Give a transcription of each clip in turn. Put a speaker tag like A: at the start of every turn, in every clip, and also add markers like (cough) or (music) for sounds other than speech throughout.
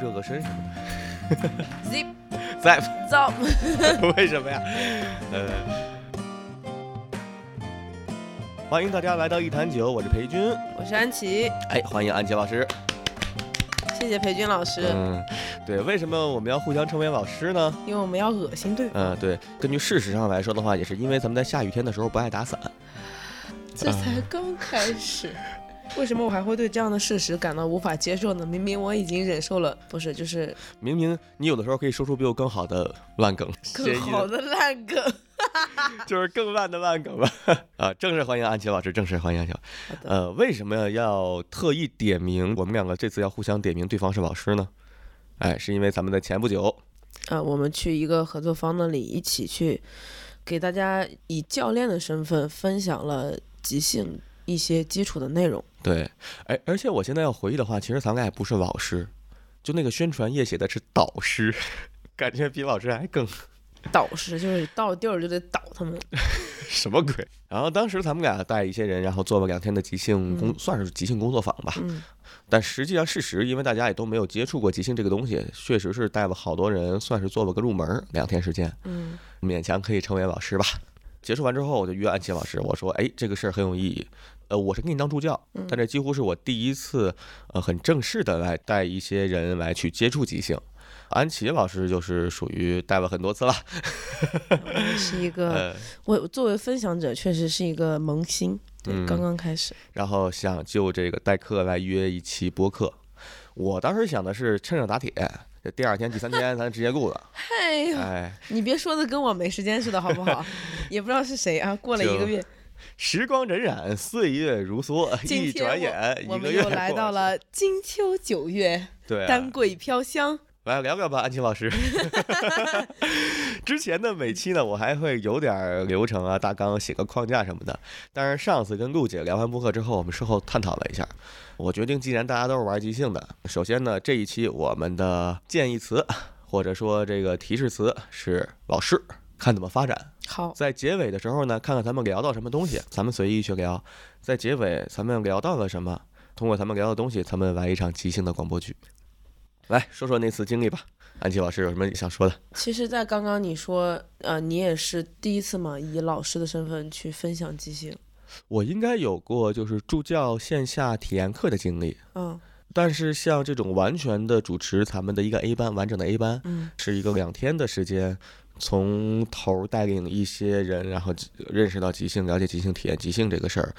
A: 这个身上
B: zip
A: ，zap，
B: 造，
A: (laughs) 为什么呀？呃，欢迎大家来到一坛酒，我是裴军。
B: (laughs) 我是安琪，
A: 哎，欢迎安琪老师。
B: 谢谢裴军老师，
A: 嗯，对，为什么我们要互相称为老师呢？
B: 因为我们要恶心对方，
A: 嗯，对，根据事实上来说的话，也是因为咱们在下雨天的时候不爱打伞。
B: 这才刚开始。为什么我还会对这样的事实感到无法接受呢？明明我已经忍受了，不是，就是
A: 明明你有的时候可以说出比我更好的烂梗，
B: 更好的烂梗。
A: 就是更烂的烂梗吧。 (laughs) 啊，正式欢迎安琪老师，正式欢迎安琪老师。
B: 好的，
A: 呃，为什么要特意点名我们两个这次要互相点名对方是老师呢？哎，是因为咱们在前不久，
B: 呃，我们去一个合作方那里一起去，给大家以教练的身份分享了即兴一些基础的内容。
A: 对，哎，而且我现在要回忆的话，其实咱俩也不是老师，就那个宣传页写的是导师， (laughs) 感觉比老师还更 (laughs)
B: 导师就是到地儿就得导他们，
A: 什么鬼？然后当时咱们俩带一些人，然后做了两天的即兴工，
B: 嗯
A: 算是即兴工作坊吧。
B: 嗯，
A: 但实际上，事实因为大家也都没有接触过即兴这个东西，确实是带了好多人，算是做了个入门儿，两天时间，
B: 嗯，
A: 勉强可以成为老师吧。结束完之后，我就约安琪老师，我说：“哎，这个事儿很有意义。呃，我是给你当助教，
B: 嗯
A: 但这几乎是我第一次，呃，很正式的来带一些人来去接触即兴。安琪老师就是属于带了很多次了，
B: 我是一个。
A: 呃，
B: 我作为分享者，确实是一个萌新，对，
A: 嗯
B: 刚刚开始。
A: (laughs) 然后想就这个代课来约一期播客。我当时想的是趁热打铁，这第二天、第三天咱直接录
B: (laughs)
A: 了。
B: 哎呀，
A: 哎，
B: 你别说的跟我没时间似的，好不好？也不知道是谁啊，过了一个月，
A: 时光荏苒，岁月如梭，
B: 今
A: 一
B: 天
A: 转眼
B: 我
A: 一个
B: 们
A: 月
B: 又来
A: 过
B: 到了金秋九月，
A: 对啊
B: 丹桂飘香。
A: 来聊聊吧，安琪老师。之前的每期呢，我还会有点儿流程啊、大纲、写个框架什么的。但是上次跟陆姐聊完播客之后，我们事后探讨了一下，我决定既然大家都是玩即兴的，首先呢，这一期我们的建议词或者说这个提示词是老师，看怎么发展。
B: 好，
A: 在结尾的时候呢，看看咱们聊到什么东西，咱们随意去聊。在结尾咱们聊到了什么，通过咱们聊的东西，咱们来一场即兴的广播剧。来说说那次经历吧，安琪老师有什么想说的？
B: 其实，在刚刚你说，呃，你也是第一次嘛，以老师的身份去分享即兴，
A: 我应该有过就是助教线下体验课的经历，
B: 嗯
A: 但是像这种完全的主持咱们的一个 A 班完整的 A 班，
B: 嗯，
A: 是一个两天的时间，从头带领一些人，然后认识到即兴，了解即兴，体验即兴这个事儿，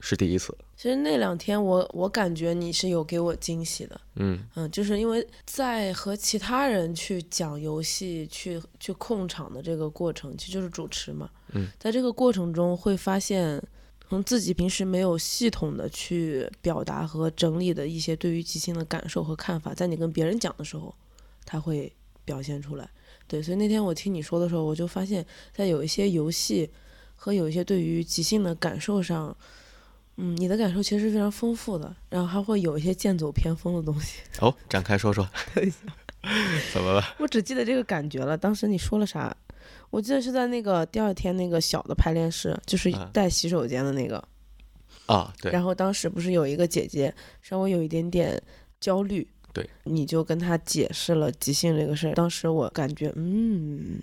A: 是第一次。
B: 其实那两天我我感觉你是有给我惊喜的，
A: 嗯
B: 嗯，就是因为在和其他人去讲游戏、去去控场的这个过程，其实就是主持嘛。
A: 嗯，
B: 在这个过程中会发现，从自己平时没有系统的去表达和整理的一些对于即兴的感受和看法，在你跟别人讲的时候，他会表现出来。对，所以那天我听你说的时候，我就发现，在有一些游戏和有一些对于即兴的感受上，嗯，你的感受其实是非常丰富的，然后还会有一些剑走偏锋的东西。
A: 哦，展开说说， (laughs) 怎么了？
B: 我只记得这个感觉了。当时你说了啥？我记得是在那个第二天那个小的排练室，就是
A: 啊
B: 带洗手间的那个。
A: 啊，对，
B: 然后当时不是有一个姐姐稍微有一点点焦虑，
A: 对，
B: 你就跟她解释了即兴这个事儿。当时我感觉，嗯，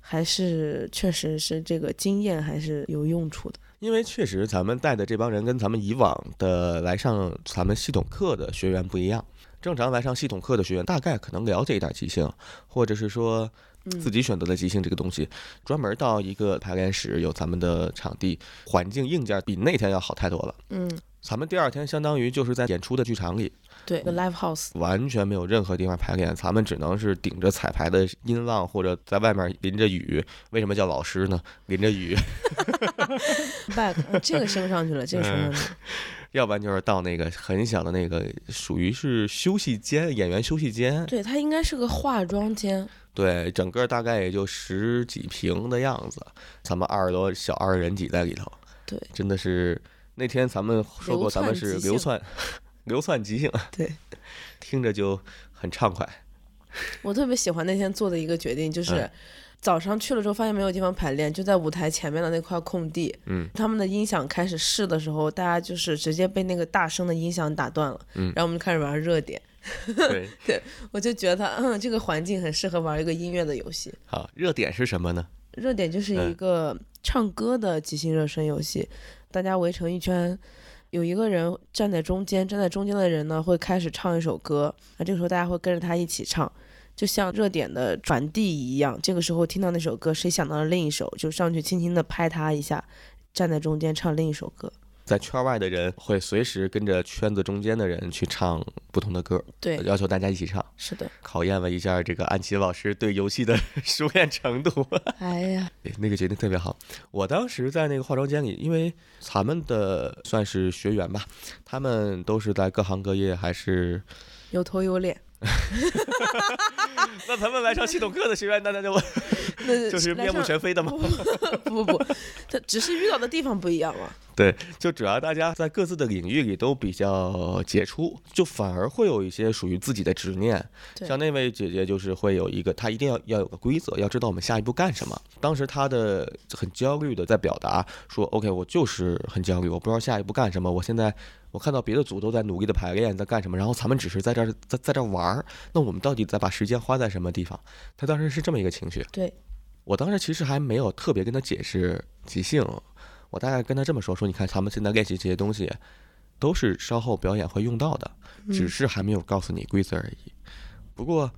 B: 还是确实是这个经验还是有用处的。
A: 因为确实咱们带的这帮人跟咱们以往的来上咱们系统课的学员不一样。正常来上系统课的学员，大概可能了解一点即兴，或者是说
B: 嗯
A: 自己选择的即兴这个东西，专门到一个排练室，有咱们的场地、环境、硬件，比那天要好太多了。
B: 嗯，
A: 咱们第二天相当于就是在演出的剧场里，
B: 对，The Live House，
A: 完全没有任何地方排练，咱们只能是顶着彩排的音浪，或者在外面淋着雨。为什么叫老师呢？淋着雨， (laughs)
B: back，呃这个升上去了，这个升上
A: 嗯
B: 去了。
A: 要不然就是到那个很小的那个，属于是休息间，演员休息间。
B: 对，它应该是个化妆间，
A: 对，整个大概也就十几平的样子，咱们二十多小二人挤在里头。
B: 对，
A: 真的是那天咱们说过，
B: 流窜
A: 咱们是流
B: (laughs)
A: 窜，流窜即兴，
B: 对。
A: 听着就很畅
B: (laughs)
A: 快。
B: 我特别喜欢那天做的一个决定，就是
A: 嗯
B: 早上去了之后发现没有地方排练，就在舞台前面的那块空地。
A: 嗯，
B: 他们的音响开始试的时候，大家就是直接被那个大声的音响打断了。
A: 嗯
B: 然后我们就开始玩热点，
A: 对，
B: 我就觉得，嗯，这个环境很适合玩一个音乐的游戏。
A: 好，热点是什么呢？
B: 热点就是一
A: 嗯
B: 个唱歌的即兴热身游戏，大家围成一圈，有一个人站在中间，站在中间的人呢会开始唱一首歌，那这个时候大家会跟着他一起唱，就像热点的传递一样。这个时候听到那首歌，谁想到了另一首，就上去轻轻的拍他一下，站在中间唱另一首歌。
A: 在圈外的人会随时跟着圈子中间的人去唱不同的歌，
B: 对，
A: 要求大家一起唱，
B: 是的。
A: 考验了一下这个安琪老师对游戏的 (laughs) 熟练程度。 (laughs)
B: 哎呀，
A: 对那个决定特别好。我当时在那个化妆间里，因为咱们的算是学员吧，他们都是在各行各业，还是
B: 有头有脸，
A: 那咱们来上系统课的学员，那那 (laughs) 就
B: 那
A: 就是
B: 来
A: 面目
B: 上
A: 全非的嘛。
B: 不不不，他只是遇到的地方不一样嘛。
A: (laughs) 对，就主要大家在各自的领域里都比较杰出，就反而会有一些属于自己的执念。
B: 对
A: 像那位姐姐就是会有一个，她一定要要有个规则，要知道我们下一步干什么。当时她的很焦虑的在表达说：“OK，我就是很焦虑，我不知道下一步干什么。我现在我看到别的组都在努力的排练，在干什么，然后咱们只是在这儿在在这儿玩儿，那我们到底在把时间花在什么地方？”她当时是这么一个情绪。
B: 对，
A: 我当时其实还没有特别跟他解释即兴，我大概跟他这么说：说你看，咱们现在练习这些东西，都是稍后表演会用到的，只是还没有告诉你规则而已。不过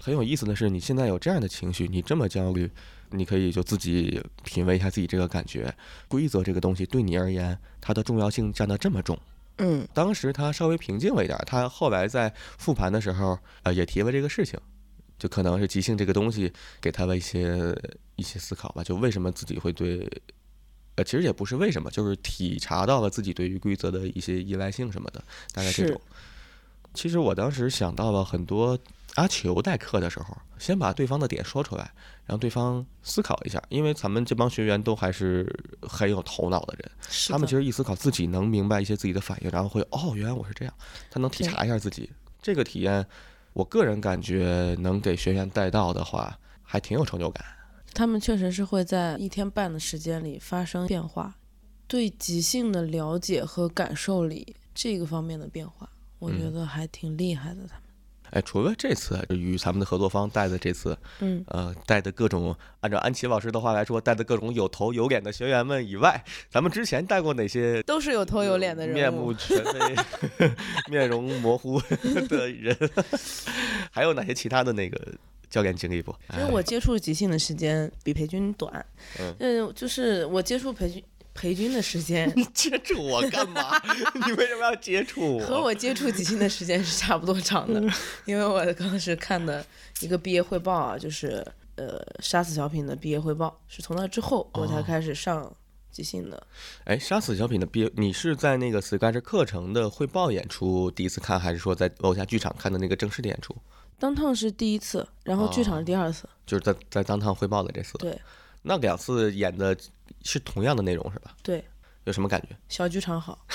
A: 很有意思的是，你现在有这样的情绪，你这么焦虑，你可以就自己品味一下自己这个感觉。规则这个东西对你而言，它的重要性占得这么重。
B: 嗯，
A: 当时他稍微平静了一点儿，他后来在复盘的时候，呃，也提了这个事情，就可能是即兴这个东西给他了一些一些思考吧，就为什么自己会对，呃，其实也不是为什么，就是体察到了自己对于规则的一些依赖性什么的，大概这
B: 是
A: 种。其实我当时想到了很多阿球代课的时候，先把对方的点说出来，让对方思考一下，因为咱们这帮学员都还是很有头脑的人。
B: 是
A: 他们
B: 的
A: 其实一思考，自己能明白一些自己的反应，然后会哦，原来我是这样，他能体
B: 对
A: 察一下自己。这个体验，我个人感觉能给学员带到的话，还挺有成就感。
B: 他们确实是会在一天半的时间里发生变化，对即兴的了解和感受里这个方面的变化，我觉
A: 嗯
B: 得还挺厉害的。他们，
A: 哎，除了这次与咱们的合作方带的这次，
B: 嗯，
A: 呃，带的各种按照安琪老师的话来说，带的各种有头有脸的学员们以外，咱们之前带过哪些
B: 都是有头有脸的人物，
A: 面目全非、 (laughs) 面容模糊 (laughs) 的人？还有哪些其他的那个教练经历不？哎
B: 因为我接触即兴的时间比培军短，
A: 嗯
B: 嗯，就是我接触培军培军的时间
A: (laughs) 接触我干
B: (laughs)
A: 嘛？你为什么要接触
B: 和
A: 我？
B: 我接触即兴的时间是差不多长的，因为我当时看的一个毕业汇报啊，就是呃杀死小品的毕业汇报，是从那之后我
A: 哦
B: 才开始上即兴的。
A: 哎，杀死小品的毕业，你是在那个 Sketch 课程的汇报演出第一次看，还是说在楼下剧场看的那个正式的演出？
B: 当趟是第一次，然后剧场是第二次，
A: 就是在在当趟汇报的这次，
B: 对
A: 那两次演的是同样的内容是吧？
B: 对，
A: 有什么 (laughs) 感觉？
B: 小剧场好。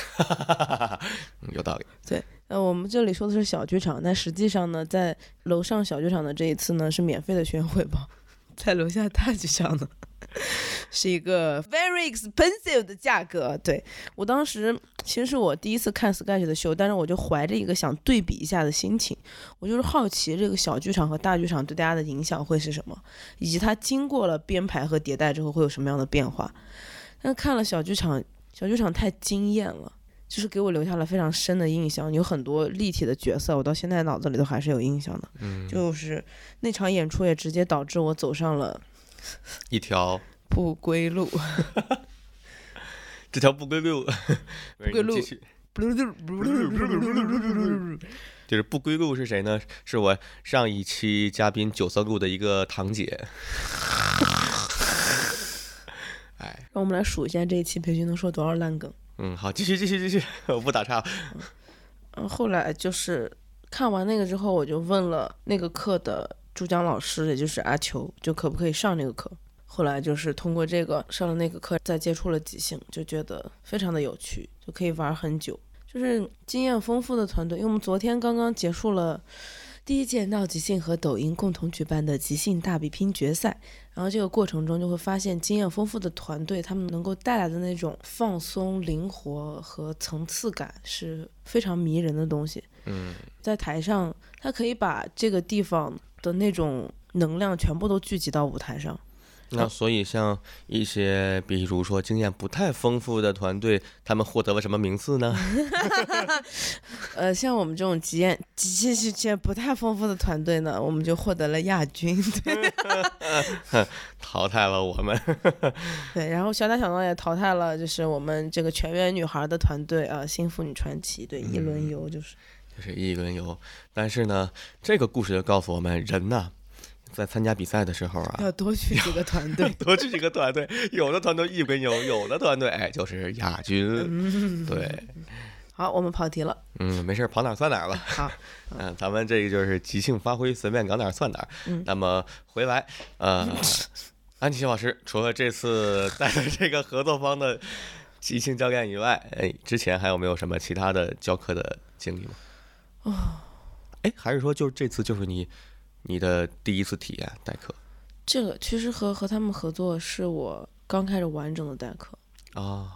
A: 嗯有道理。
B: 对，呃，我们这里说的是小剧场，但实际上呢，在楼上小剧场的这一次呢是免费的学员汇报，在楼下大剧场呢是一个 very expensive 的价格。对我当时其实是我第一次看 sketch 的秀，但是我就怀着一个想对比一下的心情，我就是好奇这个小剧场和大剧场对大家的影响会是什么，以及它经过了编排和迭代之后会有什么样的变化。但看了小剧场，小剧场太惊艳了。就是给我留下了非常深的印象，有很多立体的角色，我到现在脑子里都还是有印象的。
A: 嗯，
B: 就是那场演出也直接导致我走上了
A: 一条
B: 不归 (laughs) 路，
A: 这条不归 (laughs) 路，不
B: 归路
A: 继续就是不归路是谁呢？是我上一期嘉宾九色鹿的一个堂姐。哎，
B: 让我们来数一下这一期培训能说多少烂梗。
A: 嗯，好，继续继续继续， (laughs) 我不打岔。
B: 嗯，后来就是看完那个之后，我就问了那个课的主讲老师，也就是阿球，就可不可以上那个课。后来就是通过这个上了那个课，再接触了即兴，就觉得非常的有趣，就可以玩很久，就是经验丰富的团队。因为我们昨天刚刚结束了第一届闹即兴和抖音共同举办的即兴大比拼决赛，然后这个过程中就会发现经验丰富的团队，他们能够带来的那种放松、灵活和层次感是非常迷人的东西。
A: 嗯，
B: 在台上，他可以把这个地方的那种能量全部都聚集到舞台上。
A: 那所以像一些比如说经验不太丰富的团队，他们获得了什么名次呢？ (laughs)
B: 呃，像我们这种经验、经验不太丰富的团队呢，我们就获得了亚军。 (laughs) 对
A: 淘汰了我们。 (laughs)
B: 对，然后小打小闹也淘汰了，就是我们这个全员女孩的团队啊，呃新妇女传奇，对，一轮游就是。
A: 就是一轮游。但是呢，这个故事就告诉我们，人呐、在参加比赛的时候啊，，
B: 要多去几个团队
A: (laughs) 多去几个团队，有的团队一轮游，有的团队哎就是亚军。对，
B: 好，我们跑题了。
A: 嗯，没事儿，跑哪儿算哪儿了。
B: 好，
A: (laughs) 嗯，咱们这个就是即兴发挥，随便搞哪儿算哪儿。
B: 嗯
A: 那么回来，呃，
B: (laughs)
A: 安琪老师除了这次 (laughs) 带的这个合作方的即兴教练以外，哎，之前还有没有什么其他的教课的经历吗？哦，哎，还是说就是这次就是你你的第一次体验代课
B: 这个其实和和他们合作是我刚开始完整的代课，
A: 啊、
B: 哦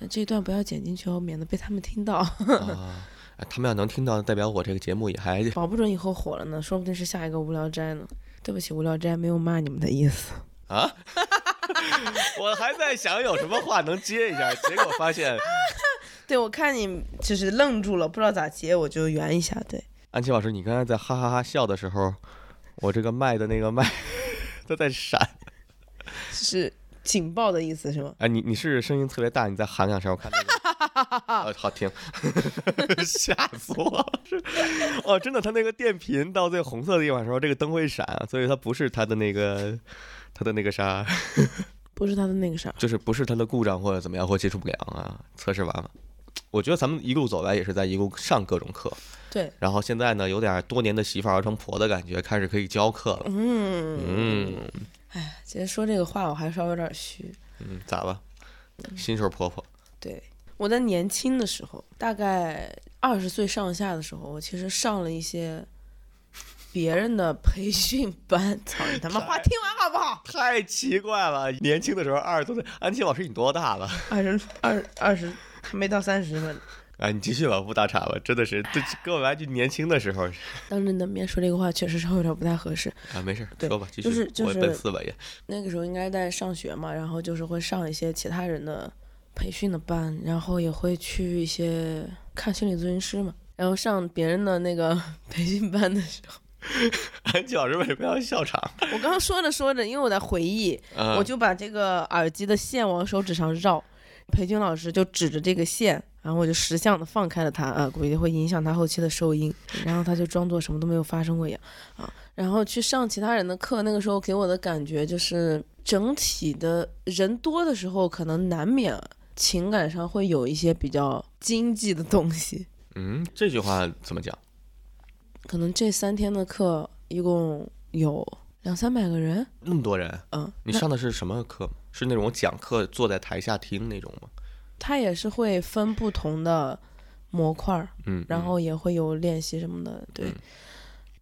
B: 但这一段不要剪进去哦，免得被他们听 (laughs) 到，
A: 啊、哎他们要能听到，代表我这个节目也
B: (laughs)
A: 还
B: 保不准以后火了呢，说不定是下一个无聊斋呢。对不起，无聊斋没有骂你们的意思。 (laughs)
A: 啊。我还在想有什么话能接一下，结果发现
B: 对，我看你就是愣住了，不知道咋接，我就圆一下。对，
A: 安琪老师，你刚才在哈哈哈笑的时候，我这个麦的那个麦它在闪。
B: 是警报的意思是吗？
A: 哎，你你是声音特别大，你再喊两声，我看、那个呃好听， (laughs) 吓死我了！是哦，真的，它那个电频到最红色的地方的时候，这个灯会闪，啊所以它不是它的那个它的那个啥，
B: 不是他的那个啥，
A: 就是不是它的故障或者怎么样或接触不良啊，测试完了。我觉得咱们一路走来也是在一路上各种课，
B: 对，
A: 然后现在呢有点多年的媳妇熬成婆的感觉，开始可以教课了。
B: 嗯，
A: 嗯
B: 哎，今天说这个话我还稍微有点虚。
A: 嗯，咋了？
B: 嗯
A: 新手婆婆，
B: 对，我在年轻的时候，大概二十岁上下的时候，我其实上了一些别人的培训班。 (laughs) 操你他妈话听完好不好？
A: 太奇怪了。年轻的时候二十多岁，安琪老师你多大 (laughs) 了？
B: 二十二二十没到三十呢，
A: 啊，你继续吧，不打岔了，真的是，这跟我来就年轻的时候
B: 当着你的面说这个话，确实稍微有点不太合适。
A: 啊，没事儿，
B: 对
A: 说吧，继续，
B: 就是就
A: 我
B: 是
A: 奔四吧也， (laughs)
B: 那个时候应该在上学嘛，然后就是会上一些其他人的培训的班，然后也会去一些看心理咨询师嘛。然后上别人的那个 (laughs) 培训班的时候，
A: 安琪老师为什么要笑场？
B: 我刚刚说着说着，因为我在回忆，
A: 啊、
B: 我就把这个耳机的线往手指上绕，裴军老师就指着这个线，然后我就识相的放开了它啊，估计会影响他后期的收音，然后他就装作什么都没有发生过一样啊，然后去上其他人的课，那个时候给我的感觉就是整体的人多的时候，可能难免情感上会有一些比较经济的东西，
A: 嗯，这句话怎么讲？
B: 可能这三天的课一共有两三百个人，
A: 那么多人，
B: 嗯，
A: 你
B: 那
A: 上的是什么课？是那种讲课坐在台下听那种吗？
B: 它也是会分不同的模块儿，
A: 嗯，
B: 然
A: 嗯
B: 后也会有练习什么的。对，
A: 嗯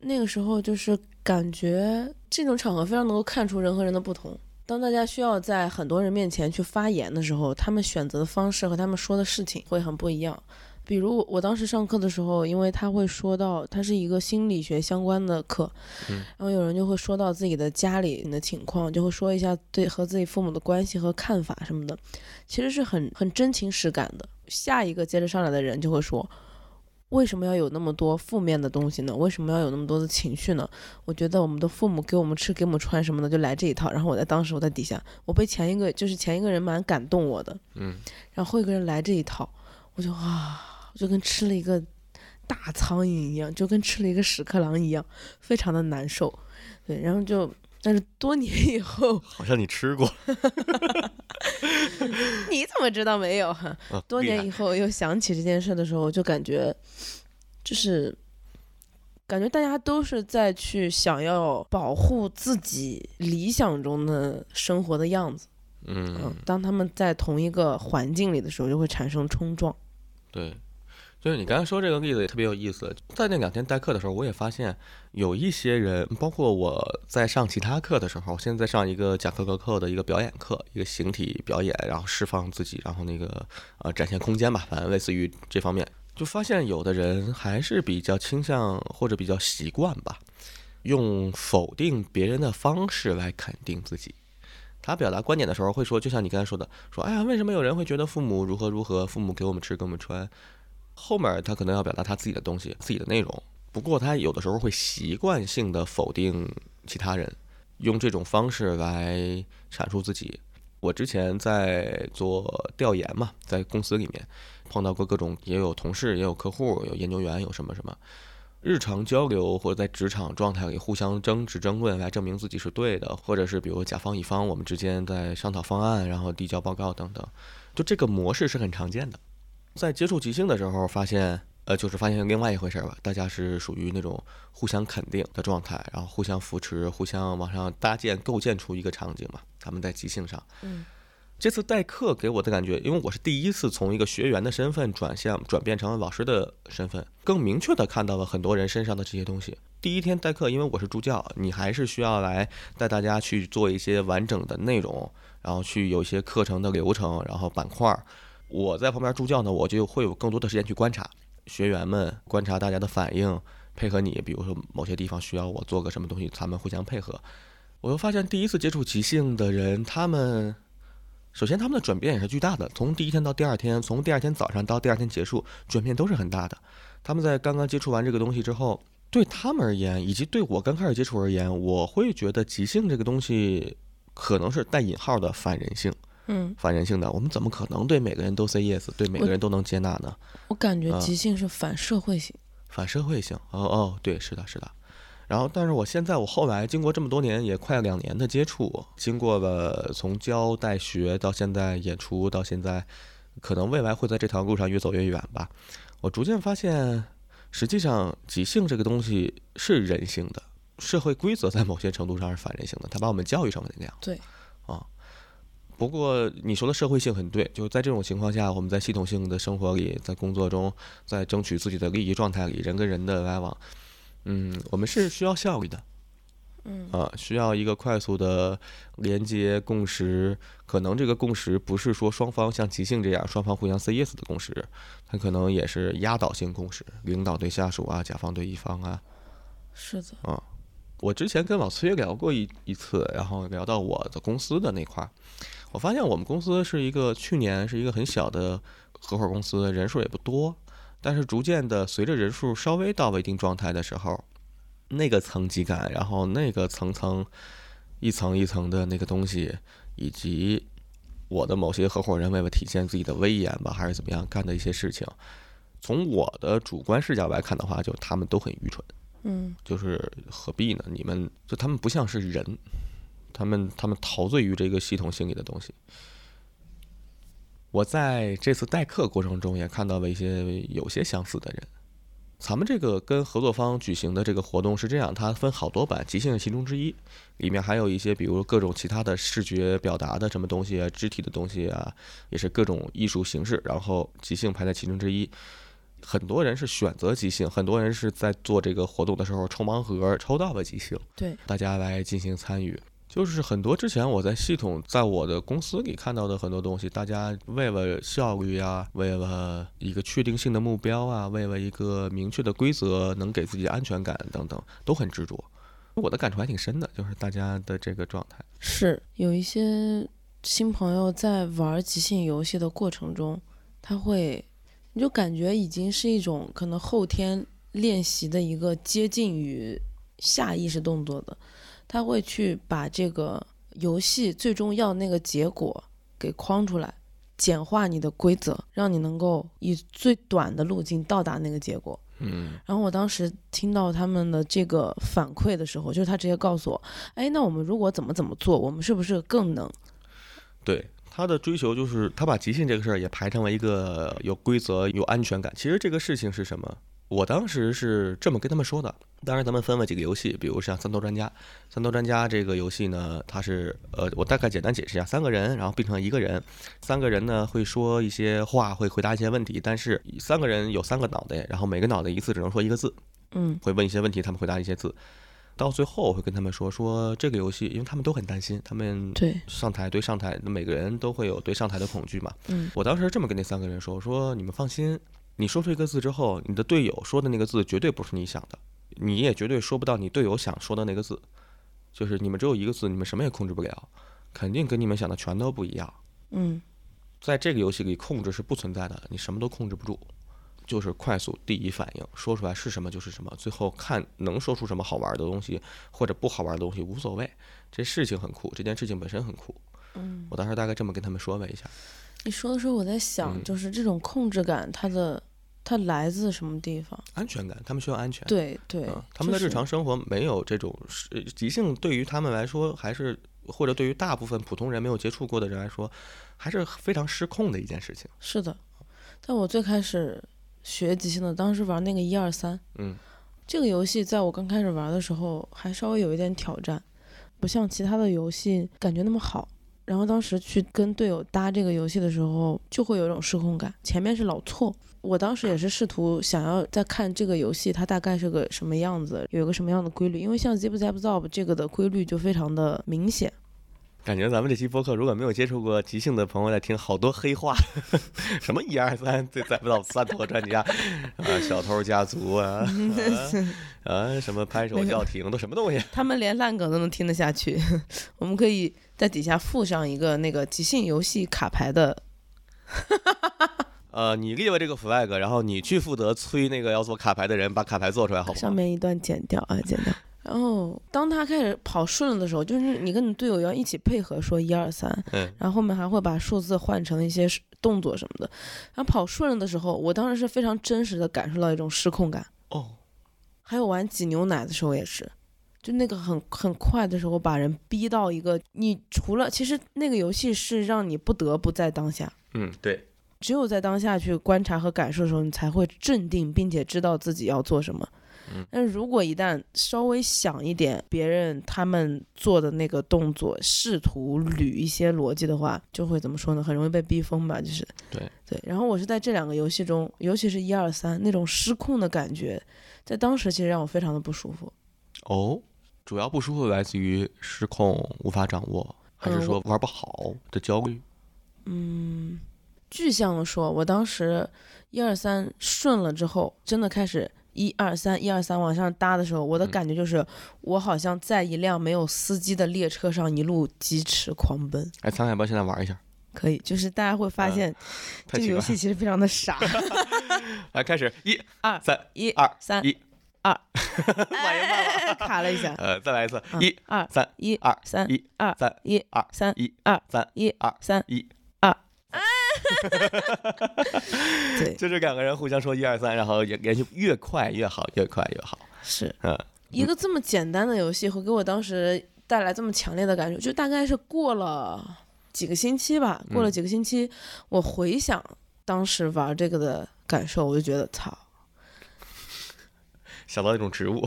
B: 那个时候就是感觉这种场合非常能够看出人和人的不同。当大家需要在很多人面前去发言的时候，他们选择的方式和他们说的事情会很不一样。比如我当时上课的时候，因为他会说到，它是一个心理学相关的课，
A: 嗯
B: 然后有人就会说到自己的家里的情况，就会说一下对和自己父母的关系和看法什么的，其实是很很真情实感的。下一个接着上来的人就会说，为什么要有那么多负面的东西呢？为什么要有那么多的情绪呢？我觉得我们的父母给我们吃、给我们穿什么的，就来这一套。然后我在当时我在底下，我被前一个就是前一个人蛮感动我的，
A: 嗯，
B: 然后后一个人来这一套，我就啊，我就跟吃了一个大苍蝇一样，就跟吃了一个屎壳郎一样，非常的难受。对，然后就，但是多年以后， (laughs)
A: 好像你吃过，
B: 你怎么知道没有？
A: 啊、
B: 多
A: 厉
B: 年
A: 害
B: 以后又想起这件事的时候，我就感觉，就是感觉大家都是在去想要保护自己理想中的生活的样子。
A: 嗯
B: 嗯，当他们在同一个环境里的时候，就会产生冲撞。
A: 对，就是你刚才说这个例子也特别有意思。在那两天代课的时候，我也发现有一些人，包括我在上其他课的时候，我现在在上一个贾克格克的一个表演课，一个形体表演，然后释放自己，然后那个呃展现空间吧，反正类似于这方面，就发现有的人还是比较倾向或者比较习惯吧，用否定别人的方式来肯定自己。他表达观点的时候会说，就像你刚才说的，说哎呀，为什么有人会觉得父母如何如何，父母给我们吃给我们穿，后面他可能要表达他自己的东西、自己的内容。不过他有的时候会习惯性的否定其他人，用这种方式来阐述自己。我之前在做调研嘛，在公司里面碰到过各种，也有同事，也有客户，有研究员，有什么什么。日常交流或者在职场状态里互相争执争论，来证明自己是对的，或者是比如甲方乙方我们之间在商讨方案，然后递交报告等等，就这个模式是很常见的。在接触即兴的时候，发现呃，就是发现另外一回事儿吧，大家是属于那种互相肯定的状态，然后互相扶持，互相往上搭建、构建出一个场景嘛。咱们在即兴上，
B: 嗯，
A: 这次代课给我的感觉，因为我是第一次从一个学员的身份转向转变成了老师的身份，更明确的看到了很多人身上的这些东西。第一天代课，因为我是助教，你还是需要来带大家去做一些完整的内容，然后去有一些课程的流程，然后板块儿。我在旁边助教呢，我就会有更多的时间去观察学员们，观察大家的反应，配合你，比如说某些地方需要我做个什么东西，咱们互相配合。我又发现，第一次接触即兴的人，他们首先他们的转变也是巨大的，从第一天到第二天，从第二天早上到第二天结束，转变都是很大的。他们在刚刚接触完这个东西之后，对他们而言，以及对我刚开始接触而言，我会觉得即兴这个东西可能是带引号的反人性。
B: 嗯，
A: 反人性的，我们怎么可能对每个人都 say yes，对每个人都能接纳呢？
B: 我感觉
A: 啊
B: 即兴是反社会性。
A: 反社会性。哦哦，对，是的，是的。然后，但是我现在，我后来经过这么多年，也快两年的接触，经过了从教带学到现在演出，到现在，可能未来会在这条路上越走越远吧。我逐渐发现，实际上即兴这个东西是人性的，社会规则在某些程度上是反人性的，它把我们教育成了那样。
B: 对，
A: 啊。不过你说的社会性很对，就是在这种情况下，我们在系统性的生活里，在工作中，在争取自己的利益状态里，人跟人的来往，嗯，我们是需要效率的，
B: 嗯
A: 啊，需要一个快速的连接共识。可能这个共识不是说双方像即兴这样，双方互相 say yes 的共识，它可能也是压倒性共识，领导对下属啊，甲方对乙方啊，
B: 是的，
A: 我之前跟老崔聊过一一次，然后聊到我的公司的那块儿，我发现我们公司是一个去年是一个很小的合伙公司，人数也不多，但是逐渐的随着人数稍微到了一定状态的时候，那个层级感，然后那个层层一层一层的那个东西，以及我的某些合伙人为了体现自己的威严吧，还是怎么样干的一些事情，从我的主观视角来看的话，就他们都很愚蠢。
B: 嗯，
A: 就是何必呢？你们就他们不像是人，他们他们陶醉于这个系统性里的东西。我在这次代课过程中也看到了一些有些相似的人。咱们这个跟合作方举行的这个活动是这样，它分好多版，即兴是其中之一，里面还有一些比如各种其他的视觉表达的什么东西啊、肢体的东西啊，也是各种艺术形式，然后即兴排在其中之一。很多人是选择即兴，很多人是在做这个活动的时候抽盲盒抽到了即兴，
B: 对，
A: 大家来进行参与。就是很多之前我在系统，在我的公司里看到的很多东西，大家为了效率啊，为了一个确定性的目标啊，为了一个明确的规则，能给自己安全感等等，都很执着。我的感触还挺深的，就是大家的这个状态。
B: 是有一些新朋友在玩即兴游戏的过程中，他会，你就感觉已经是一种可能后天练习的一个接近于下意识动作的，他会去把这个游戏最终要那个结果给框出来，简化你的规则，让你能够以最短的路径到达那个结果。
A: 嗯，
B: 然后我当时听到他们的这个反馈的时候，就是他直接告诉我，哎，那我们如果怎么怎么做，我们是不是更能？
A: 对，他的追求就是他把即兴这个事儿也排成了一个有规则、有安全感。其实这个事情是什么？我当时是这么跟他们说的。当然，咱们分了几个游戏，比如像三头专家。三头专家这个游戏呢，它是呃，我大概简单解释一下：三个人，然后变成一个人。三个人呢会说一些话，会回答一些问题，但是三个人有三个脑袋，然后每个脑袋一次只能说一个字，
B: 嗯
A: 会问一些问题，他们回答一些字。到最后我会跟他们说说这个游戏，因为他们都很担心，他们
B: 对，
A: 上台对上台，每个人都会有对上台的恐惧嘛。
B: 嗯
A: 我当时这么跟那三个人说：“我说你们放心，你说出一个字之后，你的队友说的那个字绝对不是你想的，你也绝对说不到你队友想说的那个字。就是你们只有一个字，你们什么也控制不了，肯定跟你们想的全都不一样。
B: 嗯
A: 在这个游戏里，控制是不存在的，你什么都控制不住，就是快速第一反应，说出来是什么就是什么，最后看能说出什么好玩的东西或者不好玩的东西无所谓。这事情很酷，这件事情本身很酷。
B: 嗯。
A: 我当时大概这么跟他们说了一下。”
B: 你说的时候，我在想，
A: 嗯
B: 就是这种控制感，它的它来自什么地方？
A: 安全感，他们需要安全。
B: 对对
A: 嗯，，他们的
B: 就
A: 日
B: 是
A: 常生活没有这种是呃即兴，对于他们来说，还是或者对于大部分普通人没有接触过的人来说，还是非常失控的一件事情。
B: 是的，但我最开始学即兴的，当时玩那个一二三
A: 嗯
B: 这个游戏，在我刚开始玩的时候还稍微有一点挑战，不像其他的游戏感觉那么好。然后当时去跟队友搭这个游戏的时候，就会有一种失控感，前面是老错。我当时也是试图想要再看这个游戏它大概是个什么样子，有一个什么样的规律，因为像 Zip Zap Zop 这个的规律就非常的明显。
A: 感觉咱们这期播客如果没有接触过即兴的朋友在听，好多黑话， (laughs) 什么一二三，这再不到三头专家，啊，小偷家族啊，啊啊，什么拍手叫停，都什么东西？
B: 他们连烂梗都能听得下去， (laughs) 我们可以在底下附上一个那个即兴游戏卡牌的，
A: 呃，你列了这个 flag，然后你去负责催那个要做卡牌的人把卡牌做出来，好不
B: 上
A: 好？
B: 面一段剪掉啊，剪掉。然后当他开始跑顺了的时候，就是你跟你队友要一起配合说一二三，
A: 嗯
B: 然后后面还会把数字换成一些动作什么的。然后跑顺了的时候，我当时是非常真实的感受到一种失控感。
A: 哦。
B: 还有玩挤牛奶的时候也是，就那个很很快的时候，把人逼到一个，你除了其实那个游戏是让你不得不在当下，
A: 嗯，对，
B: 只有在当下去观察和感受的时候，你才会镇定，并且知道自己要做什么。但是如果一旦稍微想一点别人他们做的那个动作，试图捋一些逻辑的话，就会怎么说呢？很容易被逼疯吧，就是
A: 对
B: 对。然后我是在这两个游戏中，尤其是一二三那种失控的感觉，在当时其实让我非常的不舒服。
A: 哦，主要不舒服来自于失控、无法掌握，还是
B: 嗯
A: 说玩不好的焦虑？
B: 嗯，具象的说，我当时一二三顺了之后，真的开始一二三一二三往上搭的时候，我的
A: 嗯
B: 感觉就是，我好像在一辆没有司机的列车上一路疾驰狂奔。
A: 哎，咱俩要不要现在玩一下？
B: 可以，就是大家会发
A: 嗯
B: 现
A: 太
B: 这个
A: 奇
B: 游
A: 怪
B: 戏
A: 了！
B: 其实非常的
A: (laughs)
B: 傻。
A: 来，开始，一、
B: 二
A: 三、 (laughs)
B: 一
A: 二、
B: 三
A: 一、
B: 二，
A: 马云爸爸，
B: 卡了
A: (laughs)
B: 一下，
A: 呃，再来一次，
B: 哎嗯
A: 一、
B: 二
A: 三、
B: 一
A: 二、
B: 三
A: 一、
B: 二
A: 三、
B: 一
A: 二、
B: 三
A: 一、
B: 二
A: 三、
B: 一
A: 二
B: 三
A: 一。
B: 二， (laughs) 对，
A: 就是两个人互相说一二三，然后也连续越快越好，越快越好。
B: 是
A: 嗯，
B: 一个这么简单的游戏会给我当时带来这么强烈的感受，就大概是过了几个星期吧，过了几个星期，我回想当时玩这个的感受，我就觉得操，
A: 想到一种植物。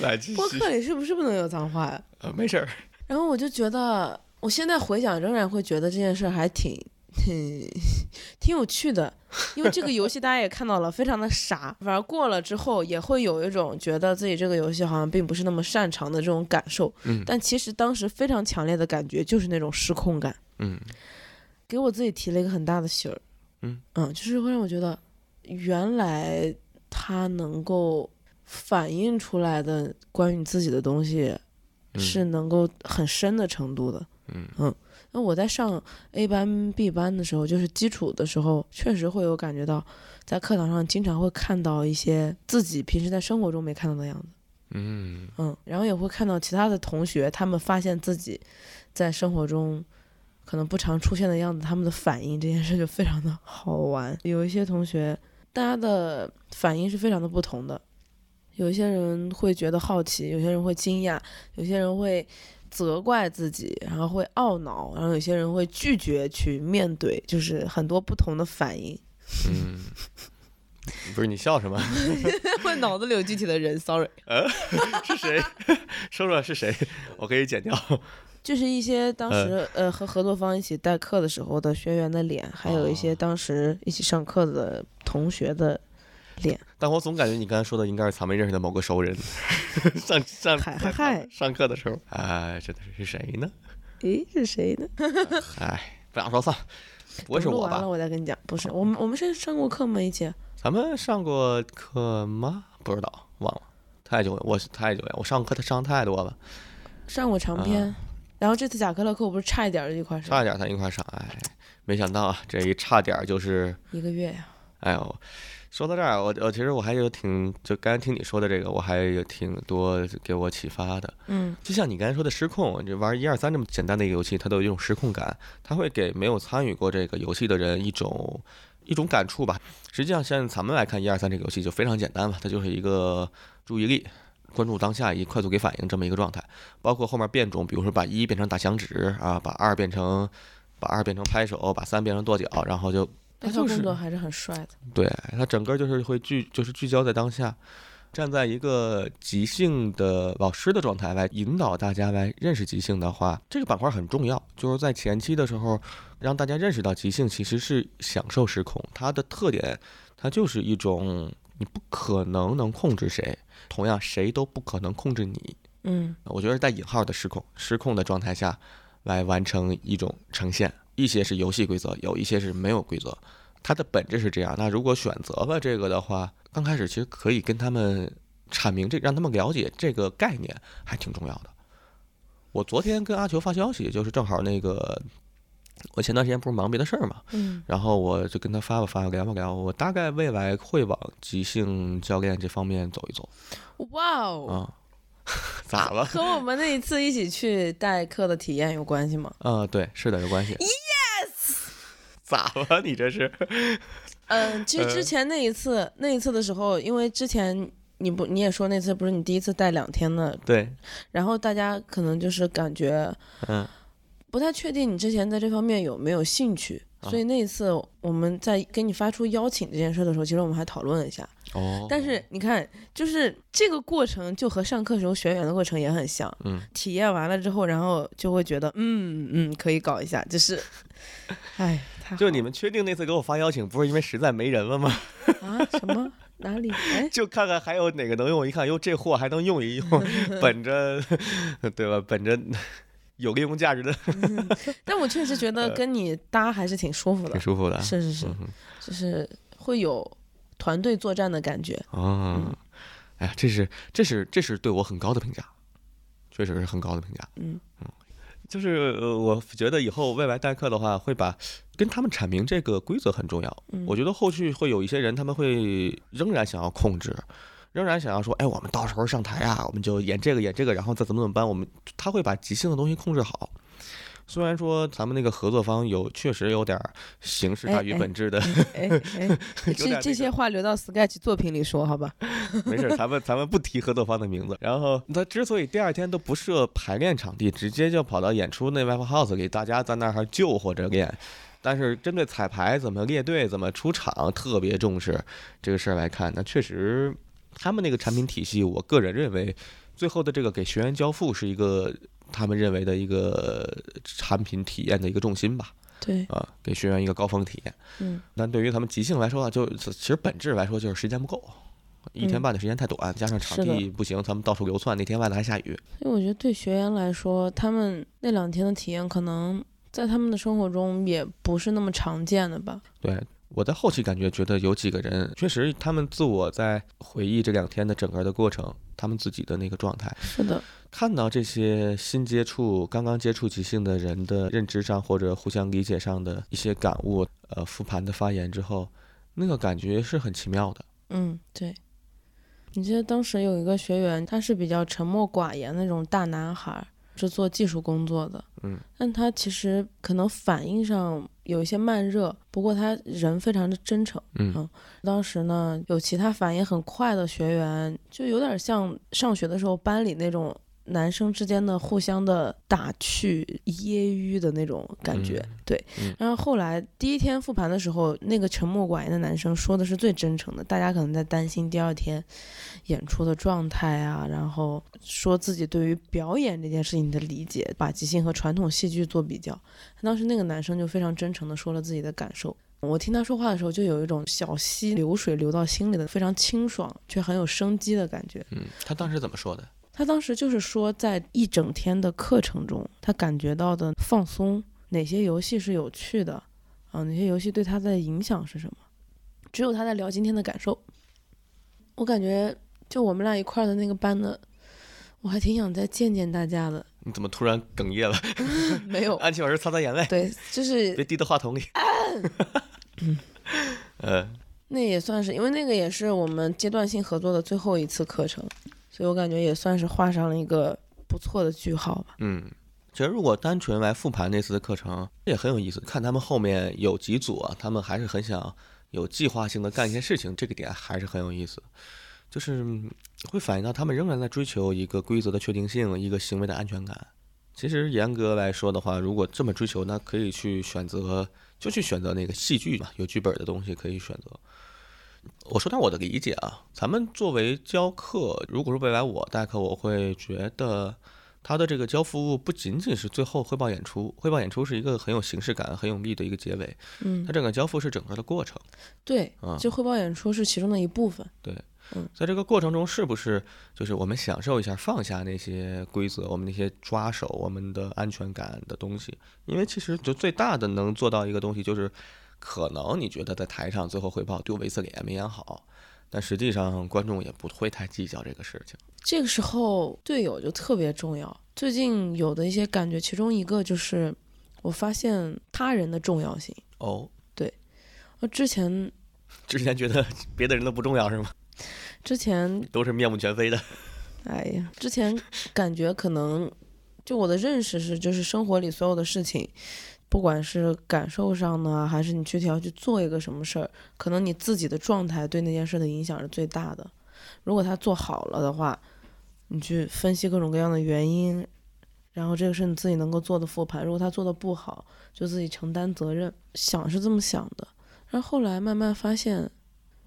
A: 来继
B: 播
A: 续，
B: 客里是不是不能有脏话呀？
A: 呃，没事儿。
B: 然后我就觉得，我现在回想仍然会觉得这件事儿还挺挺挺有趣的，因为这个游戏大家也看到了，非常的傻。玩过了之后，也会有一种觉得自己这个游戏好像并不是那么擅长的这种感受。
A: 嗯
B: 但其实当时非常强烈的感觉就是那种失控感，
A: 嗯，
B: 给我自己提了一个很大的醒儿。
A: 嗯
B: 就是会让我觉得，原来它能够反映出来的关于你自己的东西，
A: 嗯
B: 是能够很深的程度的。
A: 嗯
B: 那我在上 A 班、B 班的时候，就是基础的时候，确实会有感觉到，在课堂上经常会看到一些自己平时在生活中没看到的样子。
A: 嗯，
B: 嗯，然后也会看到其他的同学，他们发现自己在生活中可能不常出现的样子，他们的反应这件事就非常的好玩。有一些同学，大家的反应是非常的不同的，有一些人会觉得好奇，有些人会惊讶，有些人会责怪自己，然后会懊恼，然后有些人会拒绝去面对，就是很多不同的反应。
A: 嗯，不是你笑什么？ (laughs)
B: 我脑子里有具体的人，sorry，
A: 是谁？ (laughs) 说说是谁？我可以剪掉。
B: (laughs) 就是一些当时
A: 嗯
B: 呃和合作方一起代课的时候的学员的脸，还有一
A: 哦
B: 些当时一起上课的同学的脸。
A: 但我总感觉你刚才说的应该是咱们认识的某个熟人， (laughs) 上上
B: 嗨嗨嗨，
A: 上课的时候，哎，真的是是谁呢？
B: 诶，是谁呢？
A: 哎，不想说算了，不会是
B: 录
A: 我
B: 完
A: 吧
B: 了？我再跟你讲，不是我们我们是上过课吗？一起
A: 咱们上过课吗？不知道，忘了，太久了，我是太久了，我上课他上太多了，
B: 上过长篇，然后这次贾克勒课我不是差一点儿就一块儿
A: 啊差
B: 上
A: 一点咱一块上，哎，没想到啊，这一差点儿就是，
B: 一个月呀、
A: 哎呦，说到这儿，我我其实我还有挺，就刚才听你说的这个，我还有挺多给我启发的，
B: 嗯，
A: 就像你刚才说的失控，就玩一二三这么简单的一个游戏，它都有一种失控感，它会给没有参与过这个游戏的人一种一种感触吧。实际上，像咱们来看一二三这个游戏就非常简单嘛，它就是一个注意力。关注当下以及快速给反应这么一个状态，包括后面变种，比如说把一变成打响指啊，把二变成把二变成拍手，把三变成跺脚，然后就
B: 那
A: 就
B: 套
A: 是啊
B: 工作还是很帅的。
A: 对，它整个就是会聚，就是聚焦在当下，站在一个即兴的老师的状态来引导大家来认识即兴的话，这个板块很重要。就是在前期的时候，让大家认识到即兴其实是享受时空，它的特点，它就是一种你不可能能控制谁，同样谁都不可能控制你。
B: 嗯，
A: 我觉得是带引号的失控，失控的状态下来完成一种呈现。一些是游戏规则，有一些是没有规则，它的本质是这样。那如果选择了这个的话，刚开始其实可以跟他们阐明这，让他们了解这个概念，还挺重要的。我昨天跟阿球发消息，就是正好那个，我前段时间不是忙别的事儿嘛，
B: 嗯，
A: 然后我就跟他发吧发吧聊吧聊，我大概未来会往即兴教练这方面走一走
B: 哇
A: 啊、
B: 哦，
A: (laughs) 咋了？
B: 和我们那一次一起去代课的体验有关系吗？
A: 啊、对，是的，有关系。Yes，咋了？你这是？
B: 嗯，其实之前那一次，那一次的时候，因为之前你不你也说那次不是你第一次带两天的，
A: (laughs) 对，
B: 然后大家可能就是感觉
A: 嗯
B: 不太确定你之前在这方面有没有兴趣，所以那一次我们在跟你发出邀请这件事的时候，其实我们还讨论了一下。
A: 哦，
B: 但是你看，就是这个过程就和上课时候学员的过程也很像，
A: 嗯，
B: (laughs) 体验完了之后，然后就会觉得，嗯嗯，可以搞一下，就是，
A: (laughs)
B: 哎，太好
A: 就你们确定那次给我发邀请，不是因为实在没人了吗？
B: 啊什么哪里哎
A: 就看看还有哪个能用，一看哟，这货还能用 (laughs) 一用，本着，对吧？本着有利用价值的，
B: 但我确实觉得跟你搭还是挺舒服
A: 呃
B: 的
A: 挺，舒服的。
B: 是是是
A: 嗯，哼
B: 就是会有团队作战的感觉。嗯
A: 哦，哎呀，这是这是这是对我很高的评价，确实是很高的评价。
B: 嗯
A: 就是呃我觉得以后未来代课的话，会把跟他们阐明这个规则很重要。
B: 嗯
A: 我觉得后续会有一些人，他们会仍然想要控制，仍然想要说，哎，我们到时候上台啊，我们就演这个演这个，然后再怎么怎么办。我们他会把即兴的东西控制好。虽然说咱们那个合作方有确实有点儿形式大于
B: 哎哎
A: 本质的，
B: 哎哎，
A: (laughs) 有点
B: 这
A: 那
B: 这
A: 个
B: 些话留到 Sketch 作品里说好
A: (laughs)
B: 吧？
A: 没事儿，咱们咱们不提合作方的名字。然后他之所以第二天都不设排练场地，直接就跑到演出那 live house 给大家在那儿还救活着练。但是针对彩排怎么列队、怎么出场，特别重视这个事儿来看，那确实他们那个产品体系，我个人认为最后的这个给学员交付是一个他们认为的一个产品体验的一个重心吧，
B: 对，
A: 啊，给学员一个高峰体验。
B: 嗯
A: 但对于他们即兴来说啊，就其实本质来说就是时间不够，一天
B: 嗯
A: 半的时间太短，加上场
B: 是的
A: 地不行，咱们到处流窜，那天外头还下雨。
B: 所以我觉得对学员来说，他们那两天的体验可能在他们的生活中也不是那么常见的吧。
A: 对我在后期感觉觉得有几个人确实他们自我在回忆这两天的整个的过程，他们自己的那个状态，
B: 是的，
A: 看到这些新接触、刚刚接触即兴的人的认知上或者互相理解上的一些感悟，呃，复盘的发言之后，那个感觉是很奇妙的。
B: 嗯，对。你记得当时有一个学员，他是比较沉默寡言那种大男孩儿，是做技术工作的。
A: 嗯，
B: 但他其实可能反应上有一些慢热，不过他人非常的真诚。
A: 嗯
B: 好当时呢，有其他反应很快的学员，就有点像上学的时候班里那种男生之间的互相的打趣、揶揄的那种感觉。
A: 嗯
B: 对，
A: 嗯
B: 然后后来第一天复盘的时候，那个沉默寡言的男生说的是最真诚的，大家可能在担心第二天演出的状态啊，然后说自己对于表演这件事情的理解，把即兴和传统戏剧做比较。当时那个男生就非常真诚的说了自己的感受。我听他说话的时候，就有一种小溪流水流到心里的非常清爽却很有生机的感觉。
A: 嗯，他当时怎么说的？
B: 他当时就是说，在一整天的课程中，他感觉到的放松，哪些游戏是有趣的，啊，哪些游戏对他的影响是什么，只有他在聊今天的感受。我感觉，就我们俩一块儿的那个班的，我还挺想再见见大家的。
A: 你怎么突然哽咽了？
B: (laughs) 没有，
A: 安琪老师擦擦眼泪，
B: (laughs) 对，就是
A: 别滴到话筒
B: (laughs)
A: 里。 (laughs) 嗯，
B: 那也算是，因为那个也是我们阶段性合作的最后一次课程，所以我感觉也算是画上了一个不错的句号吧。
A: 嗯，其实如果单纯来复盘那次的课程，也很有意思。看他们后面有几组啊，他们还是很想有计划性的干一些事情，这个点还是很有意思。就是嗯会反映到他们仍然在追求一个规则的确定性，一个行为的安全感。其实严格来说的话，如果这么追求，那可以去选择，就去选择那个戏剧嘛，有剧本的东西可以选择。我说点我的理解啊，咱们作为教课，如果说未来我代课，我会觉得他的这个教服务不仅仅是最后汇报演出，汇报演出是一个很有形式感、很有力的一个结尾，
B: 嗯
A: 它，整个交付是整个的过程。
B: 对
A: 啊，
B: 就汇报演出是其中的一部分。
A: 在这个过程中，是不是就是我们享受一下放下那些规则，我们那些抓手，我们的安全感的东西？因为其实就最大的能做到一个东西，就是可能你觉得在台上最后汇报丢维斯脸没演好，但实际上观众也不会太计较这个事情。
B: 这个时候队友就特别重要。最近有的一些感觉，其中一个就是我发现他人的重要性。
A: 哦，
B: 我之前
A: 之前觉得别的人都不重要是吗？
B: 之前，
A: 都是面目全非的。
B: 哎呀，之前感觉可能就我的认识是，就是生活里所有的事情，不管是感受上呢，还是你具体要去做一个什么事儿，可能你自己的状态对那件事的影响是最大的。如果他做好了的话，你去分析各种各样的原因，然后这个是你自己能够做的复盘。如果他做的不好，就自己承担责任。想是这么想的，然后后来慢慢发现，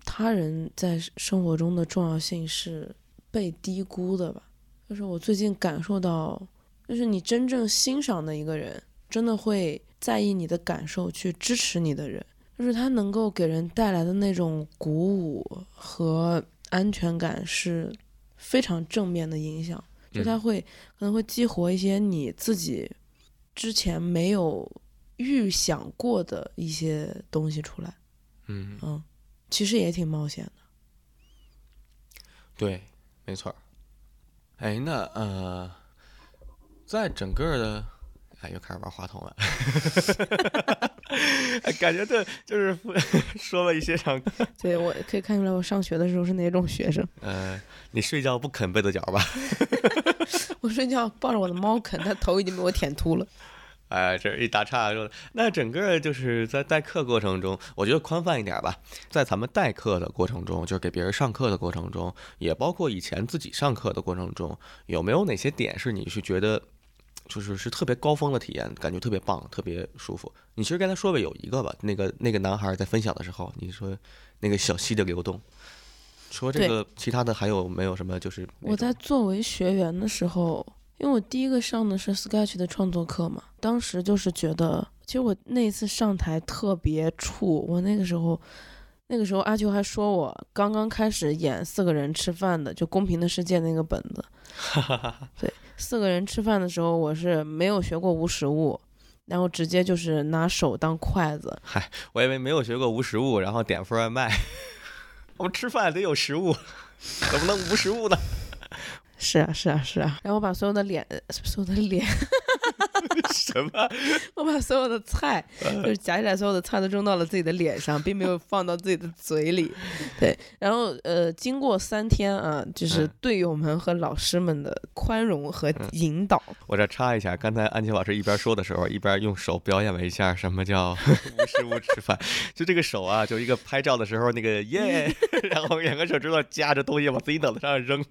B: 他人在生活中的重要性是被低估的吧。就是我最近感受到，就是你真正欣赏的一个人，真的会在意你的感受，去支持你的人，就是他能够给人带来的那种鼓舞和安全感是非常正面的影响。就他会可能会激活一些你自己之前没有预想过的一些东西出来，
A: 嗯，
B: 嗯，其实也挺冒险的。
A: 对，没错儿。哎，那呃，在整个的，哎，又开始玩话筒了， (laughs) 哎感觉这就是 (laughs) 说了一些让
B: 对我可以看出来，我上学的时候是哪种学生。
A: 呃，你睡觉不啃被子角吧？
B: (laughs) 我睡觉抱着我的猫啃，它头已经被我舔秃了。
A: 哎，这一打岔说，那整个就是在代课过程中，我觉得宽泛一点吧，在咱们代课的过程中，就是给别人上课的过程中，也包括以前自己上课的过程中，有没有哪些点是你是觉得就是是特别高峰的体验，感觉特别棒，特别舒服？你其实刚才说的有一个吧，那个那个男孩在分享的时候，你说那个小溪的流动，说这
B: 对
A: 个其他的还有没有什么就是那
B: 我
A: 种
B: 在作为学员的时候，因为我第一个上的是 Sketch 的创作课嘛，当时就是觉得，其实我那一次上台特别怵。我那个时候，那个时候阿秋还说我刚刚开始演四个人吃饭的，就《公平的世界》那个本子。 (laughs) 对，四个人吃饭的时候，我是没有学过无实物，然后直接就是拿手当筷子，
A: 我以为没有学过无实物，然后点份外卖。我们吃饭得有食物，怎么能无食物呢？ (laughs)
B: 是啊，是啊，是啊。然后我把所有的脸， (laughs) 所有的脸，
A: 什么？
B: 我把所有的菜，就是夹起来所有的菜都扔到了自己的脸上，并没有放到自己的嘴里，对，然后呃，经过三天啊，就是
A: 嗯
B: 队友们和老师们的宽容和引导，
A: 我这插一下，刚才安琪老师一边说的时候，一边用手表演了一下什么叫 (laughs) 无食无吃饭。就这个手啊，就一个拍照的时候那个 (laughs) 耶，然后两个手指头夹着东西往自己脑袋上扔。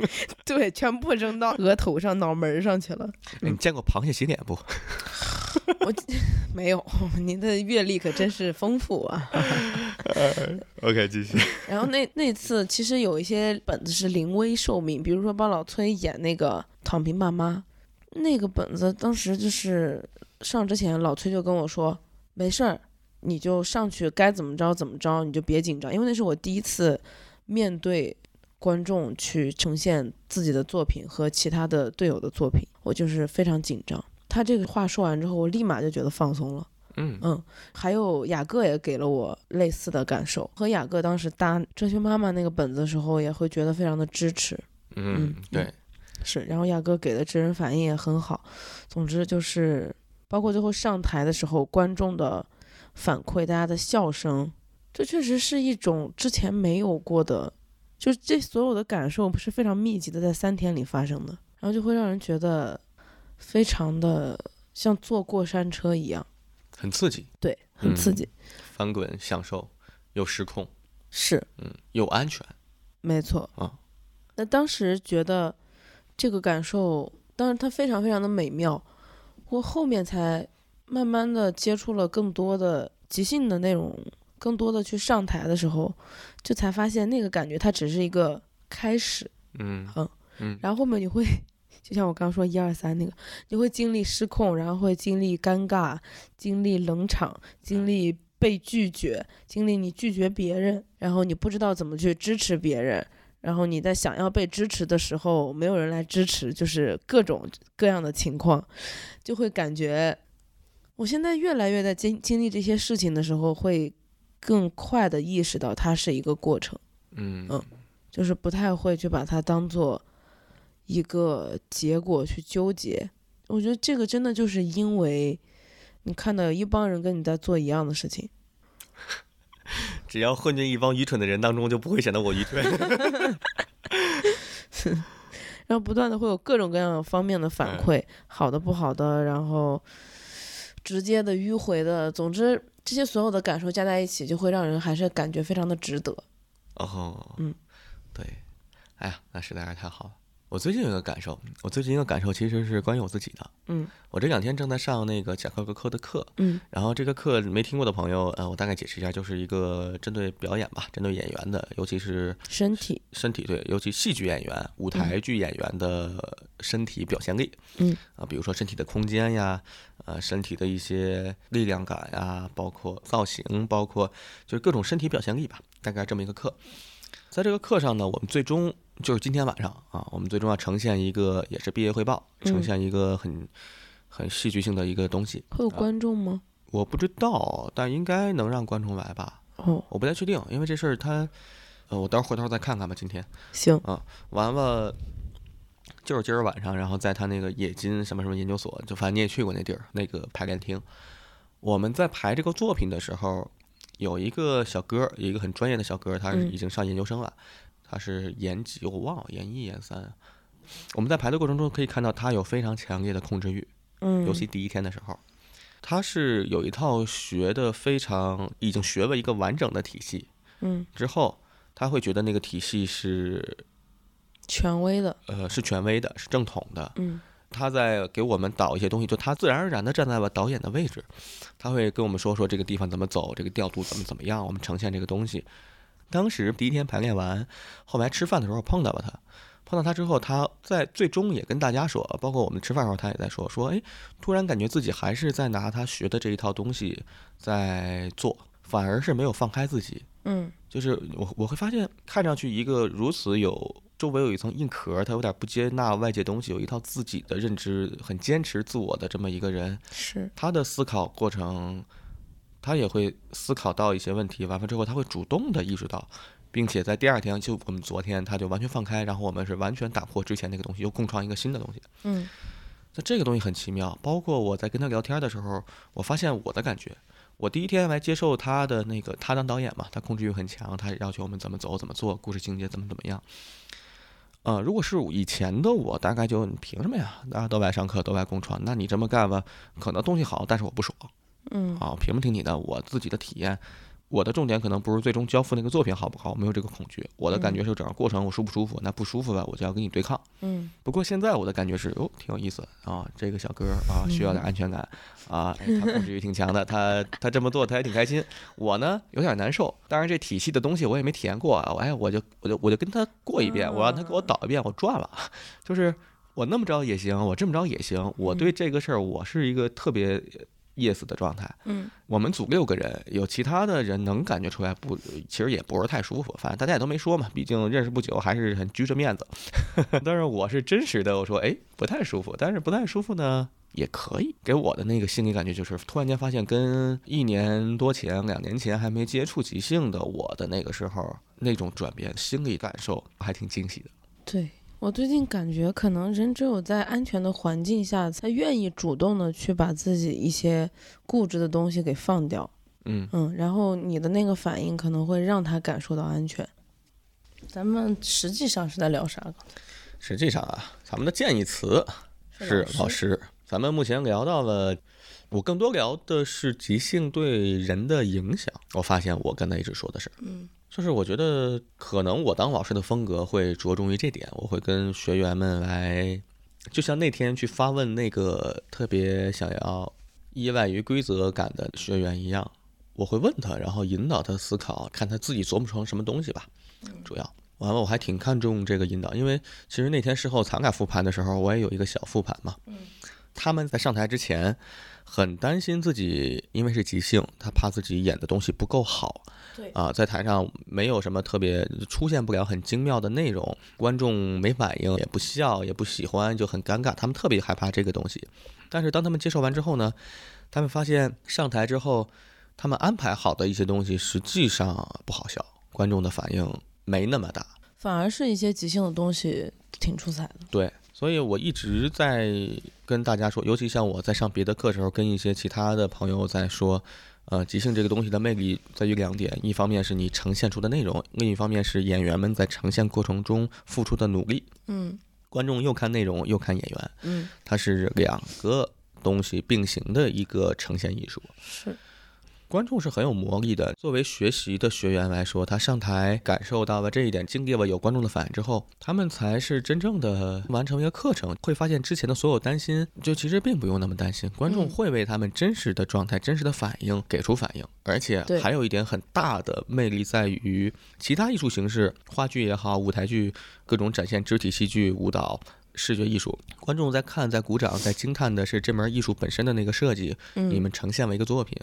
B: 对，全部扔到额头上、脑门儿上去了。
A: 哎你见过螃蟹洗脸不？
B: 没有， (laughs) 您的阅历可真是丰富啊。
A: (laughs) OK，继续。
B: 然后那那次其实有一些本子是临危受命，比如说帮老崔演那个《躺平爸妈》，那个本子当时就是上之前，老崔就跟我说没事儿，你就上去该怎么着怎么着，你就别紧张，因为那是我第一次面对观众去呈现自己的作品和其他的队友的作品，我就是非常紧张。他这个话说完之后，我立马就觉得放松了。
A: 嗯，
B: 嗯，还有雅各也给了我类似的感受，和雅各当时搭《哲学妈妈》那个本子的时候，也会觉得非常的支持。
A: 嗯
B: 嗯，
A: 对，
B: 是，然后雅各给的真人反应也很好。总之就是，包括最后上台的时候，观众的反馈，大家的笑声，这确实是一种之前没有过的，就是这所有的感受是非常密集的，在三天里发生的，然后就会让人觉得非常的像坐过山车一样，
A: 很刺激，
B: 对，很刺
A: 嗯
B: 激。
A: 翻滚，享受，又失控，
B: 是，
A: 嗯，又安全。
B: 没错
A: 啊。
B: 那当时觉得这个感受，当然它非常非常的美妙。我后面才慢慢的接触了更多的即兴的内容，更多的去上台的时候，就才发现那个感觉它只是一个开始，
A: 嗯
B: 然后后面你会。就像我刚说一二三那个，你会经历失控，然后会经历尴尬，经历冷场，经历被拒绝，经历你拒绝别人，然后你不知道怎么去支持别人，然后你在想要被支持的时候，没有人来支持，就是各种各样的情况，就会感觉，我现在越来越在经经历这些事情的时候，会更快的意识到它是一个过程。
A: 嗯
B: 嗯就是不太会去把它当做一个结果去纠结。我觉得这个真的就是因为你看到有一帮人跟你在做一样的事情，
A: 只要混进一帮愚蠢的人当中，就不会显得我愚蠢。
B: 然后不断的会有各种各样方面的反馈，好的、不好的，然后直接的、迂回的，总之这些所有的感受加在一起，就会让人还是感觉非常的值得。
A: (laughs) 哦，
B: 嗯，
A: 对，哎呀，那实在是太好了。我最近有一个感受，我最近一个感受其实是关于我自己的。
B: 嗯
A: 我这两天正在上那个贾克格科的课，
B: 嗯
A: 然后这个课没听过的朋友，呃，我大概解释一下，就是一个针对表演吧，针对演员的，尤其是
B: 身体，
A: 身体对，尤其戏剧演员、舞台剧演员的身体表现力，
B: 嗯
A: 啊，比如说身体的空间呀，呃，身体的一些力量感呀，包括造型，包括就是各种身体表现力吧，大概这么一个课。在这个课上呢，我们最终就是今天晚上啊，我们最终要呈现一个也是毕业汇报，呈
B: 嗯
A: 现一个很很戏剧性的一个东西。
B: 会有观众吗？
A: 我不知道，但应该能让观众来吧，
B: 哦，
A: 我不太确定，因为这事儿他，呃，我到时候回头再看看吧，今天。
B: 行，
A: 完了，就是今儿晚上，然后在他那个冶金什么什么研究所，就反正你也去过那地儿，那个排练厅。我们在排这个作品的时候，有一个小哥，有一个很专业的小哥，他是
B: 嗯
A: 已经上研究生了，他是研几，我忘了，研一研三。我们在排的过程中可以看到，他有非常强烈的控制欲，
B: 嗯
A: 尤其第一天的时候，他是有一套学的非常已经学了一个完整的体系，
B: 嗯，
A: 之后他会觉得那个体系是
B: 权威的，
A: 呃是权威的，是正统的，
B: 嗯
A: 他在给我们导一些东西，就他自然而然的站在了导演的位置，他会跟我们说说这个地方怎么走，这个调度怎么怎么样，我们呈现这个东西。当时第一天排练完，后来吃饭的时候碰到了他，碰到他之后，他在最终也跟大家说，包括我们吃饭的时候他也在说，说哎，突然感觉自己还是在拿他学的这一套东西在做，反而是没有放开自己，
B: 嗯
A: 就是我我会发现，看上去一个如此有周围有一层硬壳，他有点不接纳外界东西，有一套自己的认知，很坚持自我的这么一个人，
B: 是，
A: 他的思考过程，他也会思考到一些问题，完了之后他会主动的意识到，并且在第二天，就我们昨天他就完全放开，然后我们是完全打破之前那个东西，又共创一个新的东西。
B: 嗯
A: 那这个东西很奇妙，包括我在跟他聊天的时候，我发现我的感觉，我第一天来接受他的那个，他当导演嘛，他控制欲很强，他要求我们怎么走、怎么做，故事情节怎么怎么样。呃，如果是以前的我，大概就你凭什么呀？大家都爱上课，都爱共创，那你这么干吧，可能东西好，但是我不爽
B: 嗯
A: 啊，凭什么听你的？我自己的体验，我的重点可能不是最终交付那个作品好不好，我没有这个恐惧，我的感觉是整个过程我舒不舒服，那不舒服吧，我就要跟你对抗。
B: 嗯
A: 不过现在我的感觉是，哦，挺有意思啊，这个小哥儿啊，需要点安全感啊，哎他控制欲挺强的，他他这么做他也挺开心。我呢有点难受，当然这体系的东西我也没体验过啊，我哎我就我就我就跟他过一遍，我让他给我导一遍，我赚了，就是我那么着也行，我这么着也行，我对这个事儿我是一个特别 yes 的状态。
B: 嗯
A: 我们组六个人，有其他的人能感觉出来不？其实也不是太舒服，反正大家也都没说嘛，毕竟认识不久，还是很拘着面子。 (laughs) 但是我是真实的，我说哎不太舒服，但是不太舒服呢也可以。给我的那个心理感觉就是，突然间发现跟一年多前、两年前还没接触即兴的我的那个时候那种转变，心理感受还挺惊喜的。
B: 对我最近感觉，可能人只有在安全的环境下，才愿意主动的去把自己一些固执的东西给放掉。
A: 嗯，
B: 嗯，然后你的那个反应可能会让他感受到安全。
C: 咱们实际上是在聊啥？
A: 实际上啊，咱们的建议词是老师。咱们目前聊到了，我更多聊的是即兴对人的影响。我发现我刚才一直说的是，嗯，就是我觉得可能我当老师的风格会着重于这点，我会跟学员们来，就像那天去发问那个特别想要依赖于规则感的学员一样，我会问他，然后引导他思考，看他自己琢磨成什么东西吧，主要。完了，我还挺看重这个引导，因为其实那天事后咱俩复盘的时候，我也有一个小复盘嘛。他们在上台之前很担心自己，因为是即兴，他怕自己演的东西不够好。
C: 对
A: 啊、在台上没有什么特别出现不了很精妙的内容，观众没反应，也不笑，也不喜欢，就很尴尬。他们特别害怕这个东西。但是当他们接受完之后呢，他们发现上台之后，他们安排好的一些东西实际上不好笑，观众的反应没那么大。
B: 反而是一些即兴的东西挺出彩的。
A: 对，所以我一直在跟大家说，尤其像我在上别的课的时候，跟一些其他的朋友在说，呃，即兴这个东西的魅力在于两点：一方面是你呈现出的内容，另一方面是演员们在呈现过程中付出的努力。
B: 嗯
A: 观众又看内容又看演员，
B: 嗯，
A: 它是两个东西并行的一个呈现艺术。
B: 是
A: 观众是很有魔力的。作为学习的学员来说，他上台感受到了这一点，经历了有观众的反应之后，他们才是真正的完成一个课程。会发现之前的所有担心，就其实并不用那么担心。观众
B: 嗯
A: 会为他们真实的状态、真实的反应给出反应，而且
B: 对
A: 还有一点很大的魅力在于，其他艺术形式，话剧也好，舞台剧，各种展现肢体戏剧、舞蹈。视觉艺术，观众在看，在鼓掌，在惊叹的是这门艺术本身的那个设计，你们呈现了一个作品。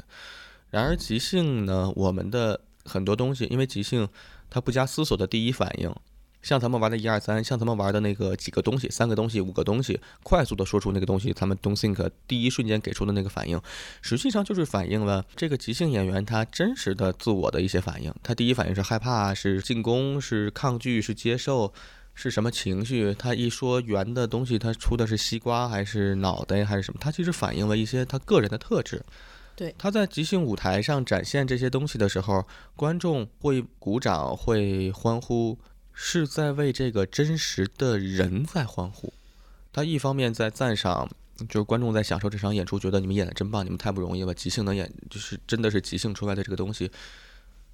A: 然而即兴呢，我们的很多东西，因为即兴它不加思索的第一反应，像咱们玩的一二三，像咱们玩的那个几个东西，三个东西，五个东西，快速的说出那个东西，咱们 don't think 第一瞬间给出的那个反应，实际上就是反映了这个即兴演员他真实的自我的一些反应。他第一反应是害怕，是进攻，是抗拒，是接受。是什么情绪？他一说圆的东西，他出的是西瓜还是脑袋还是什么？他其实反映了一些他个人的特质。他在即兴舞台上展现这些东西的时候，观众会鼓掌，会欢呼，是在为这个真实的人在欢呼。他一方面在赞赏，就是观众在享受这场演出，觉得你们演的真棒，你们太不容易了，即兴能演就是真的是即兴出来的这个东西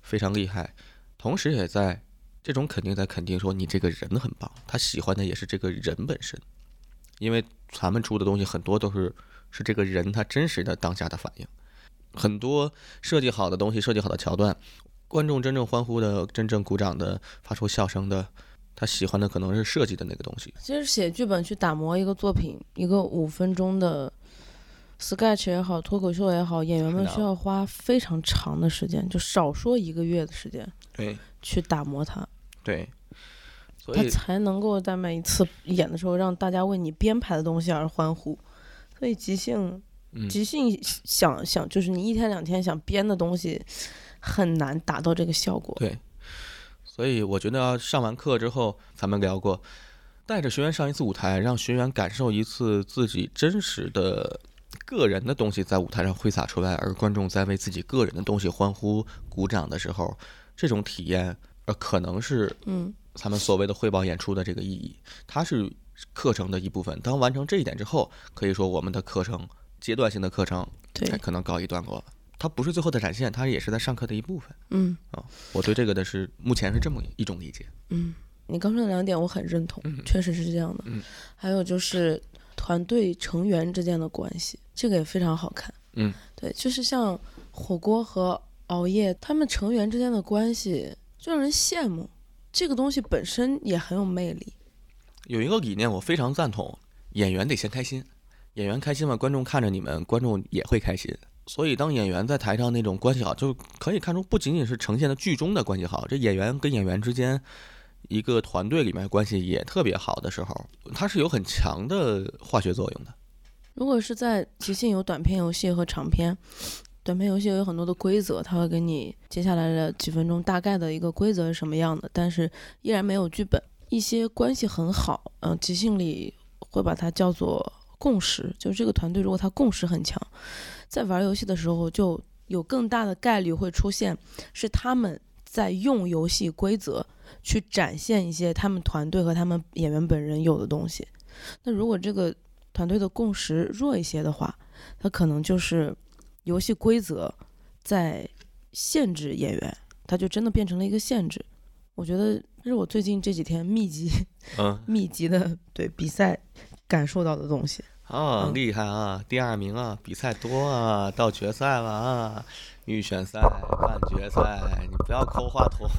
A: 非常厉害，同时也在这种肯定在肯定说你这个人很棒，他喜欢的也是这个人本身，因为咱们出的东西很多都是是这个人他真实的当下的反应。很多设计好的东西、设计好的桥段，观众真正欢呼的、真正鼓掌的、发出笑声的，他喜欢的可能是设计的那个东西。
B: 其实写剧本去打磨一个作品，一个五分钟的 sketch 也好，脱口秀也好，演员们
A: 是的
B: 需要花非常长的时间，就少说一个月的时间
A: 对
B: 去打磨它，
A: 对，所
B: 它才能够在每一次演的时候让大家为你编排的东西而欢呼。所以即兴，
A: 嗯
B: 即兴想想就是你一天两天想编的东西，很难达到这个效果。
A: 对，所以我觉得啊上完课之后，咱们聊过，带着学员上一次舞台，让学员感受一次自己真实的个人的东西在舞台上挥洒出来，而观众在为自己个人的东西欢呼鼓掌的时候，这种体验，呃，可能是
B: 嗯
A: 他们所谓的汇报演出的这个意义，它是课程的一部分。当完成这一点之后，可以说我们的课程阶段性的课程，
B: 对
A: 哎可能告一段落了。它不是最后的展现，它也是在上课的一部分
B: 嗯。
A: 啊、我对这个的是目前是这么一种理解。
B: 嗯，你刚说的两点我很认同，确实是这样的。
A: 嗯
B: 还有就是团队成员之间的关系，这个也非常好看。
A: 嗯，
B: 对，就是像火锅和熬夜，他们成员之间的关系就让人羡慕。这个东西本身也很有魅力。
A: 有一个理念我非常赞同，演员得先开心，演员开心了，观众看着你们，观众也会开心。所以当演员在台上那种关系好，就可以看出不仅仅是呈现的剧中的关系好，这演员跟演员之间。一个团队里面关系也特别好的时候，它是有很强的化学作用的。
B: 如果是在即兴有短篇游戏和长篇，短篇游戏有很多的规则，它会给你接下来的几分钟大概的一个规则是什么样的，但是依然没有剧本。一些关系很好，嗯、即兴里会把它叫做共识，就是这个团队如果它共识很强，在玩游戏的时候就有更大的概率会出现是他们在用游戏规则去展现一些他们团队和他们演员本人有的东西。那如果这个团队的共识弱一些的话，它可能就是游戏规则在限制演员，它就真的变成了一个限制。我觉得这是我最近这几天密集 (laughs)
A: 嗯
B: 密集的对比赛感受到的东西。
A: 啊，
B: 嗯
A: 厉害啊！第二名啊，比赛多啊，到决赛了啊，预选赛、半决赛，你不要抠话筒。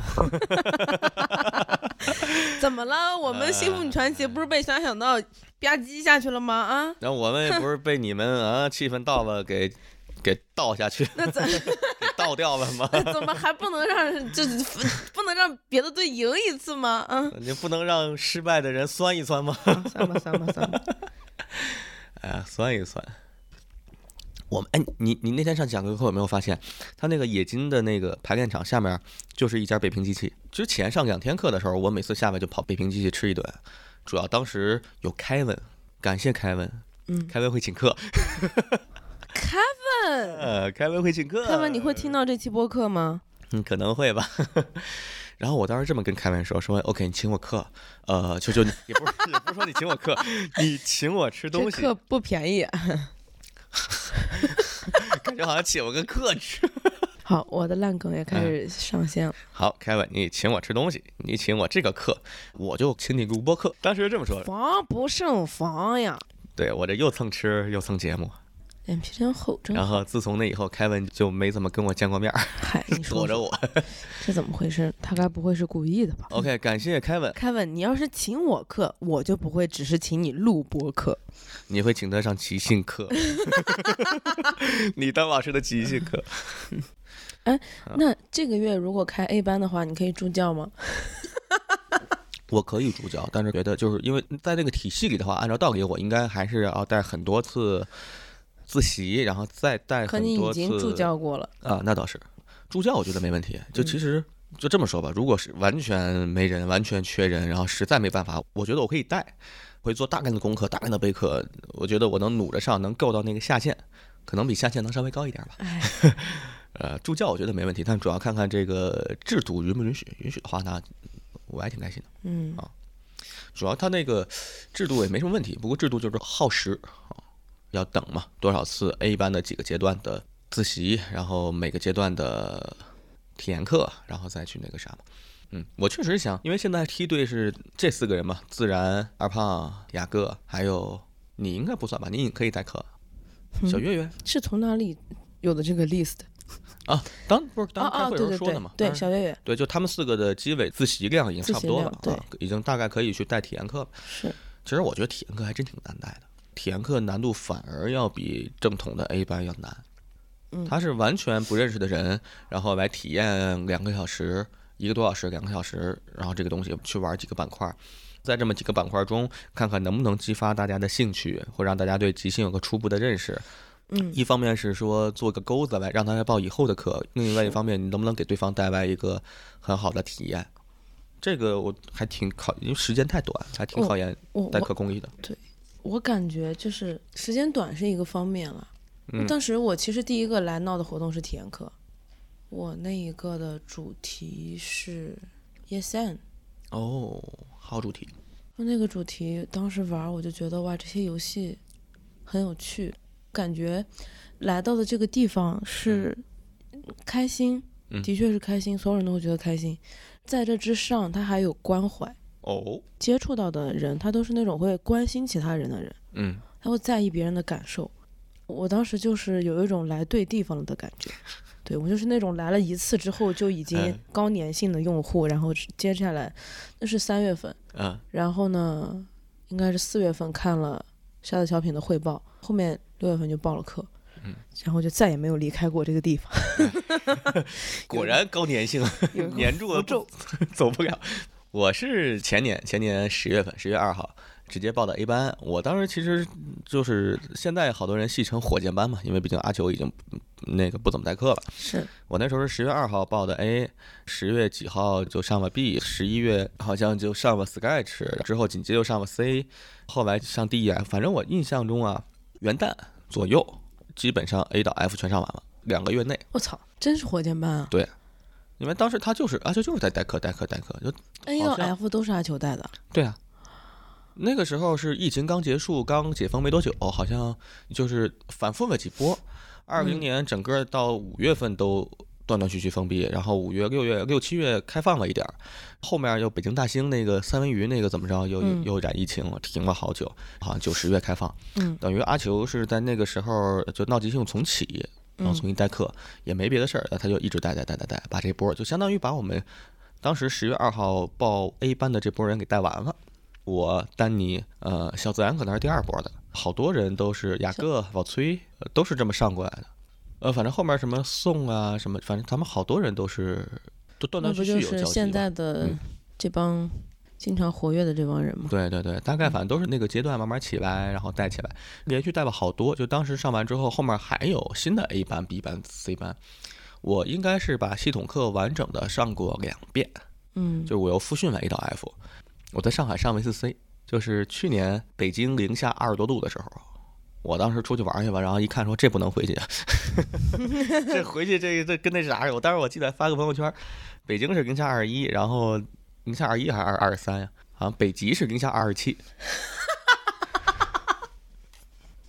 B: 怎么了？我们幸福女传奇不是被想想到吧唧下去了吗？啊，
A: 然后我们也不是被你们啊气氛到了给给倒下去， (laughs)
B: 那 (laughs) 怎
A: 给倒掉了吗？ (laughs)
B: 怎么还不能让这不能让别的队赢一次吗？啊，
A: 你不能让失败的人酸一酸吗？
B: (laughs)
A: (laughs)
B: 算吧算吧算 (laughs) 吧，
A: 哎呀，酸一酸。我们哎，你你那天上讲课课有没有发现，他那个冶金的那个排练场下面就是一家北平机器。之前上两天课的时候，我每次下来就跑北平机器吃一顿，主要当时有凯文，感谢凯文，
B: 嗯
A: 凯文会请客， (laughs)
B: Kevin，
A: 呃，凯文会请客，
B: 凯文，你会听到这期播客吗？
A: 嗯，可能会吧。 (laughs) 然后我当时这么跟凯文说：“说 OK，你请我客，呃，求求你，也不是也不是说你请我客，你请我吃
B: 这
A: 东西，
B: 课不便宜。
A: 感觉好像请我个客吃。
B: 好，我的烂梗也开
A: 哎
B: 始上线了。
A: 好，凯文，你请我吃东西，你请我这个客，我就请你录播客。当时这么说，
B: 防不胜防呀
A: 对我这又蹭吃又蹭节目。
B: 脸皮真厚，真
A: 然后自从那以后，凯文就没怎么跟我见过面儿，
B: 嗨！你
A: 躲
B: 说
A: 着
B: 说
A: 我。
B: 这怎么回事？他该不会是故意的吧
A: OK，感谢凯文，
B: 凯文，你要是请我课，我就不会只是请你录播课。
A: 你会请得上即兴课， (laughs) 你当老师的即兴课。啊
B: 那这个月如果开 A 班的话，你可以助教吗？
A: 我可以助教，但是觉得就是因为嗯在那个体系里的话，按照道理我应该还是要带很多次自习，然后再带
B: 可
A: 很
B: 你已
A: 多次
B: 经助教过了，
A: 啊，那倒是助教，我觉得没问题。就
B: 嗯
A: 其实就这么说吧，如果是完全没人、完全缺人，然后实在没办法，我觉得我可以带，会做大量的功课、大量的备课，我觉得我能努着上，能够到那个下限，可能比下限能稍微高一点吧。 (laughs)
B: 哎，
A: 呃，助教我觉得没问题，但主要看看这个制度允不允许，允许的话，那我还挺开心的。
B: 嗯
A: 啊主要他那个制度也没什么问题，不过制度就是耗时啊，要等嘛，多少次 A 班的几个阶段的自习，然后每个阶段的体验课，然后再去那个啥嘛。嗯，我确实想，因为现在梯队是这四个人嘛，自然、二胖、雅各，还有你应该不算吧？你也可以代课，小月月、
B: 是从哪里有的这个 list？
A: 啊，当不是
B: 哦
A: 当开
B: 哦，
A: 会
B: 对
A: 时候
B: 对
A: 说的嘛
B: 对，，对
A: 当时
B: 小月月
A: 对，就他们四个的机尾自习量已经
B: 自
A: 差不
B: 习
A: 多了
B: 量，对
A: 啊，已经大概可以去带体验课了。
B: 是
A: 其实我觉得体验课还真挺难带的，体验课难度反而要比正统的 A 班要难。
B: 嗯
A: 他是完全不认识的人，然后来体验两个小时、一个多小时、两个小时，然后这个东西去玩几个板块，在这么几个板块中，看看能不能激发大家的兴趣，或让大家对即兴有个初步的认识。
B: 嗯
A: 一方面是说做个钩子来让大家报以后的课，另外一方面你能不能给对方带来一个很好的体验？这个我还挺考，因为时间太短，还挺
B: 哦
A: 考验
B: 我
A: 代
B: 我
A: 课功力的。
B: 我我感觉就是时间短是一个方面了。当时我其实第一个来闹的活动是体验课，我那一个的主题是 Yes and，
A: 哦，好主题，
B: 那个主题当时玩儿我就觉得哇，这些游戏很有趣，感觉来到的这个地方是开心，
A: 嗯
B: 的确是开心，所有人都会觉得开心。在这之上，他还有关怀，
A: 哦，
B: 接触到的人他都是那种会关心其他人的人。
A: 嗯，
B: 他会在意别人的感受。我当时就是有一种来对地方了的感觉，对我就是那种来了一次之后就已经
A: 嗯
B: 高粘性的用户，然后接下来那是三月份，
A: 啊，
B: 然后呢应该是四月份看了沙子小品的汇报，后面六月份就报了课，
A: 嗯
B: 然后就再也没有离开过这个地方。
A: 果然高粘性， (laughs) 粘住了不，走不了。我是前年，前年十月份，十月二号直接报的 A 班。我当时其实就是现在好多人戏称火箭班嘛，因为毕竟阿球已经嗯那个不怎么代课了。
C: 是
A: 我那时候 (laughs) 是十月二号报的 A，十月几号就上了 B，十一月好像就上了 Sketch，之后紧接着就上了 C，后来上 D、E、F。反正我印象中啊，元旦左右基本上 A 到 F 全上完了，两个月内。
B: 我操，真是火箭班啊
A: 因为当时他就是阿秋就是在代课代课代课，就
B: ！A 到
A: 好像
B: F 都是阿球带的，
A: 对啊，那个时候是疫情刚结束、刚解封没多久，好像就是反复了几波。二零年整个到五月份都断断续续封闭，然后五月、六月、六七月开放了一点儿，后面又北京大兴那个三文鱼那个怎么着，又又
B: 嗯
A: 又染疫情了，停了好久，好像九十月开放。
B: 嗯
A: 等于阿球是在那个时候就闹急性重启，
B: 嗯
A: 然后重新代课，也没别的事儿，他就一直带带带带带，把这波儿就相当于把我们当时十月二号报 A 班的这波人给带完了。我、丹尼、呃，小自然可能是第二波的，好多人都是雅各、老崔、呃都是这么上过来的。呃，反正后面什么宋啊，什么，反正他们好多人都是都断
B: 那
A: 断
B: 不
A: 续续
B: 就
A: 有交集
B: 是
A: 吧。
B: 现在的
A: 嗯
B: 这帮经常活跃的这帮人吗？
A: 对对对，大概反正都是那个阶段慢慢起来，然后带起来，连续带了好多。就当时上完之后，后面还有新的 A 班、B 班、C 班，我应该是把系统课完整的上过两遍，
B: 嗯，
A: 就是我又复训了 A 到 F，我在上海上了一次 C，就是去年北京零下二十多度的时候。我当时出去玩去吧，然后一看说这不能回去， (laughs) 这回去这这跟那啥似的。我当时我记得发个朋友圈，北京是零下二十一，然后零下二十一还是二二十三呀？好像北极是零下二十七，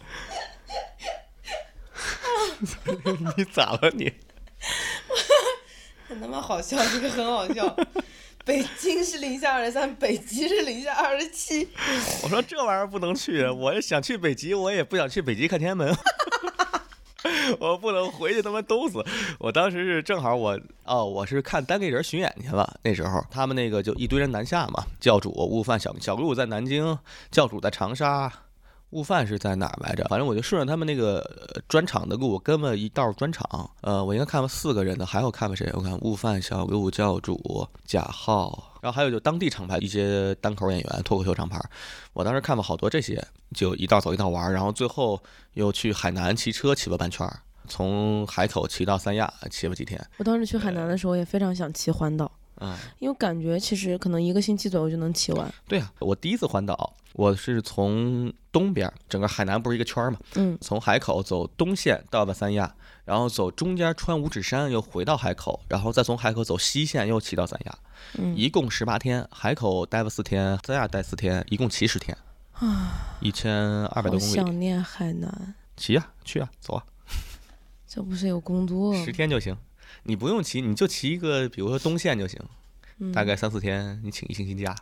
A: (laughs) 你咋了你？
C: 很他妈好笑，这个很好
B: (laughs)
C: 笑。北京是零下二十三，北极是零下二十七。
A: 我说这玩意儿不能去，我想去北极，我也不想去北极看天安门。 (laughs) 我不能回去他妈冻死！我当时是正好我哦，我是看单立人巡演去了。那时候他们那个就一堆人南下嘛，教主、悟饭、小小鹿在南京，教主在长沙，悟饭是在哪儿来着？反正我就顺着他们那个呃专场的路，我跟了一道专场。呃，我应该看了四个人的，还有看了谁？我看悟饭、小鹿、教主、贾浩，然后还有就当地厂牌一些单口演员、脱口秀厂牌。我当时看了好多这些，就一道走一道玩儿，然后最后又去海南骑车骑了半圈儿，从海口骑到三亚，骑了几天。
B: 我当时去海南的时候也非常想骑环岛，
A: 嗯，
B: 因为感觉其实可能一个星期左右就能骑完。
A: 对啊，我第一次环岛，我是从东边儿，整个海南不是一个圈儿嘛，
B: 嗯，
A: 从海口走东线到了三亚，然后走中间穿五指山又回到海口，然后再从海口走西线又骑到三亚，
B: 嗯
A: 一共十八天，海口待了四天，三亚待四天，一共骑十天，一千二百
B: 啊好
A: 多公里，
B: 想念海南，
A: 骑呀、去啊，走啊。
B: 这不是有工作吗
A: 十？天就行，你不用骑，你就骑一个，比如说东线就行，
B: 嗯
A: 大概三四天，你请一星期假。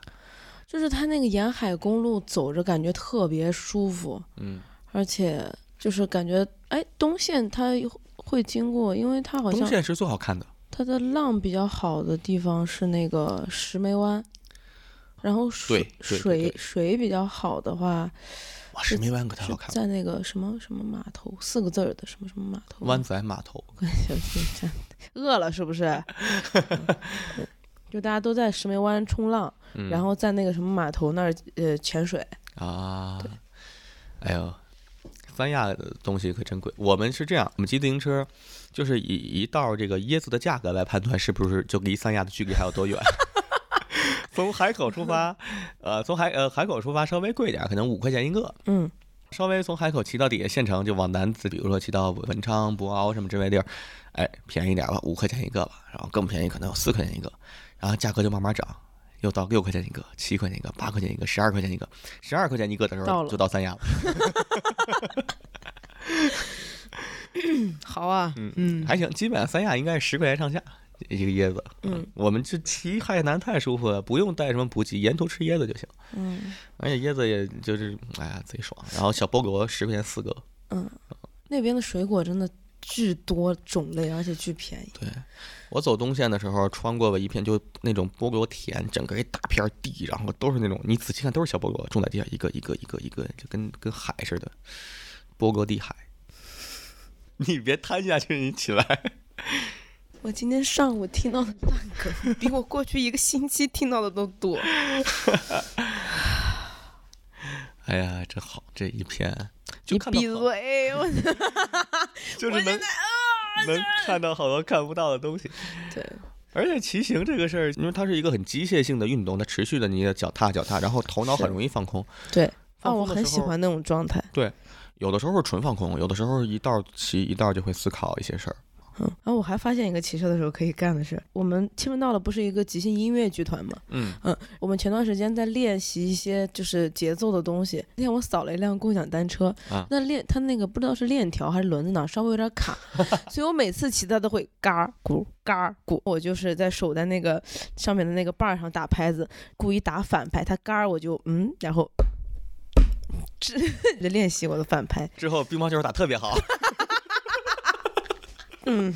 B: 就是它那个沿海公路走着感觉特别舒服，
A: 嗯，
B: 而且就是感觉哎，东线它会经过，因为它好
A: 东
B: 像
A: 线是最好看的，
B: 它的浪比较好的地方是那个石梅湾。然后水
A: 对对对
B: 水
A: 对
B: 水比较好的话，
A: 哇，石梅湾可太
B: 是
A: 好看了，
B: 在那个什么什么码头，四个字儿的什么什么码头， (laughs)
A: 湾仔码头。
B: 小心这样饿了是不是？
A: (laughs)
B: 嗯就大家都在石梅湾冲浪，
A: 嗯，
B: 然后在那个什么码头那儿呃潜水。
A: 啊，哎呦，三亚的东西可真贵。我们是这样，我们骑自行车就是以一道这个椰子的价格来判断是不是就离三亚的距离还有多远。 (laughs) 从海口出发，呃，从海呃海口出发稍微贵一点，可能五块钱一个。
B: 嗯，
A: 稍微从海口骑到底下县城，就往南，比如说骑到文昌、博鳌什么这类地儿，哎，便宜点吧，五块钱一个吧，然后更便宜可能有四块钱一个，然后价格就慢慢涨，又到六块钱一个、七块钱一个、八块钱一个、十二块钱一个，十二块钱一个的时
B: 到
A: 候
B: 了
A: 就到三亚了，
C: 好啊，嗯，
A: 还行，基本上三亚应该是十块钱上下一个椰子。
B: 嗯，
A: 我们这骑海南太舒服了，不用带什么补给，沿途吃椰子就行。
B: 嗯
A: 而且椰子也就是哎呀贼爽，然后小菠萝十块钱四个，
B: 嗯，那边的水果真的巨多种类，而且巨便宜。
A: 我走东线的时候，穿过了一片就那种菠萝田，整个一大片地，然后都是那种你仔细看都是小菠萝，种在地下一个一个一个一个，就跟跟海似的，菠萝地海。 (laughs) 你别瘫下去，你起来。
B: 我今天上午听到的 (laughs) 烂梗，
C: 比我过去一个星期听到的都多。
A: 哎呀，这好，这一片就
C: 你
A: 看到
C: 闭
A: 好，
C: 嘴！
A: (laughs)
C: 我
A: 就是能
C: 啊
A: 能看到好多看不到的东西。
B: 对，
A: 而且骑行这个事儿，因为它是一个很机械性的运动，它持续的你的脚踏脚踏，然后头脑很
B: 是
A: 容易放空。
B: 对，
A: 放
C: 啊，我
A: 空的
C: 很
A: 时
C: 喜
A: 候
C: 欢那种状态。
A: 有的时候是纯放空，有的时候一道骑一道就会思考一些事儿。
B: 嗯，然后我还发现一个骑车的时候可以干的事，我们亲闻到了不是一个即兴音乐剧团吗？
A: 嗯，
B: 我们前段时间在练习一些就是节奏的东西。那天我扫了一辆共享单车，
A: 啊
B: 那链它那个不知道是链条还是轮子哪儿稍微有
A: (laughs)
B: 点卡，所以我每次骑它都会嘎儿咕嘎儿咕，我就是在手在那个上面的那个把儿上打拍子，故意打反拍，它嘎儿我就嗯，然后 (laughs) 这就练习我的反拍，
A: 之后乒乓球打特别好，
B: 嗯。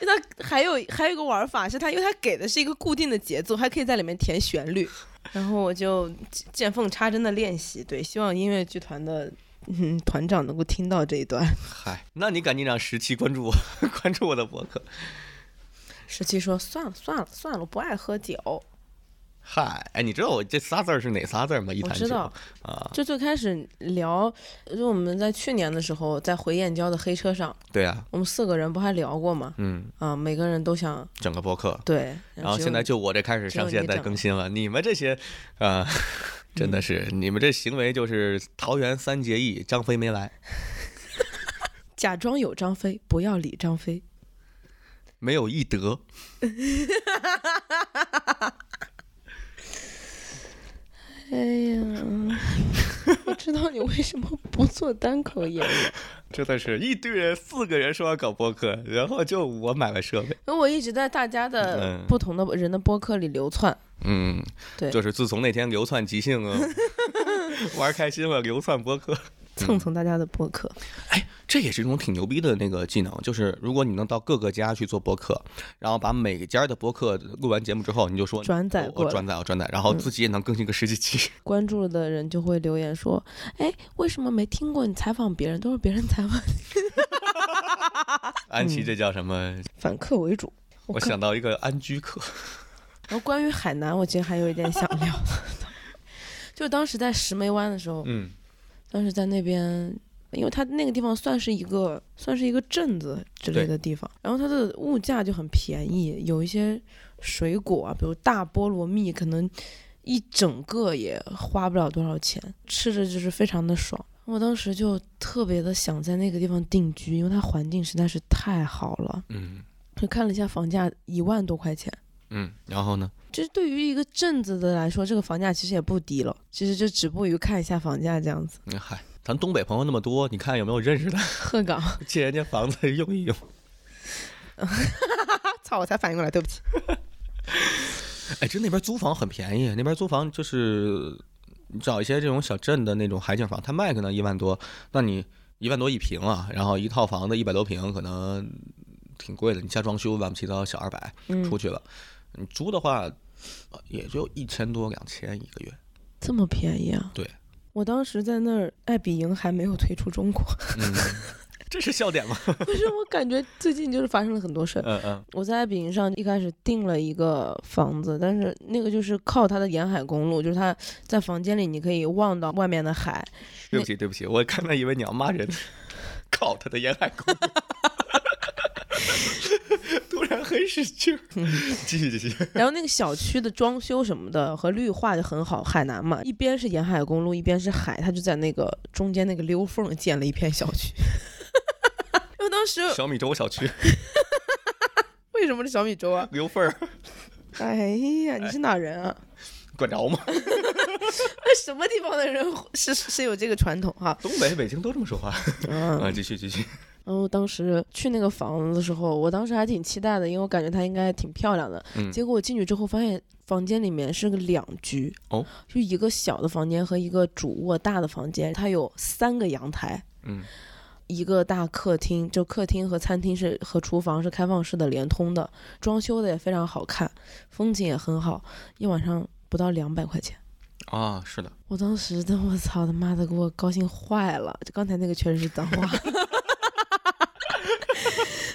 B: 那还有还有一个玩法是它，因为它给的是一个固定的节奏，还可以在里面填旋律。然后我就见见缝插针的练习，对，希望音乐剧团的嗯团长能够听到这一段。
A: (laughs)
B: (laughs)
A: 嗨，那你赶紧让十七关注我， (laughs) 关注我的博客。
B: 十七说：“算了算了算了，我不爱喝酒。
A: 嗨，哎，你知道我这仨字儿是哪仨字儿吗？一
B: 我
A: 坛
B: 知
A: 酒
B: 道，
A: 啊，
B: 就最开始聊，就我们在去年的时候，在回燕郊的黑车上，
A: 对啊，
B: 我们四个人不还聊过吗？
A: 嗯，
B: 啊、每个人都想
A: 整个博客，
B: 对，
A: 然后
B: 只有
A: 现在
B: 你
A: 就我这开始上线在更新了。你们这些，啊， (laughs) 真的是你们这行为就是桃园三结义，张飞没来，
B: 假装有张飞，不要理张飞。
A: 没有义德。 (laughs)
B: 哎
A: (laughs)
B: 呀，我知道你为什么不做单口演
A: (laughs)
B: 员。
A: 真的是一堆人，四个人说要搞播客，然后就我买了设备。
B: 因为我一直在大家的
A: 嗯
B: 不同的人的播客里流窜，
A: 嗯，
B: 对
A: 就是自从那天流窜即兴
B: (laughs)
A: 啊，玩开心了，流窜播客，
B: 蹭蹭大家的播客。
A: 这也是一种挺牛逼的那个技能。就是如果你能到各个家去做播客，然后把每个家的播客录完节目之后，你就说
B: 转载
A: 我
B: 过
A: 我
B: 来嗯
A: 转载我转载，然后自己也能更新个十几
B: (laughs)
A: 期。
B: 关注的人就会留言说：“哎，为什么没听过你采访别人？都是别人采访， (laughs)
A: 安
B: 嗯
A: 琪这叫什么？
B: 反客为主。”
A: 我
B: 靠
A: 想到一个安居客，
B: 然后关于海南，我其实还有一点想聊的， (laughs) 就是当时在石梅湾的时候，
A: 嗯，
B: 当时在那边，因为它那个地方算是一个算是一个镇子之类的地方，然后它的物价就很便宜，有一些水果啊，比如大菠萝蜜，可能一整个也花不了多少钱，吃着就是非常的爽。我当时就特别的想在那个地方定居，因为它环境实在是太好了。
A: 嗯
B: 就看了一下房价，一万多块钱。
A: 嗯，然后呢？
B: 就是对于一个镇子的来说，这个房价其实也不低了，其实就止步于看一下房价这样子。
A: 嗯嗨，咱东北朋友那么多，你看有没有认识的？ (laughs)
B: 鹤岗，
A: 借人家房子用一用。
C: (laughs) 操！我才反应过来，对不起。
A: 哎，这那边租房很便宜，那边租房就是你找一些这种小镇的那种海景房，它卖可能一万多，那你一万多一平啊，然后一套房子一百多平，可能挺贵的，你加装修万不起到小二百
B: 嗯
A: 出，去了，你租的话呃也就一千多两千一个月，
B: 这么便宜啊？
A: 对，
B: 我当时在那儿，爱彼迎还没有退出中国，
A: 嗯， (laughs) 这是笑点吗？
B: 不是？我感觉最近就是发生了很多事儿。
A: 嗯嗯
B: 我在爱彼迎上一开始订了一个房子，但是那个就是靠它的沿海公路，就是它在房间里你可以望到外面的海，
A: 对不起对不起，我刚才以为你要 (laughs) 骂人，靠他的沿海公路。突然然很使劲儿。 (laughs) 继续继续，
B: 然后那个小区的装修什么的和绿化就很好，海南嘛，一边是沿海公路，一边是海，它就在那个中间那个溜缝建了一片小区。 (laughs) 因为当时
A: 小米粥小区
B: 为什么是小米粥啊？
A: 刘凤儿
B: 哎呀，你是哪人啊？
A: 管着吗？ (laughs)
B: (laughs) 什么地方的人是是有这个传统哈？
A: 东北、北京都这么说话
B: 嗯，
A: (laughs) 啊。继续继续，
B: 然后当时去那个房子的时候，我当时还挺期待的，因为我感觉它应该挺漂亮的。
A: 嗯
B: 结果我进去之后发现，房间里面是个两居，
A: 哦，
B: 就一个小的房间和一个主卧大的房间，它有三个阳台，
A: 嗯，
B: 一个大客厅，就客厅和餐厅是和厨房是开放式的连通的，装修的也非常好看，风景也很好，一晚上不到两百块钱。
A: 啊，是的，
B: 我当时的我操他妈的给我高兴坏了，就刚才那个确实是脏话。 (laughs)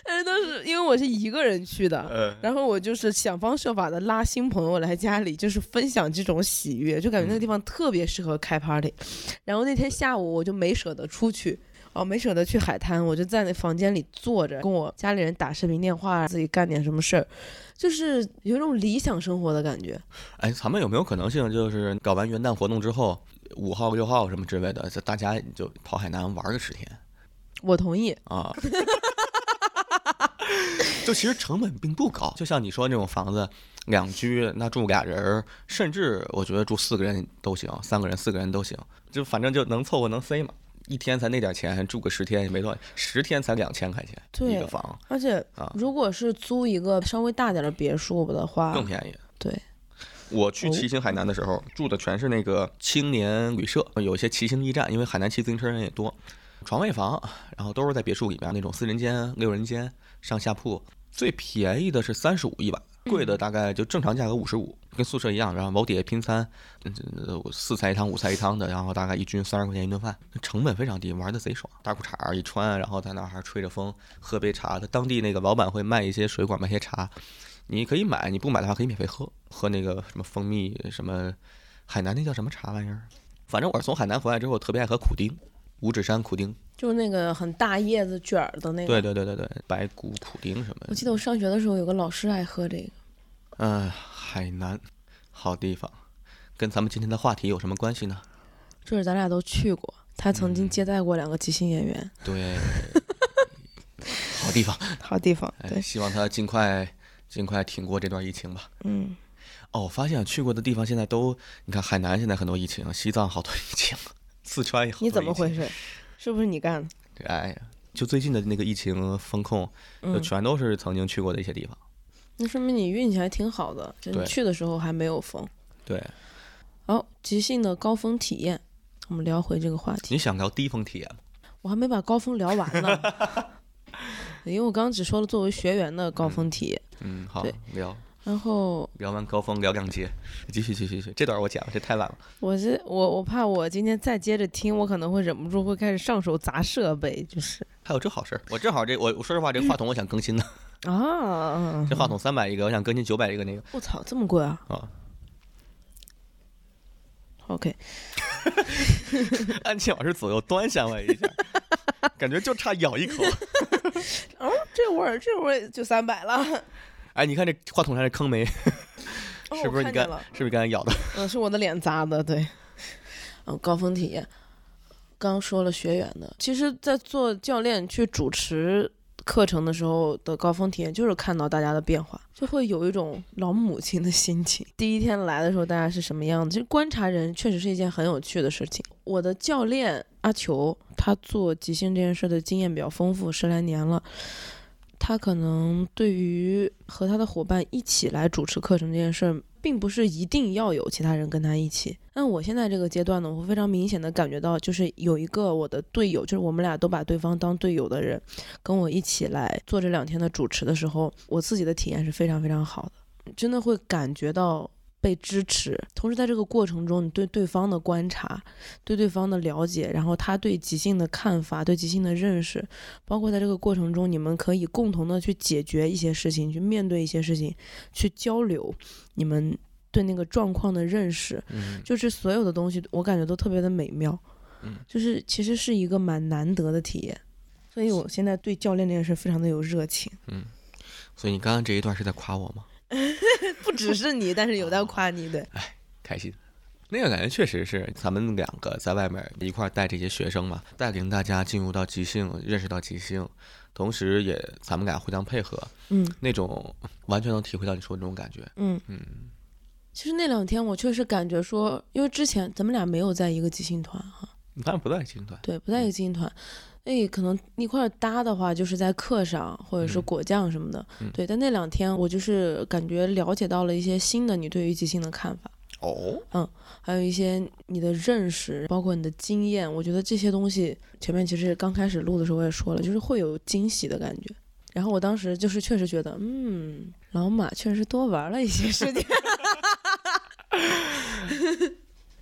B: 但是当时因为我是一个人去的，
A: 呃，
B: 然后我就是想方设法的拉新朋友来家里，就是分享这种喜悦，就感觉那个地方特别适合开 party。然后那天下午我就没舍得出去。哦，没舍得去海滩，我就在那房间里坐着，跟我家里人打视频电话，自己干点什么事儿，就是有一种理想生活的感觉。
A: 哎，咱们有没有可能性，就是搞完元旦活动之后，五号、六号什么之类的，大家就跑海南玩个十天
B: 我同意，
A: 啊？ (laughs) 就其实成本并不高，就像你说那种房子，两居那住俩人儿，甚至我觉得住四个人都行，三个人、四个人都行，就反正就能凑合能塞嘛。一天才那点钱，住个十天也没多少，十天才两千块钱一
B: 对
A: 个房，
B: 而且
A: 啊，
B: 如果是租一个稍微大点的别墅的话，
A: 更便宜。
B: 对，
A: 我去
B: 哦
A: 骑行海南的时候，住的全是那个青年旅社，有一些骑行驿站，因为海南骑自行车人也多，床位房，然后都是在别墅里面那种四人间、六人间、上下铺，最便宜的是三十五一晚，
B: 嗯
A: 贵的大概就正常价格五十五，跟宿舍一样，然后楼底下拼餐，嗯呃四菜一汤、五菜一汤的，然后大概一均三十块钱一顿饭，成本非常低，玩的贼爽，大裤衩儿一穿，然后在那儿还吹着风，喝杯茶，他当地那个老板会卖一些水果，卖一些茶，你可以买，你不买的话可以免费喝，喝那个什么蜂蜜什么海南那叫什么茶玩意儿，反正我是从海南回来之后特别爱喝苦丁，五指山苦丁，
B: 就是那个很大叶子卷儿的那
A: 对
B: 个。
A: 对对对对，白骨苦丁什么
B: 我，记得我上学的时候有个老师爱喝这个。
A: 嗯、海南好地方，跟咱们今天的话题有什么关系
B: (laughs)
A: 呢？
B: 就是咱俩都去过，他曾
A: 嗯
B: 经接待过两个即兴演员，
A: 对，好地方，
B: 好地方。
A: 哎，
B: 对，
A: 希望他尽快尽快挺过这段疫情吧。
B: 嗯，
A: 哦，我发现去过的地方现在都，你看海南现在很多疫情，西藏好多疫情，四川也好多疫情。
B: 你怎么回事？是不是你干的？
A: 哎呀，就最近的那个疫情风控，就
B: 嗯，
A: 全都是曾经去过的一些地方。
B: 那说明你运气还挺好的，就你
A: 对
B: 去的时候还没有封。
A: 对，
B: 好，即兴的高峰体验，我们聊回这个话题。
A: 你想聊低峰体验吗？
B: 我还没把高峰聊完
A: (laughs)
B: 呢，因为我刚刚只说了作为学员的高峰体验。
A: 嗯，好
B: 对，
A: 聊
B: 然后
A: 聊完高峰，聊两节，继续继续继续，这段我剪了，这太晚了。
B: 我这我我怕我今天再接着听，我可能会忍不住会开始上手砸设备，就是
A: 还有这好事儿，我正好这我我说实话，这个话筒我想更新的，
B: 啊
A: 这，话筒三百一个，我想更新九百一个那个
B: 我操，这么贵啊
A: 啊，
B: ！OK，
A: 安琪老师左右端详了一下， (laughs) 感觉就差咬一口。
B: 哦，这味儿这味儿就三百了，
A: (laughs) 哎，你看这话筒上这坑没？
B: 哦
A: 是不
B: 我
A: 是你
B: 看
A: 刚
B: 见了？
A: 是不是刚才咬的？
B: 嗯，是我的脸砸的，对。 (laughs) 哦，高峰体验，刚说了学员的，其实，在做教练去主持课程的时候的高峰体验，就是看到大家的变化，就会有一种老母亲的心情。第一天来的时候，大家是什么样子？就观察人，确实是一件很有趣的事情。我的教练阿球，他做即兴这件事的经验比较丰富，十来年了。他可能对于和他的伙伴一起来主持课程这件事儿并不是一定要有其他人跟他一起。但我现在这个阶段呢，我会非常明显的感觉到，就是有一个我的队友，就是我们俩都把对方当队友的人，跟我一起来做这两天的主持的时候，我自己的体验是非常非常好的，真的会感觉到。被支持，同时在这个过程中，你对对方的观察，对对方的了解，然后他对即兴的看法，对即兴的认识，包括在这个过程中，你们可以共同的去解决一些事情，去面对一些事情，去交流你们对那个状况的认识，
A: 嗯，
B: 就是所有的东西，我感觉都特别的美妙，
A: 嗯
B: 就是其实是一个蛮难得的体验，所以我现在对教练这件事非常的有热情。
A: 所以你刚刚这一段是在夸我吗？
B: (laughs) 不只是你，但是有在夸你，对，
A: 开心。那个感觉确实是咱们两个在外面一块儿带这些学生嘛，带领大家进入到即兴，认识到即兴，同时也咱们俩互相配合，
B: 嗯
A: 那种完全能体会到你说的那种感觉。
B: 嗯
A: 嗯，
B: 其实那两天我确实感觉说，因为之前咱们俩没有在一个即兴团哈，
A: 你当然不在青团，
B: 对，不在一个即兴团，哎，可能一块儿搭的话，就是在课上或者是
A: 嗯
B: 果酱什么的，
A: 嗯
B: 对。但那两天我就是感觉了解到了一些新的你对于即兴的看法，
A: 哦，
B: 还有一些你的认识，包括你的经验，我觉得这些东西前面其实刚开始录的时候我也说了，就是会有惊喜的感觉。然后我当时就是确实觉得，嗯，老马确实多玩了一些事情。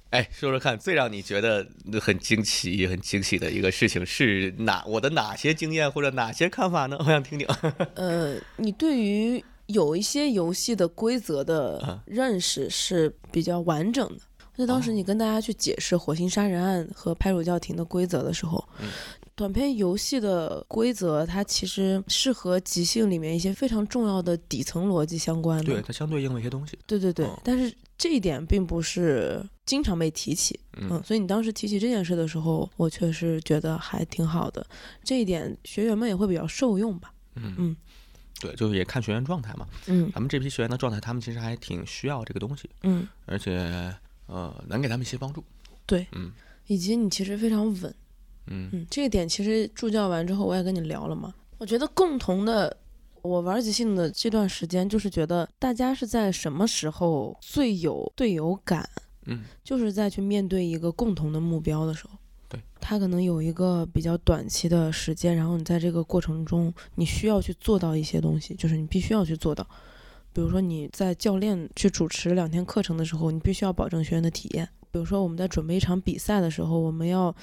A: 哎，说说看，最让你觉得很惊奇、很惊喜的一个事情是哪？我的哪些经验或者哪些看法呢？我 (laughs) 想听听。
B: 呃，你对于有一些游戏的规则
A: 啊
B: 的认识是比较完整的。那当
A: 哦
B: 时你跟大家去解释《火星杀人案》和《拍手叫停》的规则的时候，
A: 嗯
B: 短篇游戏的规则它其实是和即兴里面一些非常重要的底层逻辑相关的。
A: 它相对应了一些东西。
B: 对对对，
A: 嗯
B: 但是这一点并不是经常被提起，
A: 嗯
B: 所以你当时提起这件事的时候，我确实觉得还挺好的，这一点学员们也会比较受用吧。
A: 嗯
B: 嗯
A: 对，就是也看学员状态嘛。
B: 嗯
A: 咱们这批学员的状态，他们其实还挺需要这个东西，
B: 嗯，
A: 而且呃，能给他们一些帮助。
B: 对，
A: 嗯
B: 以及你其实非常稳，
A: 嗯
B: 嗯，这一点其实助教完之后我也跟你聊了嘛。我觉得共同的，我玩即兴的这段时间，就是觉得大家是在什么时候最有队友感，
A: 嗯，
B: 就是在去面对一个共同的目标的时候。
A: 对，
B: 他可能有一个比较短期的时间，然后你在这个过程中，你需要去做到一些东西，就是你必须要去做到。比如说你在教练去主持两天课程的时候，你必须要保证学员的体验。比如说我们在准备一场比赛的时候，我们要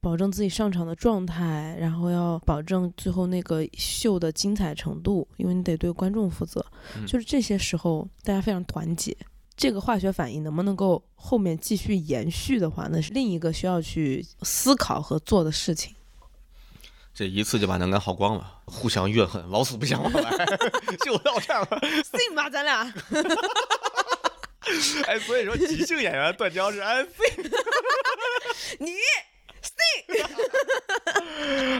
B: 保证自己上场的状态，然后要保证最后那个秀的精彩程度，因为你得对观众负责。
A: 嗯
B: 就是这些时候，大家非常团结。这个化学反应能不能够后面继续延续的话，那是另一个需要去思考和做的事情。
A: 这一次就把能干耗光了，互相怨恨，老死不相往来， (laughs) 就到这儿了。
B: 信吧，咱俩。
A: 哎，所以说即兴演员断交是哎
B: (laughs)
A: 安非。
B: 你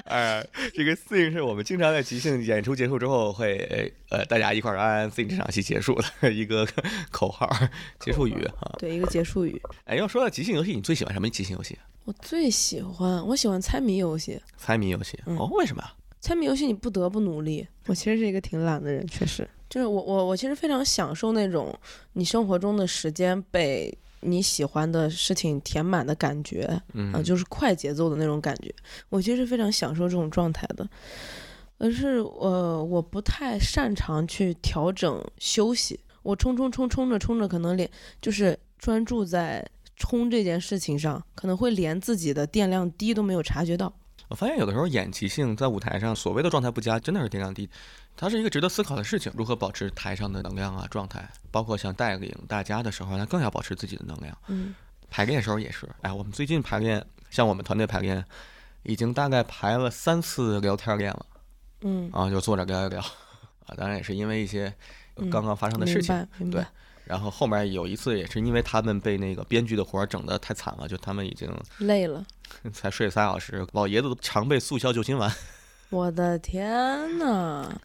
A: 哎，这个 thing 是我们经常在即兴演出结束之后会呃大家一块儿安安 thing 这场戏结束的一个口号结束语啊。
B: (laughs) 对一个结束语，
A: 哎，要说到即兴游戏，你最喜欢什么即兴游戏？
B: 我最喜欢，我喜欢猜谜游戏。
A: 猜谜游戏
B: 嗯
A: 哦？为什么呀？
B: 猜谜游戏你不得不努力。我其实是一个挺懒的人，确实，就是我我我其实非常享受那种你生活中的时间被你喜欢的事情填满的感觉，
A: 嗯
B: 啊，就是快节奏的那种感觉。我其实非常享受这种状态的，而是呃，我不太擅长去调整休息。我冲冲冲冲着冲着，可能连就是专注在冲这件事情上，可能会连自己的电量低都没有察觉到。
A: 我发现有的时候演即兴在舞台上所谓的状态不佳，真的是天量低。它是一个值得思考的事情，如何保持台上的能量啊状态，包括想带领大家的时候，那更要保持自己的能量。
B: 嗯
A: 排练的时候也是，哎，我们最近排练，像我们团队排练，已经大概排了三次聊天练了
B: 嗯，
A: 啊，就坐着聊一聊啊。当然也是因为一些
B: 嗯
A: 刚刚发生的事
B: 明
A: 情，
B: 白明
A: 对
B: 白。
A: 然后后面有一次也是因为他们被那个编剧的活儿整得太惨了，就他们已经 (laughs)
B: 累了，
A: 才睡三小时，老爷子都常备速效救心丸。
B: 我的天
A: (laughs)
B: 呐！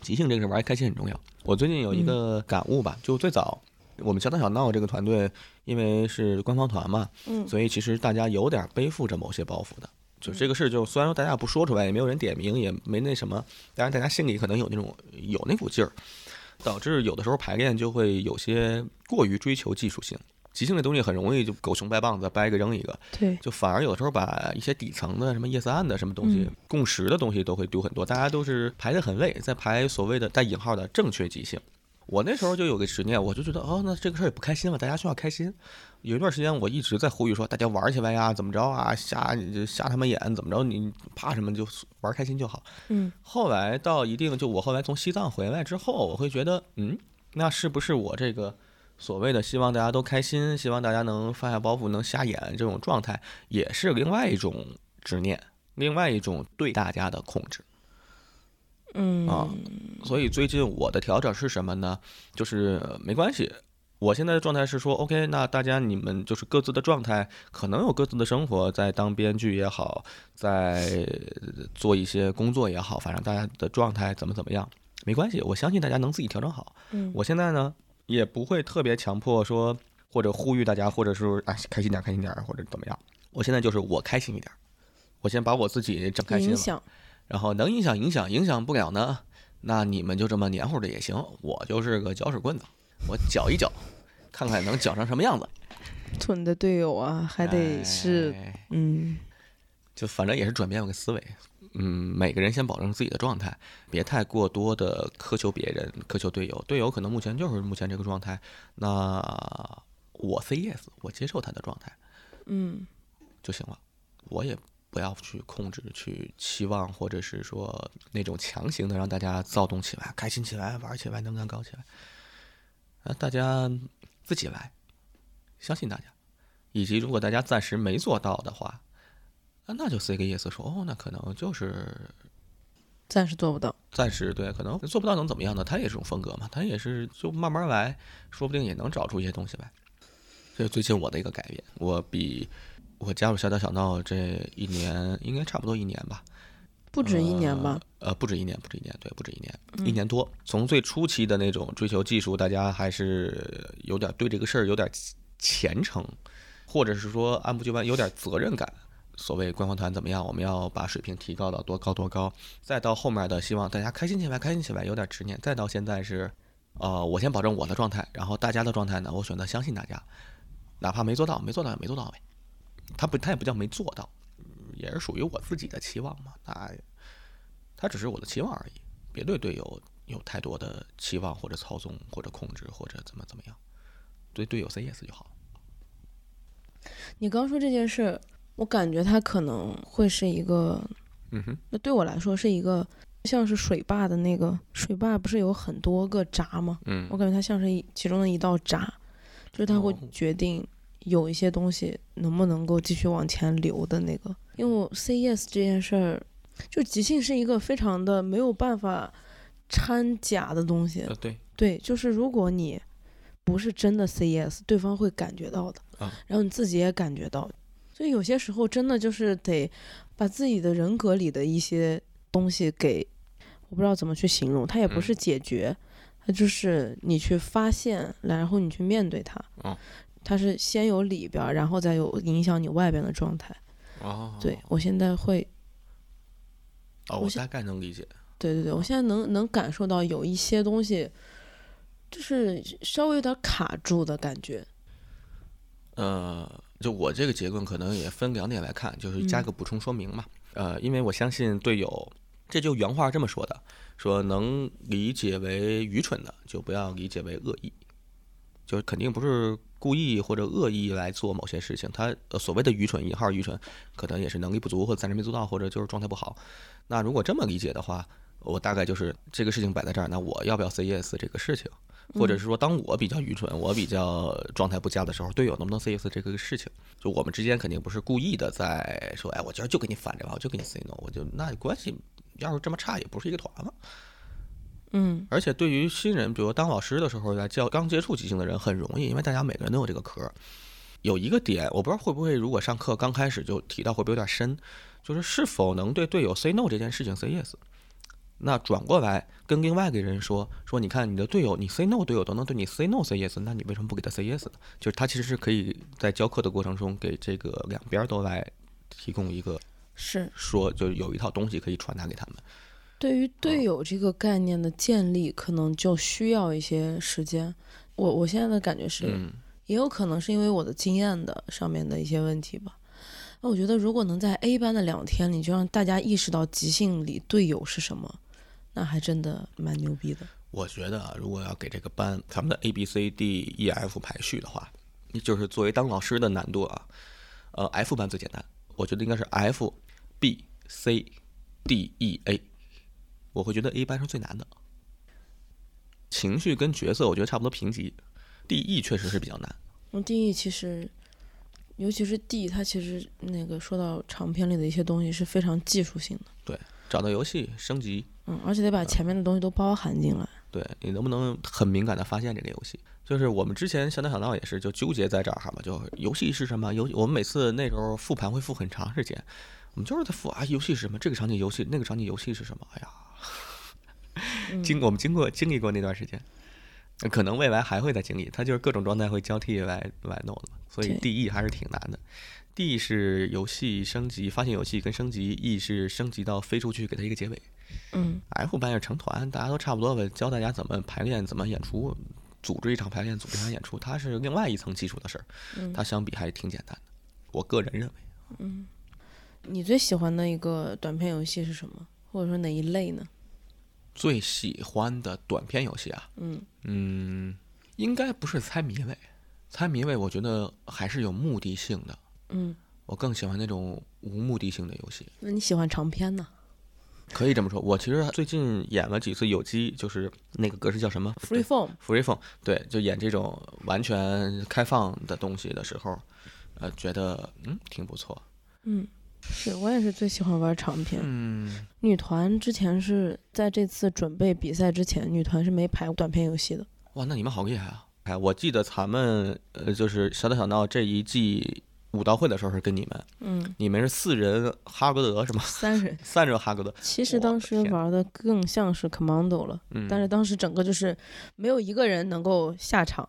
A: 即兴这个事儿玩儿开心很重要。我最近有一个感悟吧，就最早我们小打小闹这个团队，因为是官方团嘛，
B: 嗯
A: 所以其实大家有点背负着某些包袱的。就这个事儿，就虽然说大家不说出来，也没有人点名，也没那什么，但是大家心里可能有那种有那股劲儿，导致有的时候排练就会有些过于追求技术性。即兴这东西很容易就狗熊掰棒子，掰一个扔一个，
B: 对，
A: 就反而有的时候把一些底层的什么 yes and 的什么东西、
B: 嗯
A: 共识的东西都会丢很多，大家都是排得很累，在排所谓的带引号的正确即兴。我那时候就有个执念，我就觉得哦，那这个事儿也不开心了，大家需要开心。有一段时间我一直在呼吁说，大家玩起来呀，怎么着啊，瞎你就瞎他们眼，怎么着你怕什么就玩开心就好。
B: 嗯
A: 后来到一定，就我后来从西藏回来之后，我会觉得，嗯，那是不是我这个所谓的希望大家都开心，希望大家能放下包袱，能瞎演这种状态，也是另外一种执念，另外一种对大家的控制。
B: 嗯
A: 啊所以最近我的调整是什么呢？就是呃没关系，我现在的状态是说，OK，那大家你们就是各自的状态，可能有各自的生活，在当编剧也好，在呃做一些工作也好，反正大家的状态怎么怎么样，没关系，我相信大家能自己调整好。
B: 嗯
A: 我现在呢也不会特别强迫说，或者呼吁大家，或者是啊开心点儿，开心点儿，或者怎么样。我现在就是我开心一点儿，我先把我自己整开心
B: 影
A: 了。
B: 响，
A: 然后能影响影响，影响不了呢，那你们就这么黏糊着也行。我就是个搅屎棍子，我搅一搅，看看能搅成什么样子。
B: (laughs) 做你的队友啊，还得是、
A: 哎
B: 嗯
A: 就反正也是转变我的思维。嗯，每个人先保证自己的状态，别太过多的苛求别人，苛求队友。队友可能目前就是目前这个状态，那我 say yes，我接受他的状态
B: 嗯
A: 就行了。我也不要去控制、去期望，或者是说那种强行的让大家躁动起来、开心起来、玩起来、能量高起来。啊，大家自己来，相信大家。以及如果大家暂时没做到的话，啊，那就 say 个 yes，说哦，那可能就是
B: 暂时做不到，
A: 暂时对，可能做不到能怎么样呢？他也是种风格嘛，他也是就慢慢来，说不定也能找出一些东西来。这是最近我的一个改变，我比我加入小打小闹这一年，应该差不多一年吧，
B: 不止一年吧，
A: 呃？呃，不止一年，不止一年，对，不止一年，一年多。从最初期的那种追求技术，大家还是有点对这个事儿有点虔诚，或者是说按部就班，有点责任感。所谓官方团怎么样，我们要把水平提高到多高多高，再到后面的希望大家开心起来，开心起来，有点执念，再到现在是，呃，我先保证我的状态，然后大家的状态呢，我选择相信大家，哪怕没做到，没做到也没做到呗，他不，他也不叫没做到，也是属于我自己的期望嘛，那它只是我的期望而已，别对队友有太多的期望或者操纵或者控制或者怎么怎么样，对队友 say yes 就好。
B: 你刚说这件事，我感觉它可能会是一个，
A: 嗯哼，
B: 那对我来说是一个像是水坝的那个水坝，不是有很多个闸吗？
A: 嗯
B: 我感觉它像是一其中的一道闸，就是它会
A: 哦
B: 决定有一些东西能不能够继续往前流的那个。因为我 say yes 这件事儿，就即兴是一个非常的没有办法掺假的东西。
A: 呃对，
B: 对，就是如果你不是真的 say yes，对方会感觉到的，
A: 啊
B: 然后你自己也感觉到。所以有些时候真的就是得把自己的人格里的一些东西给，我不知道怎么去形容，它也不
A: 嗯
B: 是解决，它就是你去发现，然后你去面对它。
A: 哦
B: 它是先有里边儿，然后再有影响你外边的状态。
A: 哦
B: 对，我现在会，
A: 哦，
B: 我
A: 我
B: 现
A: 大概能理解，
B: 对对对，我现在能能感受到有一些东西，就是稍微有点卡住的感觉。
A: 呃，就我这个结论可能也分两点来看，就是加
B: 嗯
A: 个补充说明嘛，呃，因为我相信队友，这就原话这么说的，说能理解为愚蠢的就不要理解为恶意，就是肯定不是故意或者恶意来做某些事情，他呃所谓的愚蠢（引号愚蠢）可能也是能力不足或暂时没做到，或者就是状态不好。那如果这么理解的话，我大概就是这个事情摆在这儿，那我要不要 say yes 这个事情，或者是说当我比较愚蠢、我比较状态不佳的时候，队友能不能 say yes 这个事情？就我们之间肯定不是故意的在说，哎，我今儿就给你反着吧，我就给你 say no，我就那关系要是这么差，也不是一个团了。
B: 嗯
A: 而且对于新人，比如当老师的时候，来教刚接触即兴的人很容易，因为大家每个人都有这个壳。有一个点，我不知道会不会，如果上课刚开始就提到，会不会有点深，就是是否能对队友 say no 这件事情 say yes。那转过来跟另外一个人说说，你看你的队友，你 say no 队友都能对你 say no say yes，那你为什么不给他 say yes 呢？就是他其实是可以在教课的过程中给这个两边都来提供一个，
B: 是
A: 说，就是有一套东西可以传达给他们。
B: 对于队友这个概念的建立，可能就需要一些时间。我我现在的感觉是，
A: 嗯
B: 也有可能是因为我的经验的上面的一些问题吧。那我觉得，如果能在 A 班的两天里就让大家意识到即兴里队友是什么，那还真的蛮牛逼的。
A: 我觉得啊，如果要给这个班咱们的 A B C D E F 排序的话，就是作为当老师的难度啊，呃，F 班最简单，我觉得应该是 F B C D E A，我会觉得 A 班是最难的。情绪跟角色我觉得差不多平级，D E 确实是比较难。
B: 我定义其实，尤其是 D，它其实那个说到长篇里的一些东西是非常技术性的。
A: 对，找到游戏升级，
B: 嗯，而且得把前面的东西都包含进来。
A: 对你能不能很敏感的发现这个游戏？就是我们之前想打想闹也是就纠结在这儿哈嘛，就游戏是什么？游戏我们每次那时候复盘会复很长时间，我们就是在复啊，游戏是什么？这个场景游戏，那个场景游戏是什么？哎呀，经我们经过经历过那段时间，可能未来还会再经历，它就是各种状态会交替来来弄的，所以
B: 对
A: D E 还是挺难的。D 是游戏升级，发现游戏跟升级；E 是升级到飞出去，给它一个结尾。
B: 嗯
A: F 班也成团，大家都差不多呗，教大家怎么排练、怎么演出，组织一场排练、组织一场演出，它是另外一层技术的事儿，它相比还挺简单的。我个人认为，
B: 你最喜欢的一个短片游戏是什么？或者说哪一类呢？
A: 最喜欢的短片游戏啊，
B: 嗯
A: 嗯应该不是猜谜类，猜谜类我觉得还是有目的性的，
B: 嗯，
A: 我更喜欢那种无目的性的游戏。
B: 那你喜欢长篇呢
A: 可以这么说，我其实最近演了几次有机，就是那个格式叫什么
B: ？Freeform，
A: Freeform，对，就演这种完全开放的东西的时候，呃，觉得嗯挺不错。
B: 嗯，是我也是最喜欢玩长篇。
A: 嗯，
B: 女团之前是在这次准备比赛之前，女团是没排短篇游戏的。
A: 哇，那你们好厉害啊！哎，我记得咱们呃，就是小打小闹这一季舞蹈会的时候是跟你们，
B: 嗯，
A: 你们是四人哈格德是吗？ (laughs)
B: 三 (laughs) 人。
A: 三人哈格德，
B: 其
A: 我
B: 实
A: 的
B: 当时
A: 天
B: 玩的更像是 Commando 了，
A: 嗯，
B: 但是当时整个就是没有一个人能够
A: (laughs)
B: 下 (laughs) 场。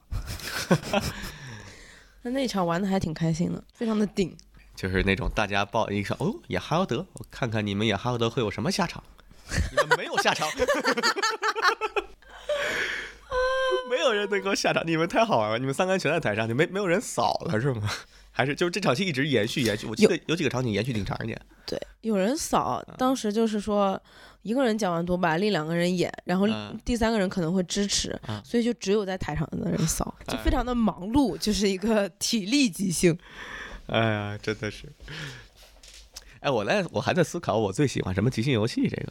B: 那那一场玩的还挺开心的，非常的顶。
A: 就是那种大家抱一个哦，演哈格德，我看看你们演哈格德会有什么下场。你们没有下场， (laughs) 没有人能够下场，你们太好玩了，你们三个人全在台上，就没没有人扫了是吗？还是就是这场戏一直延续延续，我记得有几个场景延续挺长时间。
B: 对，有人扫，
A: 嗯
B: 当时就是说一个人讲完独白，另两个人演，然后
A: 嗯
B: 第三个人可能会支持，
A: 嗯
B: 所以就只有在台上的人扫，就非常的忙碌，就是
A: (laughs)
B: 一个体力即兴。
A: 哎呀，真的是。哎，我来，我还在思考我最喜欢什么即兴游戏这个。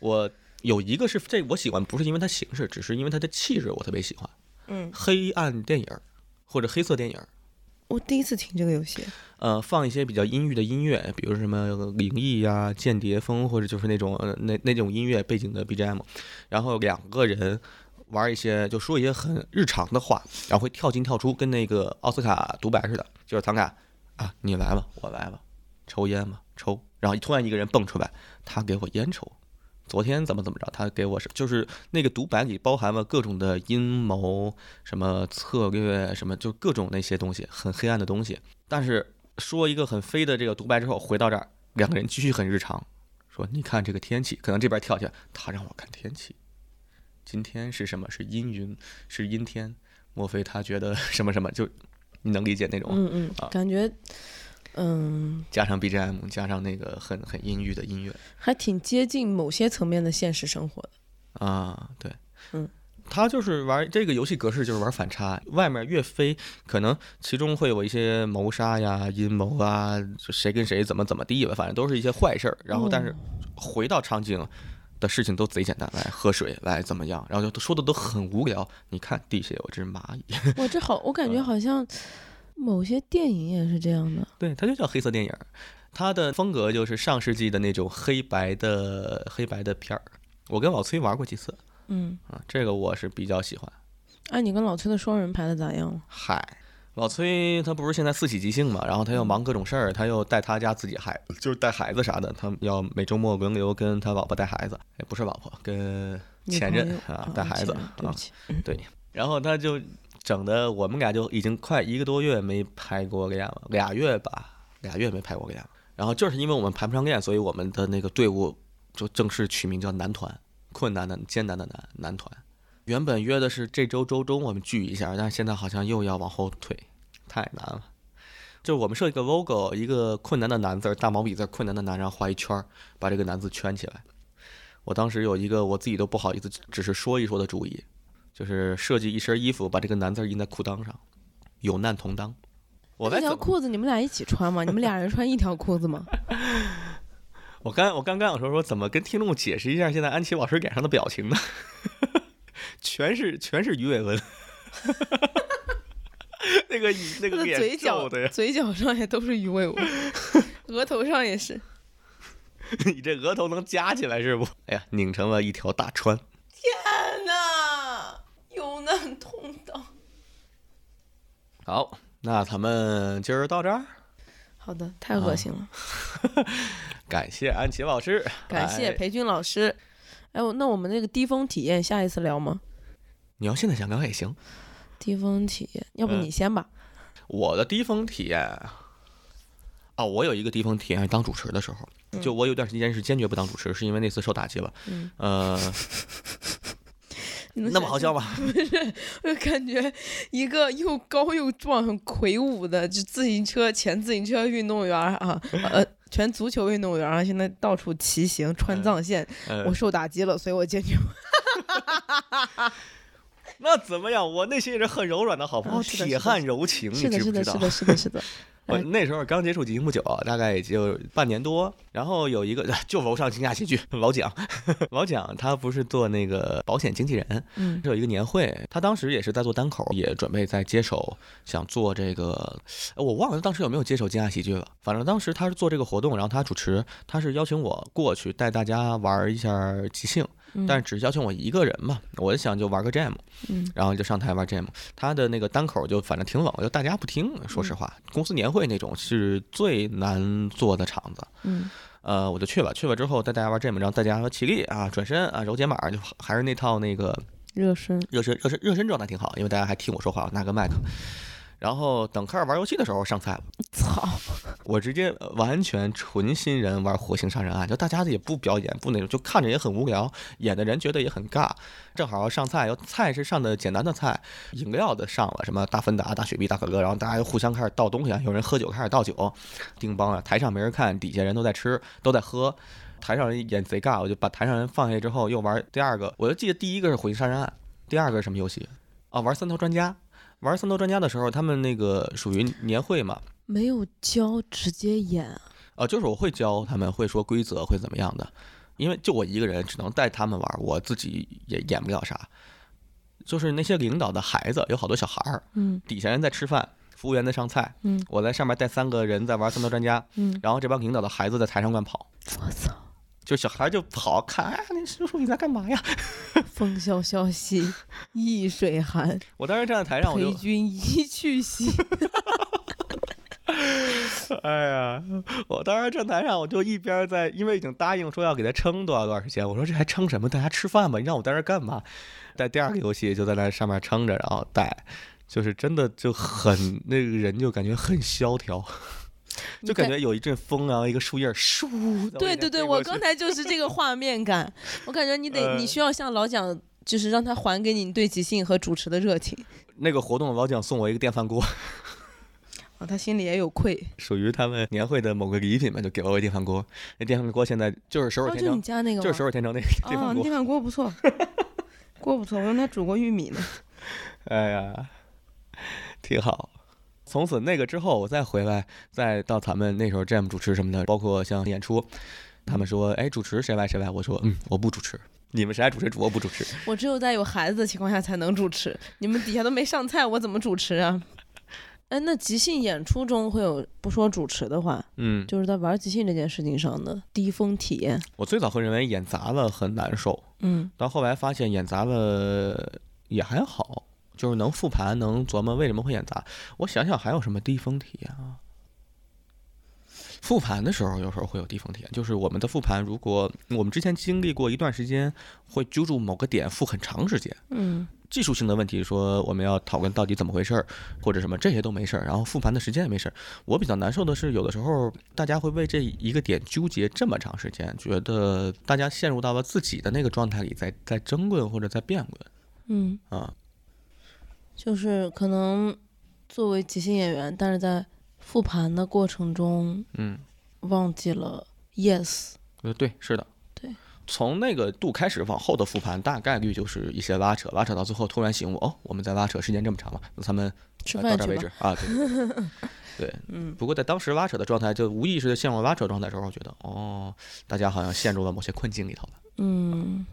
A: 我有一个是这个我喜欢，不是因为它形式，只是因为它的气质我特别喜欢。
B: 嗯，
A: 黑暗电影儿或者黑色电影儿。
B: 我第一次听这个游戏，
A: 呃，放一些比较阴郁的音乐，比如什么灵异呀、间谍风，或者就是那种呃那那种音乐背景的 BGM，然后两个人玩一些就说一些很日常的话，然后会跳进跳出，跟那个奥斯卡独白似的，就是唐卡啊，你来吧，我来吧，抽烟嘛，抽，然后突然一个人蹦出来，他给我烟抽。昨天怎么怎么着，他给我是就是那个独白里包含了各种的阴谋、什么策略、什么就各种那些东西，很黑暗的东西。但是说一个很飞的这个独白之后，回到这儿，两个人继续很日常，说你看这个天气，可能这边跳起来，他让我看天气，今天是什么？是阴云，是阴天？莫非他觉得什么什么？就你能理解那种，
B: 嗯嗯，
A: 啊
B: 感觉嗯
A: 加上 BGM，加上那个很很阴郁的音乐
B: 还挺接近某些层面的现实生活的。
A: 啊，对，
B: 嗯。
A: 他就是玩这个游戏格式，就是玩反差。外面越飞，可能其中会有一些谋杀呀、阴谋啊，就谁跟谁怎么怎么地吧，反正都是一些坏事儿。然后，但
B: 嗯
A: 是回到场景的事情都贼简单，来喝水，来怎么样，然后就说的都很无聊。你看地下有只蚂蚁， (laughs)
B: 嗯哇，这好，我感
A: 嗯
B: 觉好像某些电影也是这样的。
A: 对，它就叫黑色电影儿，它的风格就是上世纪的那种黑白的黑白的片儿。我跟老崔玩过几次
B: 嗯，
A: 啊，这个我是比较喜欢。
B: 哎、你跟老崔的双人排的咋样了？
A: 嗨，老崔他不是现在四喜即兴嘛，然后他又忙各种事儿，他又带他家自己孩，就是带孩子啥的，他要每周末轮流跟他老婆带孩子，哎，不是老婆，跟
B: 女
A: 前
B: 朋
A: 任
B: 友
A: 啊带孩
B: 前
A: 子
B: 任对
A: 啊
B: 不，起，
A: 然后他就整的我们俩就已经快一个多月没排过练了，俩月吧，俩月没排过练了。然后就是因为我们排不上练，所以我们的那个队伍就正式取名叫男团，困难的艰难的难男团。原本约的是这周周中我们聚一下，但是现在好像又要往后退，太难了。就是我们设一个 logo，一个困难的难字儿，大毛笔字儿，困难的难，然后画一圈儿，把这个难字圈起来。我当时有一个我自己都不好意思，只是说一说的主意，就是设计一身衣服，把这个难字儿印在裤裆上，有难同当。我
B: 那
A: 在
B: 条
A: 怎么
B: 裤子你们俩一起穿吗？你们俩人穿一条裤
A: (laughs)
B: 子吗？
A: 我刚我刚刚想说说怎么跟听众解释一下现在安琪老师脸上的表情呢？ (laughs) 全是全是鱼尾纹， (laughs) 那个那
B: 他
A: 个
B: 的
A: 脸
B: 嘴角
A: 皱的呀， (laughs)
B: 嘴角上也都是鱼尾纹，额头上也是。
A: 你这额头能夹起来是不？哎呀，拧成了一条大川。
C: 天呐，有难同当。
A: 好，那咱们今儿到这儿，
B: 好的，太恶心了，
A: 啊感谢安琪老师，
B: 感谢
A: 哎
B: 裴军老师。哎，我那我们那个低峰体验下一次聊吗？
A: 你要现在想聊也行。
B: 低峰体验，要不
A: 嗯
B: 你先吧。
A: 我的低峰体验啊，哦，我有一个低峰体验，当主持的时候，就我有段时间是坚决不当主持，是因为那次受打击了。
B: 嗯
A: 呃，
B: (laughs) 你能
A: 那么好
B: 想
A: 笑吗？
B: 就感觉一个又高又壮、很魁梧的，就自行车前自行车运动员儿啊，呃，全足球运动员儿啊，现在到处骑行穿
A: 嗯
B: 藏线。
A: 呃
B: 我，受打击了，所以我坚决
A: (laughs) 那怎么样？我内心也是很柔软的，好不好？
B: 哦是的
A: 铁
B: 是的
A: 汉柔情，你
B: 是的，
A: 知
B: 是
A: 不知
B: 的，是
A: 道？
B: 的，是的，是的。
A: (laughs) 我
B: 哎
A: 那时候刚接触节目不久，大概也就半年多。然后有一个 (laughs) 就楼上情景喜剧老蒋， (laughs) 老蒋他不是做那个保险经纪人，
B: 嗯
A: 这有一个年会，他当时也是在做单口，也准备在接手，想做这个，呃我忘了当时有没有接手惊讶喜剧了。反正当时他是做这个活动，然后他主持，他是邀请我过去带大家玩一下即兴，
B: 嗯
A: 但是只邀请我一个人嘛，我就想就玩个 jam，
B: 嗯
A: 然后就上台玩 jam。他的那个单口就反正挺冷，就大家不听，说实话，公司年会那种是最难做的场子。
B: 嗯
A: 呃，我就去了，去了之后带大家玩 jam，然后大家起立啊，转身啊，揉肩膀，就还是那套那个
B: 热身，
A: 热身热身热身状态挺好，因为大家还听我说话，我拿个麦克。然后等开始玩游戏的时候上菜了，
B: (laughs) 操，
A: (laughs) 我直接呃完全纯新人玩火星上人案，就大家也不表演，不那种，就看着也很无聊，演的人觉得也很尬。正好上菜，要菜是上的简单的菜，饮料的上了什么大芬达、大雪碧、大可乐，然后大家就互相开始倒东西啊，有人喝酒开始倒酒，叮梆啊，台上没人看，底下人都在吃，都在喝。台上人演贼尬，我就把台上人放下之后，又玩第二个。我就记得第一个是火星杀人案，第二个是什么游戏啊？玩三头专家。玩三头专家的时候，他们那个属于年会嘛，
B: 没有教直接演，啊
A: 呃，就是我会教他们，会说规则会怎么样的，因为就我一个人，只能带他们玩儿，我自己也演不了啥。就是那些领导的孩子，有好多小孩儿，
B: 嗯
A: 底下人在吃饭，服务员在上菜，
B: 嗯
A: 我在上面带三个人在玩三刀专家，
B: 嗯，
A: 然后这帮领导的孩子在台上乱跑，
B: 我操，
A: 就小孩儿就跑看，哎呀，你叔叔你在干嘛呀？
B: (laughs) 风萧萧 (laughs) 兮易水寒，
A: 我当时站在台哎上，我
B: 裴
A: 就
B: 君一去
A: (laughs)
B: 兮。
A: 哎呀，我当时站台上，我就一边在，因为已经答应说要给他撑多少多少时间，我说这还撑什么？大家吃饭吧，你让我在这儿干嘛？在第二个游戏就在那上面撑着，然后带，就是真的就很那个人就感觉很萧条，
B: 你
A: 就感
B: 在
A: 觉有一阵风，然后一个树叶儿倏，在
B: 对
A: 眼前
B: 对对，
A: 飞
B: 我
A: 过去
B: 刚才就是这个画面感，我感觉你得你
A: 呃
B: 需要向老蒋，就是让他还给你对即兴和主持的热情
A: 那个活动老蒋送我一个电饭锅，
B: 啊，他心里也有愧。
A: 属于他们年会的某个礼品吧，就给了我一个电饭锅。那电饭锅现在就是首尔
B: 哦，
A: 天
B: 就你
A: 成，
B: 家那个
A: 就是
B: 吗
A: 首尔天成那个电饭
B: 啊，那
A: 锅
B: 电。饭锅
A: (laughs)
B: 不错，锅不错，我用它煮过玉米呢。
A: 哎呀，挺好。从此那个之后，我再回来，再到咱们那时候 jam 主持什么的，包括像演出，他们说，哎，主持谁来谁来，我说，嗯，我不主持，你们谁爱主持主，我不主持。
B: 我只有在有孩子的情况下才能主持，你们底下都没上菜，我怎么主持啊？ (laughs) 哎，那即兴演出中会有不说主持的话，
A: 嗯，
B: 就是在玩即兴这件事情上的低峰体验。
A: 我最早会认为演砸了很难受，
B: 嗯
A: 到后来发现演砸了也还好，就是能复盘，能琢磨为什么会演砸。我想想还有什么低峰体验啊？复盘的时候，有时候会有低峰体验，就是我们的复盘，如果我们之前经历过一段时间，会揪住某个点复很长时间。
B: 嗯
A: 技术性的问题，说我们要讨论到底怎么回事儿，或者什么这些都没事儿，然后复盘的时间也没事儿。我比较难受的是，有的时候大家会为这一个点纠结这么长时间，觉得大家陷入到了自己的那个状态里，在在争论或者在辩论
B: 嗯，
A: 啊。
B: 就是可能作为即兴演员，但是在复盘的过程中
A: 嗯，
B: 忘记了 yes。
A: 呃，对，是的，
B: 对。
A: 从那个度开始往后的复盘，大概率就是一些拉扯，拉扯到最后突然醒悟，哦，我们在拉扯时间这么长了，那咱们
B: 吃
A: 呃
B: 饭
A: 到这儿
B: 去
A: 为
B: 吧
A: 止。啊。
B: (laughs)
A: 对对对对，嗯。不过在当时拉扯的状态，就无意识的陷入拉扯状态的时候，我觉得哦，大家好像陷入了某些困境里头了。
B: 嗯，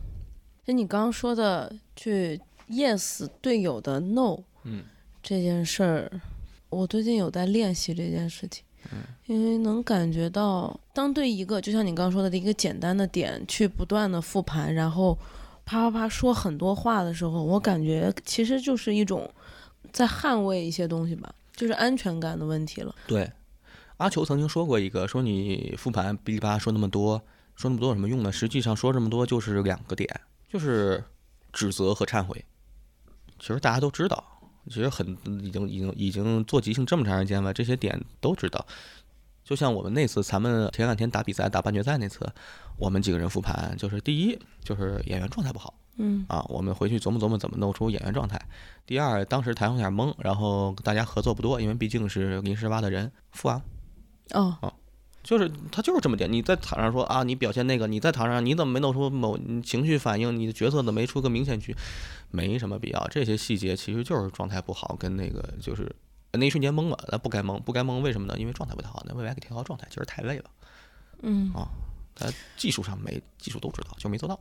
B: 就你刚刚说的去 yes 队友的 no，
A: 嗯，
B: 这件事儿，我最近有在练习这件事情，因为能感觉到，当对一个就像你刚刚说的一个简单的点去不断的复盘，然后啪啪啪说很多话的时候，我感觉其实就是一种在捍卫一些东西吧，就是安全感的问题了。
A: 对，阿球曾经说过一个，说你复盘哔哩吧啦说那么多，说那么多有什么用呢？实际上说这么多就是两个点，就是指责和忏悔。其实大家都知道，其实很已经已经已经做即兴这么长时间了，这些点都知道。就像我们那次咱们前两天打比赛打半决赛那次，我们几个人复盘，就是第一就是演员状态不好，
B: 嗯
A: 啊，我们回去琢磨琢磨怎么弄出演员状态。第二，当时台上有点懵，然后大家合作不多，因为毕竟是临时挖的人，复完
B: 哦，
A: 就是他就是这么点。你在场上说啊，你表现那个，你在场上你怎么没弄出某你情绪反应，你的角色怎么没出个明显区，没什么必要。这些细节其实就是状态不好，跟那个就是那一瞬间懵了，那不该懵，不该懵，为什么呢？因为状态不太好，那未来给调好状态，就是太累了。
B: 嗯，
A: 他技术上没技术都知道，就没做到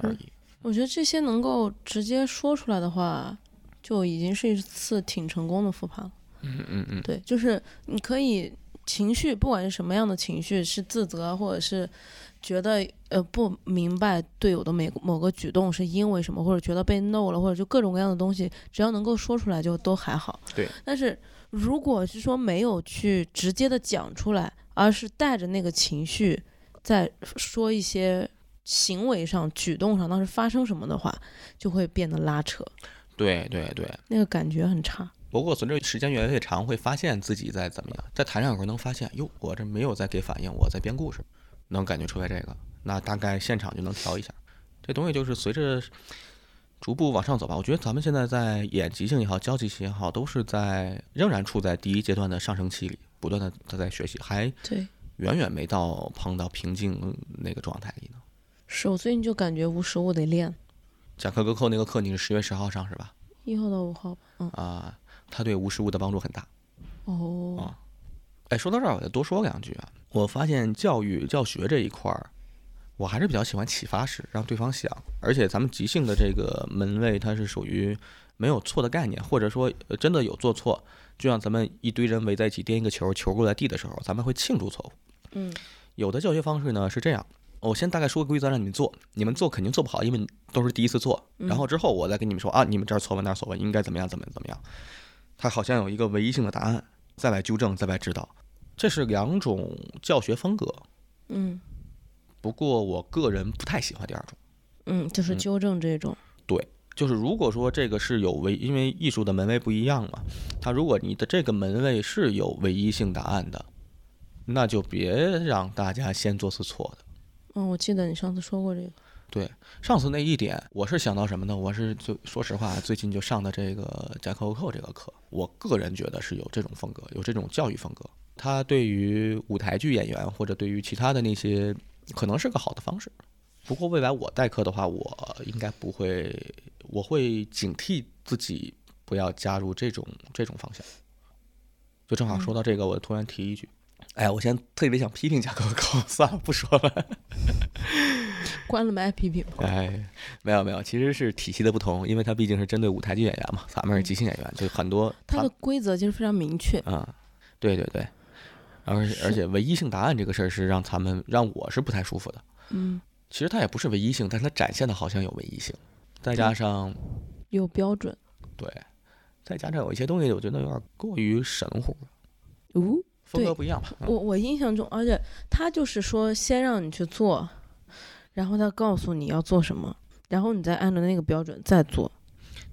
A: 而
B: 是。
A: 已。
B: 我觉得这些能够直接说出来的话，就已经是一次挺成功的复盘了。
A: 嗯嗯嗯，
B: 对，就是你可以情绪，不管是什么样的情绪，是自责或者是觉得呃不明白队友的每某个举动是因为什么，或者觉得被 no 了，或者就各种各样的东西，只要能够说出来就都还好。
A: 对。
B: 但是如果是说没有去直接的讲出来，而是带着那个情绪在说一些。行为上、举动上，当时发生什么的话，就会变得拉扯，
A: 对对对。
B: 那个感觉很差。
A: 不过随着时间越来越长，会发现自己在怎么样，在台上有时候能发现，哟，我这没有在给反应，我在编故事，能感觉出来这个，那大概现场就能调一下。这东西就是随着逐步往上走吧。我觉得咱们现在在演即兴也好，交即兴也好，都是在仍然处在第一阶段的上升期里，不断的在在学习，还
B: 对，
A: 远远没到碰到瓶颈那个状态里呢。
B: 是我最近就感觉无时无得练，
A: 贾克格寇那个课你是十月十号上是吧？
B: 一号到五号吧。嗯，
A: 啊、他对无实物的帮助很大。
B: 哦，
A: 哎，说到这儿，我再多说两句啊。我发现教育教学这一块儿，我还是比较喜欢启发式，让对方想。而且咱们即兴的这个门类，它是属于没有错的概念，或者说、呃真的有做错，就像咱们一堆人围在一起颠一个球，球过来地的时候，咱们会庆祝错误。
B: 嗯，
A: 有的教学方式呢是这样，我先大概说个规则让你们做，你们做肯定做不好，因为你都是第一次做。然后之后我再跟你们说啊，你们这儿错完那儿错完，应该怎么样怎么样怎么样。它好像有一个唯一性的答案，再来纠正，再来指导，这是两种教学风格。
B: 嗯
A: 不过我个人不太喜欢第二种。
B: 嗯，就是纠正这种。
A: 就是如果说这个是有唯，因为艺术的门类不一样嘛，它如果你的这个门类是有唯一性答案的，那就别让大家先做次错的。
B: 嗯、我记得你上次说过这个。
A: 上次那一点，我是想到什么呢？我是就说实话，最近就上的这个贾克欧克这个课，我个人觉得是有这种风格，有这种教育风格。它对于舞台剧演员或者对于其他的那些，可能是个好的方式。不过未来我代课的话，我应该不会，我会警惕自己不要加入这种这种方向。就正好说到这个，我突然提一句，哎呀，我先特别想批评贾克欧克， (laughs) 算了，不说了。
B: 关了麦批评吧。
A: 哎，没有没有，其实是体系的不同，因为它毕竟是针对舞台剧演员嘛，咱们是即兴演员，就很多
B: 它的规则其实非常明确。
A: 啊、对对对，而且而且唯一性答案这个事儿是让咱们让我是不太舒服的。
B: 嗯，
A: 其实它也不是唯一性，但是它展现的好像有唯一性，再加上
B: 有标准。
A: 对，再加上有一些东西，我觉得有点过于神乎了，
B: 哦，
A: 风格
B: 对
A: 不一样吧。嗯
B: 我我印象中，而且他就是说先让你去做，然后他告诉你要做什么，然后你再按照那个标准再做。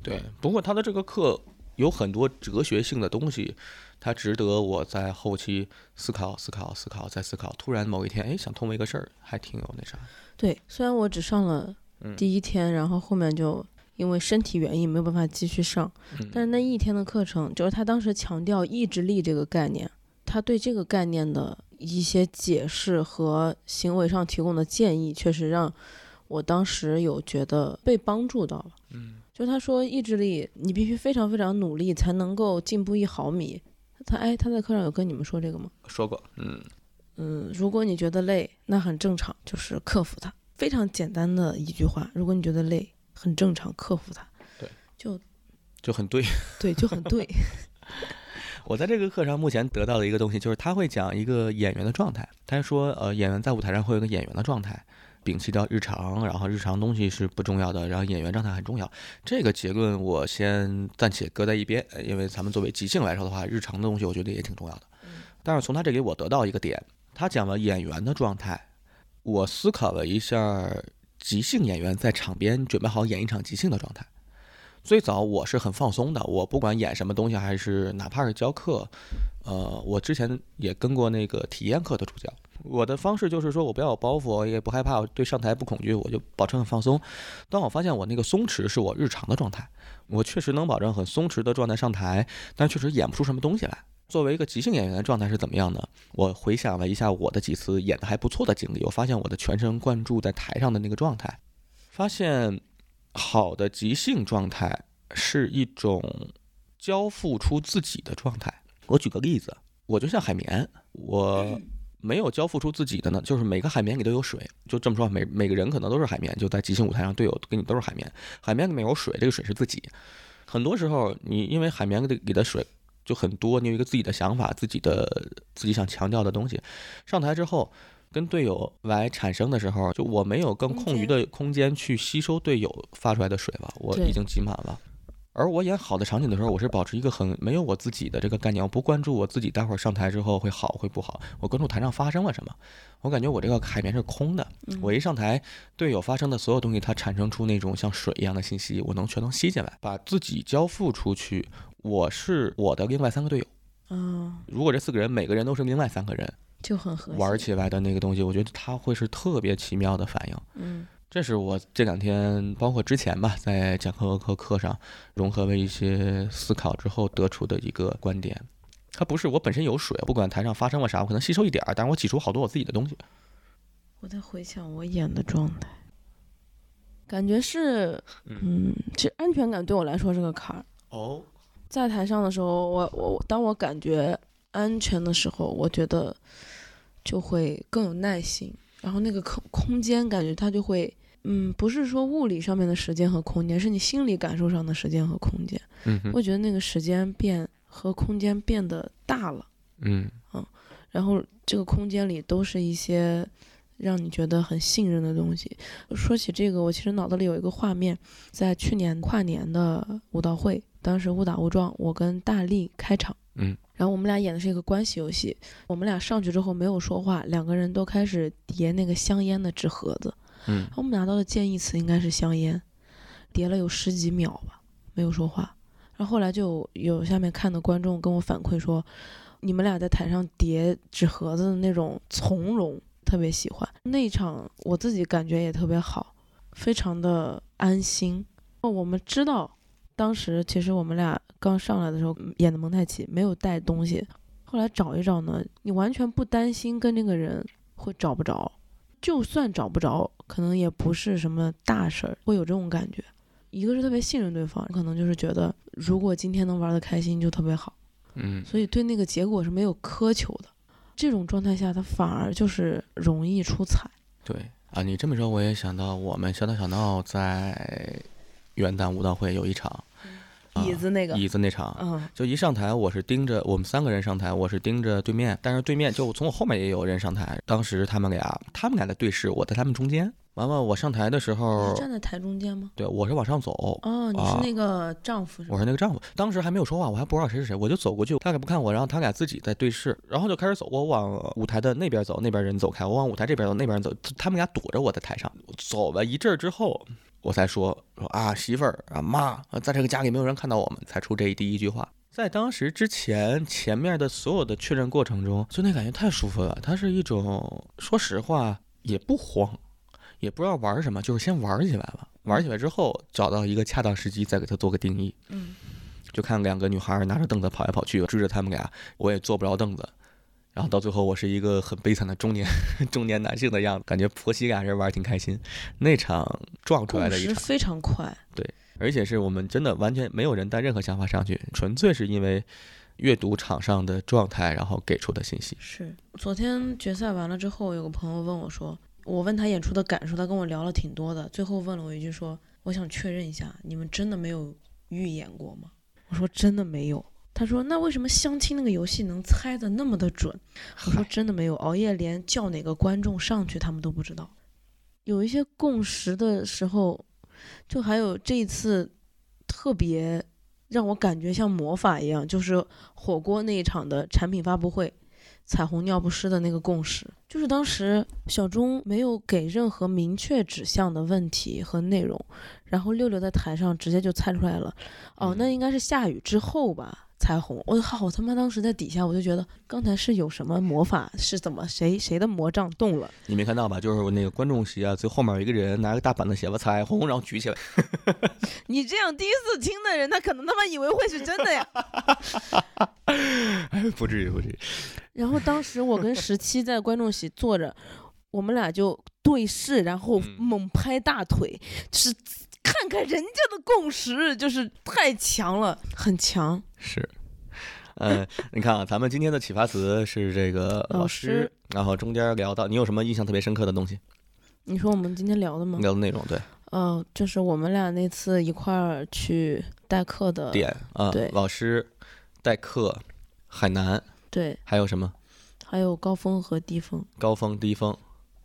A: 对，不过他的这个课有很多哲学性的东西，它值得我在后期思考、思考、思考、再思考。突然某一天，哎，想通了一个事儿，还挺有那啥。
B: 对，虽然我只上了第一天，然后后面就因为身体原因没有办法继续上，但是那一天的课程，就是他当时强调意志力这个概念，他对这个概念的一些解释和行为上提供的建议，确实让我当时有觉得被帮助到了。嗯，就是他说意志力，你必须非常非常努力才能够进步一毫米。他哎，他在课上有跟你们说这个吗？
A: 说过，嗯，
B: 嗯，如果你觉得累，那很正常，就是克服它。非常简单的一句话，如果你觉得累，很正常，克服它。
A: 对， (laughs)
B: 就
A: 就很对。 (laughs)
B: 对，就很对。
A: 我在这个课上目前得到的一个东西，就是他会讲一个演员的状态。他说，呃，演员在舞台上会有一个演员的状态，摒弃掉日常，然后日常东西是不重要的，然后演员状态很重要。这个结论我先暂且搁在一边，呃因为咱们作为即兴来说的话，日常的东西我觉得也挺重要的。但是从他这里我得到一个点，他讲了演员的状态，我思考了一下即兴演员在场边准备好演一场即兴的状态。最早我是很放松的，我不管演什么东西，还是哪怕是教课，呃，我之前也跟过那个体验课的助教。我的方式就是说我不要有包袱，我也不害怕，我对上台不恐惧，我就保持很放松。当我发现我那个松弛是我日常的状态，我确实能保证很松弛的状态上台，但确实演不出什么东西来。作为一个即兴演员的状态是怎么样呢？我回想了一下我的几次演的还不错的经历，我发现我的全神贯注在台上的那个状态，发现好的即兴状态是一种交付出自己的状态。我举个例子，我就像海绵，我没有交付出自己的呢，就是每个海绵里都有水，就这么说，每每个人可能都是海绵，就在即兴舞台上，队友跟你都是海绵，海绵里面有水，这个水是自己。很多时候，你因为海绵里的水就很多，你有一个自己的想法，自己的自己想强调的东西，上台之后。跟队友来产生的时候，就我没有更空余的空间去吸收队友发出来的水了，我
B: 对
A: 已经挤满了。而我演好的场景的时候，我是保持一个很没有我自己的这个概念，我不关注我自己待会儿上台之后会好会不好，我关注台上发生了什么。我感觉我这个海绵是空的，
B: 嗯
A: 我一上台，队友发生的所有东西，它产生出那种像水一样的信息，我能全都吸进来，把自己交付出去。我是我的另外三个队友，
B: 啊，
A: 如果这四个人每个人都是另外三个人，
B: 就很合适。
A: 玩起来的那个东西，我觉得它会是特别奇妙的反应。
B: 嗯
A: 这是我这两天，包括之前吧，在讲课课课上融合了一些思考之后得出的一个观点。它不是我本身有水，不管台上发生了啥，我可能吸收一点儿，但是我挤出好多我自己的东西。
B: 我在回想我演的状态，感觉是，嗯，其实安全感对我来说是个坎儿。
D: 哦，
B: 在台上的时候，我我我当我感觉安全的时候，我觉得就会更有耐心，然后那个空空间感觉它就会，嗯，不是说物理上面的时间和空间，是你心理感受上的时间和空间。
A: 嗯
B: 我觉得那个时间变和空间变得大了，
A: 嗯
B: 然后这个空间里都是一些让你觉得很信任的东西。说起这个，我其实脑子里有一个画面，在去年跨年的舞蹈会，当时误打误撞，我跟大力开场，
A: 嗯，
B: 然后我们俩演的是一个关系游戏，我们俩上去之后没有说话，两个人都开始叠那个香烟的纸盒子，
A: 嗯
B: 我们拿到的建议词应该是香烟，叠了有十几秒吧，没有说话。然后后来就有有下面看的观众跟我反馈说，你们俩在台上叠纸盒子的那种从容，特别喜欢那一场，我自己感觉也特别好，非常的安心。哦我们知道，当时其实我们俩刚上来的时候嗯演的蒙太奇没有带东西，后来找一找呢，你完全不担心跟这个人会找不着，就算找不着，可能也不是什么大事儿，会有这种感觉。一个是特别信任对方，可能就是觉得如果今天能玩的开心就特别好，
A: 嗯
B: 所以对那个结果是没有苛求的。这种状态下，他反而就是容易出彩。
A: 对啊，你这么说我也想到，我们小打小闹在元旦舞蹈会有一场啊
B: 椅子那个，
A: 椅子那场，
B: 嗯，
A: 就一上台，我是盯着我们三个人上台，我是盯着对面，但是对面就从我后面也有人上台。当时他们俩，他们俩在对视，我在他们中间。完了，我上台的时
B: 你
A: 候
B: 是，站在台中间吗？
A: 对我是往上走，
B: 哦，你
A: 啊
B: 是那个丈夫是
A: 我
B: 吧？
A: 是那个丈夫，当时还没有说话，我还不知道谁是谁，我就走过去，他俩不看我，然后他俩自己在对视，然后就开始走，我往舞台的那边走，那边人走开，我往舞台这边走，那边人走，他们俩躲着我在台上走了一阵儿之后，我才说说啊媳妇儿啊妈，啊在这个家里没有人看到我们，才出这第一句话。在当时之前，前面的所有的确认过程中，就那感觉太舒服了。它是一种，说实话也不慌，也不知道玩什么，就是先玩起来了。玩起来之后，找到一个恰当时机，再给它做个定义。
B: 嗯，
A: 就看两个女孩拿着凳子跑来跑去，追着他们俩，我也坐不着凳子。然后到最后，我是一个很悲惨的中年 (laughs) 中年男性的样子，感觉婆媳俩人玩儿挺开心。那场撞出来
B: 共
A: 的一
B: 识
A: 场，
B: 非常快，
A: 而且是我们真的完全没有人带任何想法上去，纯粹是因为阅读场上的状态，然后给出的信息。
B: 是。昨天决赛完了之后，有个朋友问我说，我问他演出的感受，他跟我聊了挺多的，最后问了我一句说，我想确认一下，你们真的没有预演过吗？我说真的没有。他说：“那为什么相亲那个游戏能猜的那么的准？”我说：“真的没有，熬夜连叫哪个观众上去他们都不知道。有一些共识的时候，就还有这一次特别让我感觉像魔法一样，就是火锅那一场的产品发布会，彩虹尿不湿的那个共识，就是当时小钟没有给任何明确指向的问题和内容，然后六六在台上直接就猜出来了。哦，那应该是下雨之后吧。才红，我好他妈！当时在底下我就觉得，刚才是有什么魔法，是怎么谁谁的魔杖动了？
A: 你没看到吧？就是我那个观众席啊，最后面有一个人拿个大板子写吧，彩虹，然后举起来。
B: 你这样第一次听的人，他可能他妈以为会是真的呀。
A: (laughs)
E: 不至于，不至于。
B: (laughs) 然后当时我跟十七在观众席坐着，我们俩就对视，然后
A: 嗯
B: 猛拍大腿，就是看看人家的共识，就是太强了，很强。
A: 是，呃，你看啊，咱们今天的启发词是这个
B: 老
A: 老
B: 师
A: 师，然后中间聊到你有什么印象特别深刻的东西，
B: 你说我们今天聊的吗？
A: 聊的内容对
B: 呃，就是我们俩那次一块儿去代课的，
A: 点啊
B: 对，
A: 老师代课，海南
B: 对，
A: 还有什么
B: 还有高峰和低峰。
A: 高峰低峰，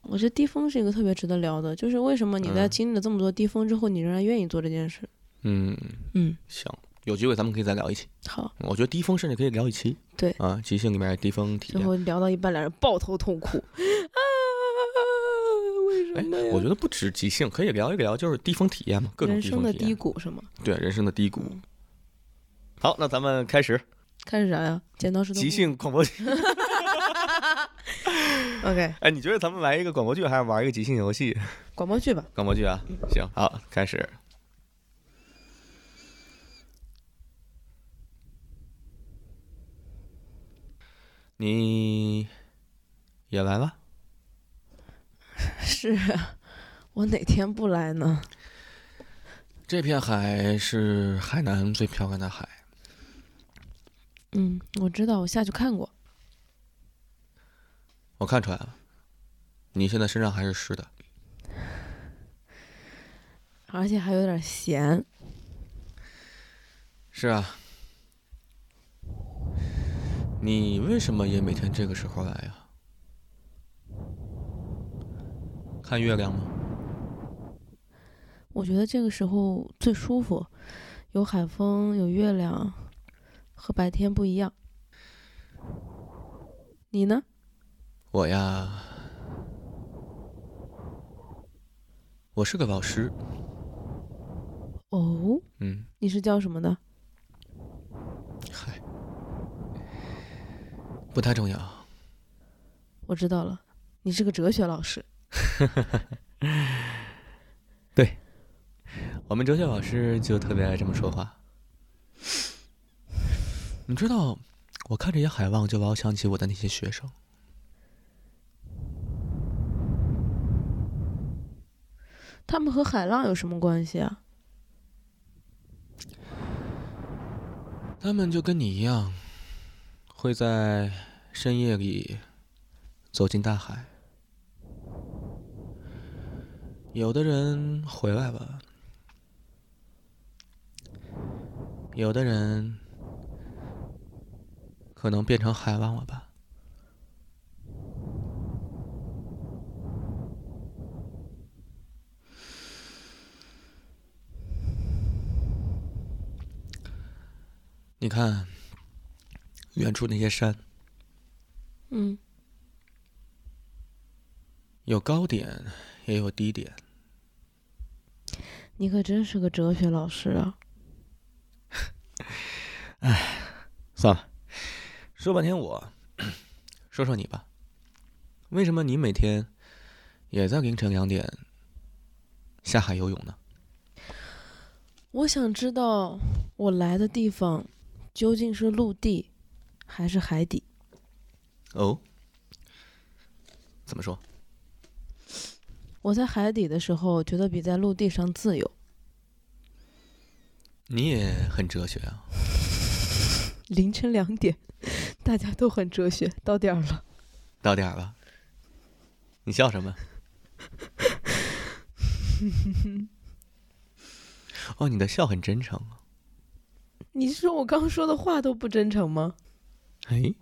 B: 我觉得低峰是一个特别值得聊的，就是为什么你在
A: 嗯
B: 经历了这么多低峰之后，你仍然愿意做这件事。
A: 嗯，
B: 嗯，
A: 行，有机会咱们可以再聊一期，
B: 好，
A: 我觉得低峰甚至可以聊一期，
B: 对
A: 啊，即兴里面低峰体
B: 最
A: 验。
B: 后聊到一半，俩人抱头痛哭。 (laughs) 啊，为什
A: 哎
B: 么呀？，
A: 我觉得不止即兴，可以聊一聊，就是低峰体验嘛，各种
B: 人
A: 低
B: 生
A: 峰
B: 的
A: 体
B: 低
A: 验。
B: 谷是吗？
A: 对，人生的低谷。好，那咱们开始
B: 开始啥呀？剪刀石头
A: 即
B: 布。
A: 兴广播剧。
B: OK，
A: 哎，你觉得咱们来一个广播剧，还是玩一个即兴游戏？
B: 广播剧吧。
A: (laughs) 广播剧啊，行，好，开始。你也来了？
B: 是啊我哪天不来呢？
A: 这片海是海南最漂亮的海，
B: 嗯，我知道，我下去看过。
A: 我看出来了。你现在身上还是湿的，
B: 而且还有点咸，
A: 是啊。你为什么也每天这个时候来呀、看月亮吗？
B: 我觉得这个时候最舒服，有海风，有月亮，和白天不一样。你呢？
A: 我呀，我是个老师，
B: 哦，
A: 嗯，
B: 你是叫什么的？
A: 嗨，不太重要。
B: 我知道了，你是个哲学老师。
A: 我们哲学老师就特别爱这么说话。你知道，我看这些海浪，就老想起我的那些学生。
B: 他们和海浪有什么关系啊？
A: 他们就跟你一样，会在深夜里走进大海。有的人回来了，有的人可能变成海浪了吧。你看，远处那些山
B: 嗯，
A: 有高点，也有低点。
B: 你可真是个哲学老师啊！
A: 算了，说半天我， (coughs) 说说你吧，为什么你每天也在凌晨两点下海游泳呢？
B: 我想知道我来的地方究竟是陆地还是海底。
A: 哦，怎么说？
B: 我在海底的时候觉得比在陆地上自由，
A: 你也很哲学啊。
B: 凌晨两点， (laughs) 大家都很哲学，到点儿了。
A: 到点儿了，你笑 (laughs) 什么？哦，你的笑很真诚啊。
B: 你是说我刚说的话都不真诚吗？
A: 哎，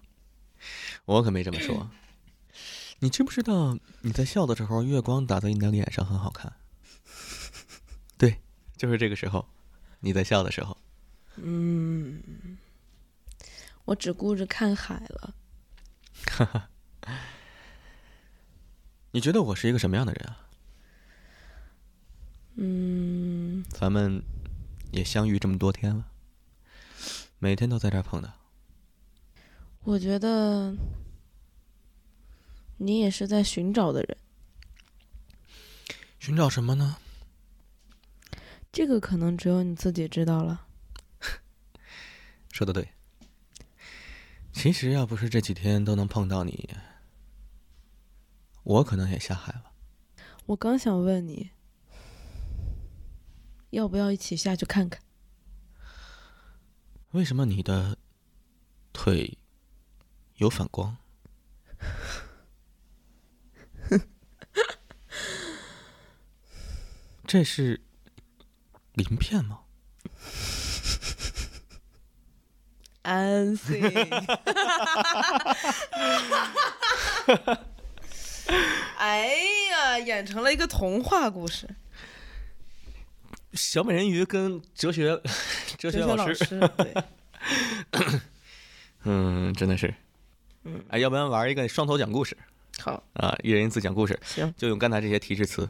A: 我可没这么说。 (clears throat) 你知不知道你在笑的时候，月光打在你的脸上很好看？ (laughs) 对，就是这个时候，你在笑的时候。
B: 嗯，我只顾着看海了。
A: 你觉得我是一个什么样的人啊？
B: 嗯，
A: 咱们也相遇这么多天了，每天都在这儿碰到。
B: 我觉得你也是在寻找的人，
A: 寻找什么呢？
B: 这个可能只有你自己知道了。
A: 说的对。其实要不是这几天都能碰到你，我可能也下海了。
B: 我刚想问你，要不要一起下去看看？
A: 为什么你的腿有反光？ (laughs) 这是鳞片吗？
B: 安
F: 对，哎呀，演成了一个童话故事。
A: 小美人鱼跟哲学 (laughs)
F: 哲
A: 哲
F: 学老师，对，
A: 嗯，真的是。
F: 嗯
A: 哎，要不然玩一个双头讲故事
F: 好，
A: 啊，一人一次讲故事，
F: 行，
A: 就用刚才这些提示词，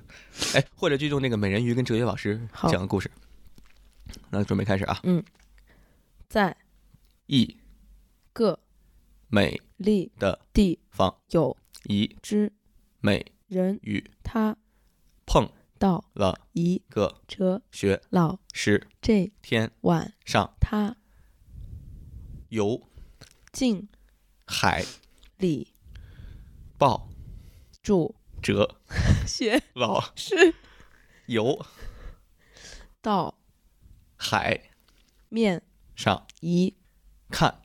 A: 哎，或者就用那个美人鱼跟哲学老师
B: 好
A: 讲个故事。那准备开始啊！
B: 在
A: 一
B: 各
A: 美
B: 立
A: 的
B: 地
A: 方
B: 有
A: 一
B: 之
A: 美
B: 人，
A: 语
B: 他
A: 碰
B: 到
A: 了
B: 一
A: 个
B: 哲
A: 学
B: 老
A: 师
B: 这
A: 天
B: 晚，
A: 上
B: 他
A: 游
B: 竟
A: 海
B: 里
A: 报
B: 主
A: 哲
B: 学
A: 老
B: 士
A: 游
B: 到
A: 海
B: 面
A: 上
B: 一
A: 看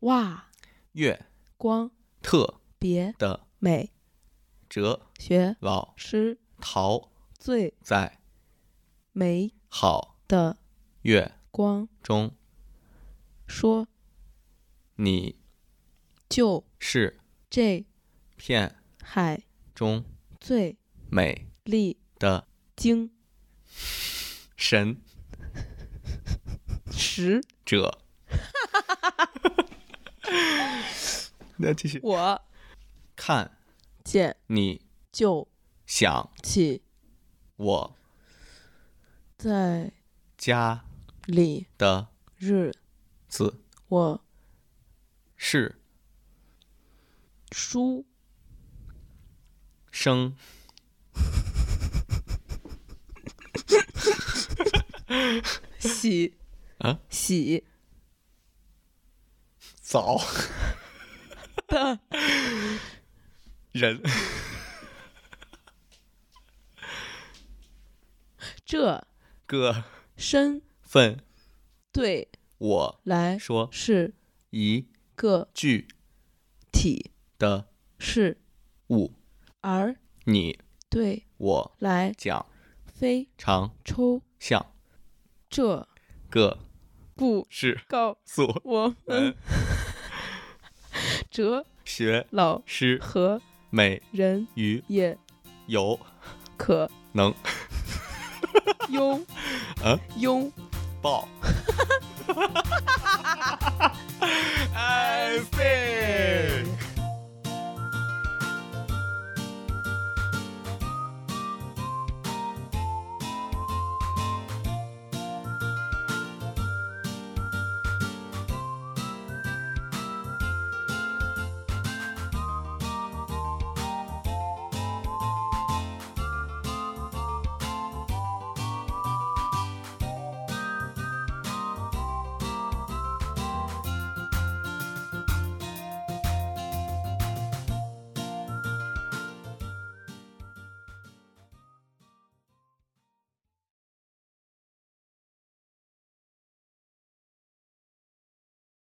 B: 哇
A: 月
B: 光
A: 特
B: 别
A: 的
B: 美
A: 哲
B: 学
A: 老
B: 师
A: 陶
B: 最
A: 在
B: 美
A: 好
B: 的
A: 月
B: 光
A: 中，
B: 说
A: 你
B: 就是这
A: 片
B: 海
A: 中
B: 最
A: 美
B: 丽
A: 的
B: 晶
A: 神
B: 石，
A: 者。 (laughs) 那继续
B: 我
A: 看
B: 见
A: 你
B: 就
A: 想
B: 起
A: 我
B: 在
A: 家
B: 里
A: 的
B: 日，
A: 字
B: 我
A: 是
B: 书
A: 生
B: 喜
A: 啊
B: 喜
A: 早
B: 的
A: (laughs) 人 (laughs)
B: 这
A: 个
B: 身
A: 份，
B: 对
A: 我
B: 来
A: 说
B: 是
A: 一
B: 个
A: 句
B: 体
A: 的
B: 是，
A: 物，
B: 而
A: 你
B: 对
A: 我
B: 来
A: 讲
B: 非
A: 常
B: 抽
A: 像
B: 这
A: 个
B: 不
A: 是
B: 告
A: 素
B: 我们
A: 文
B: 哲
A: 学
B: 老
A: 师
B: 和
A: 美
B: 人
A: 于
B: 也
A: 有
B: 可
A: 能
B: 拥
A: 啊
B: 拥
A: 报哎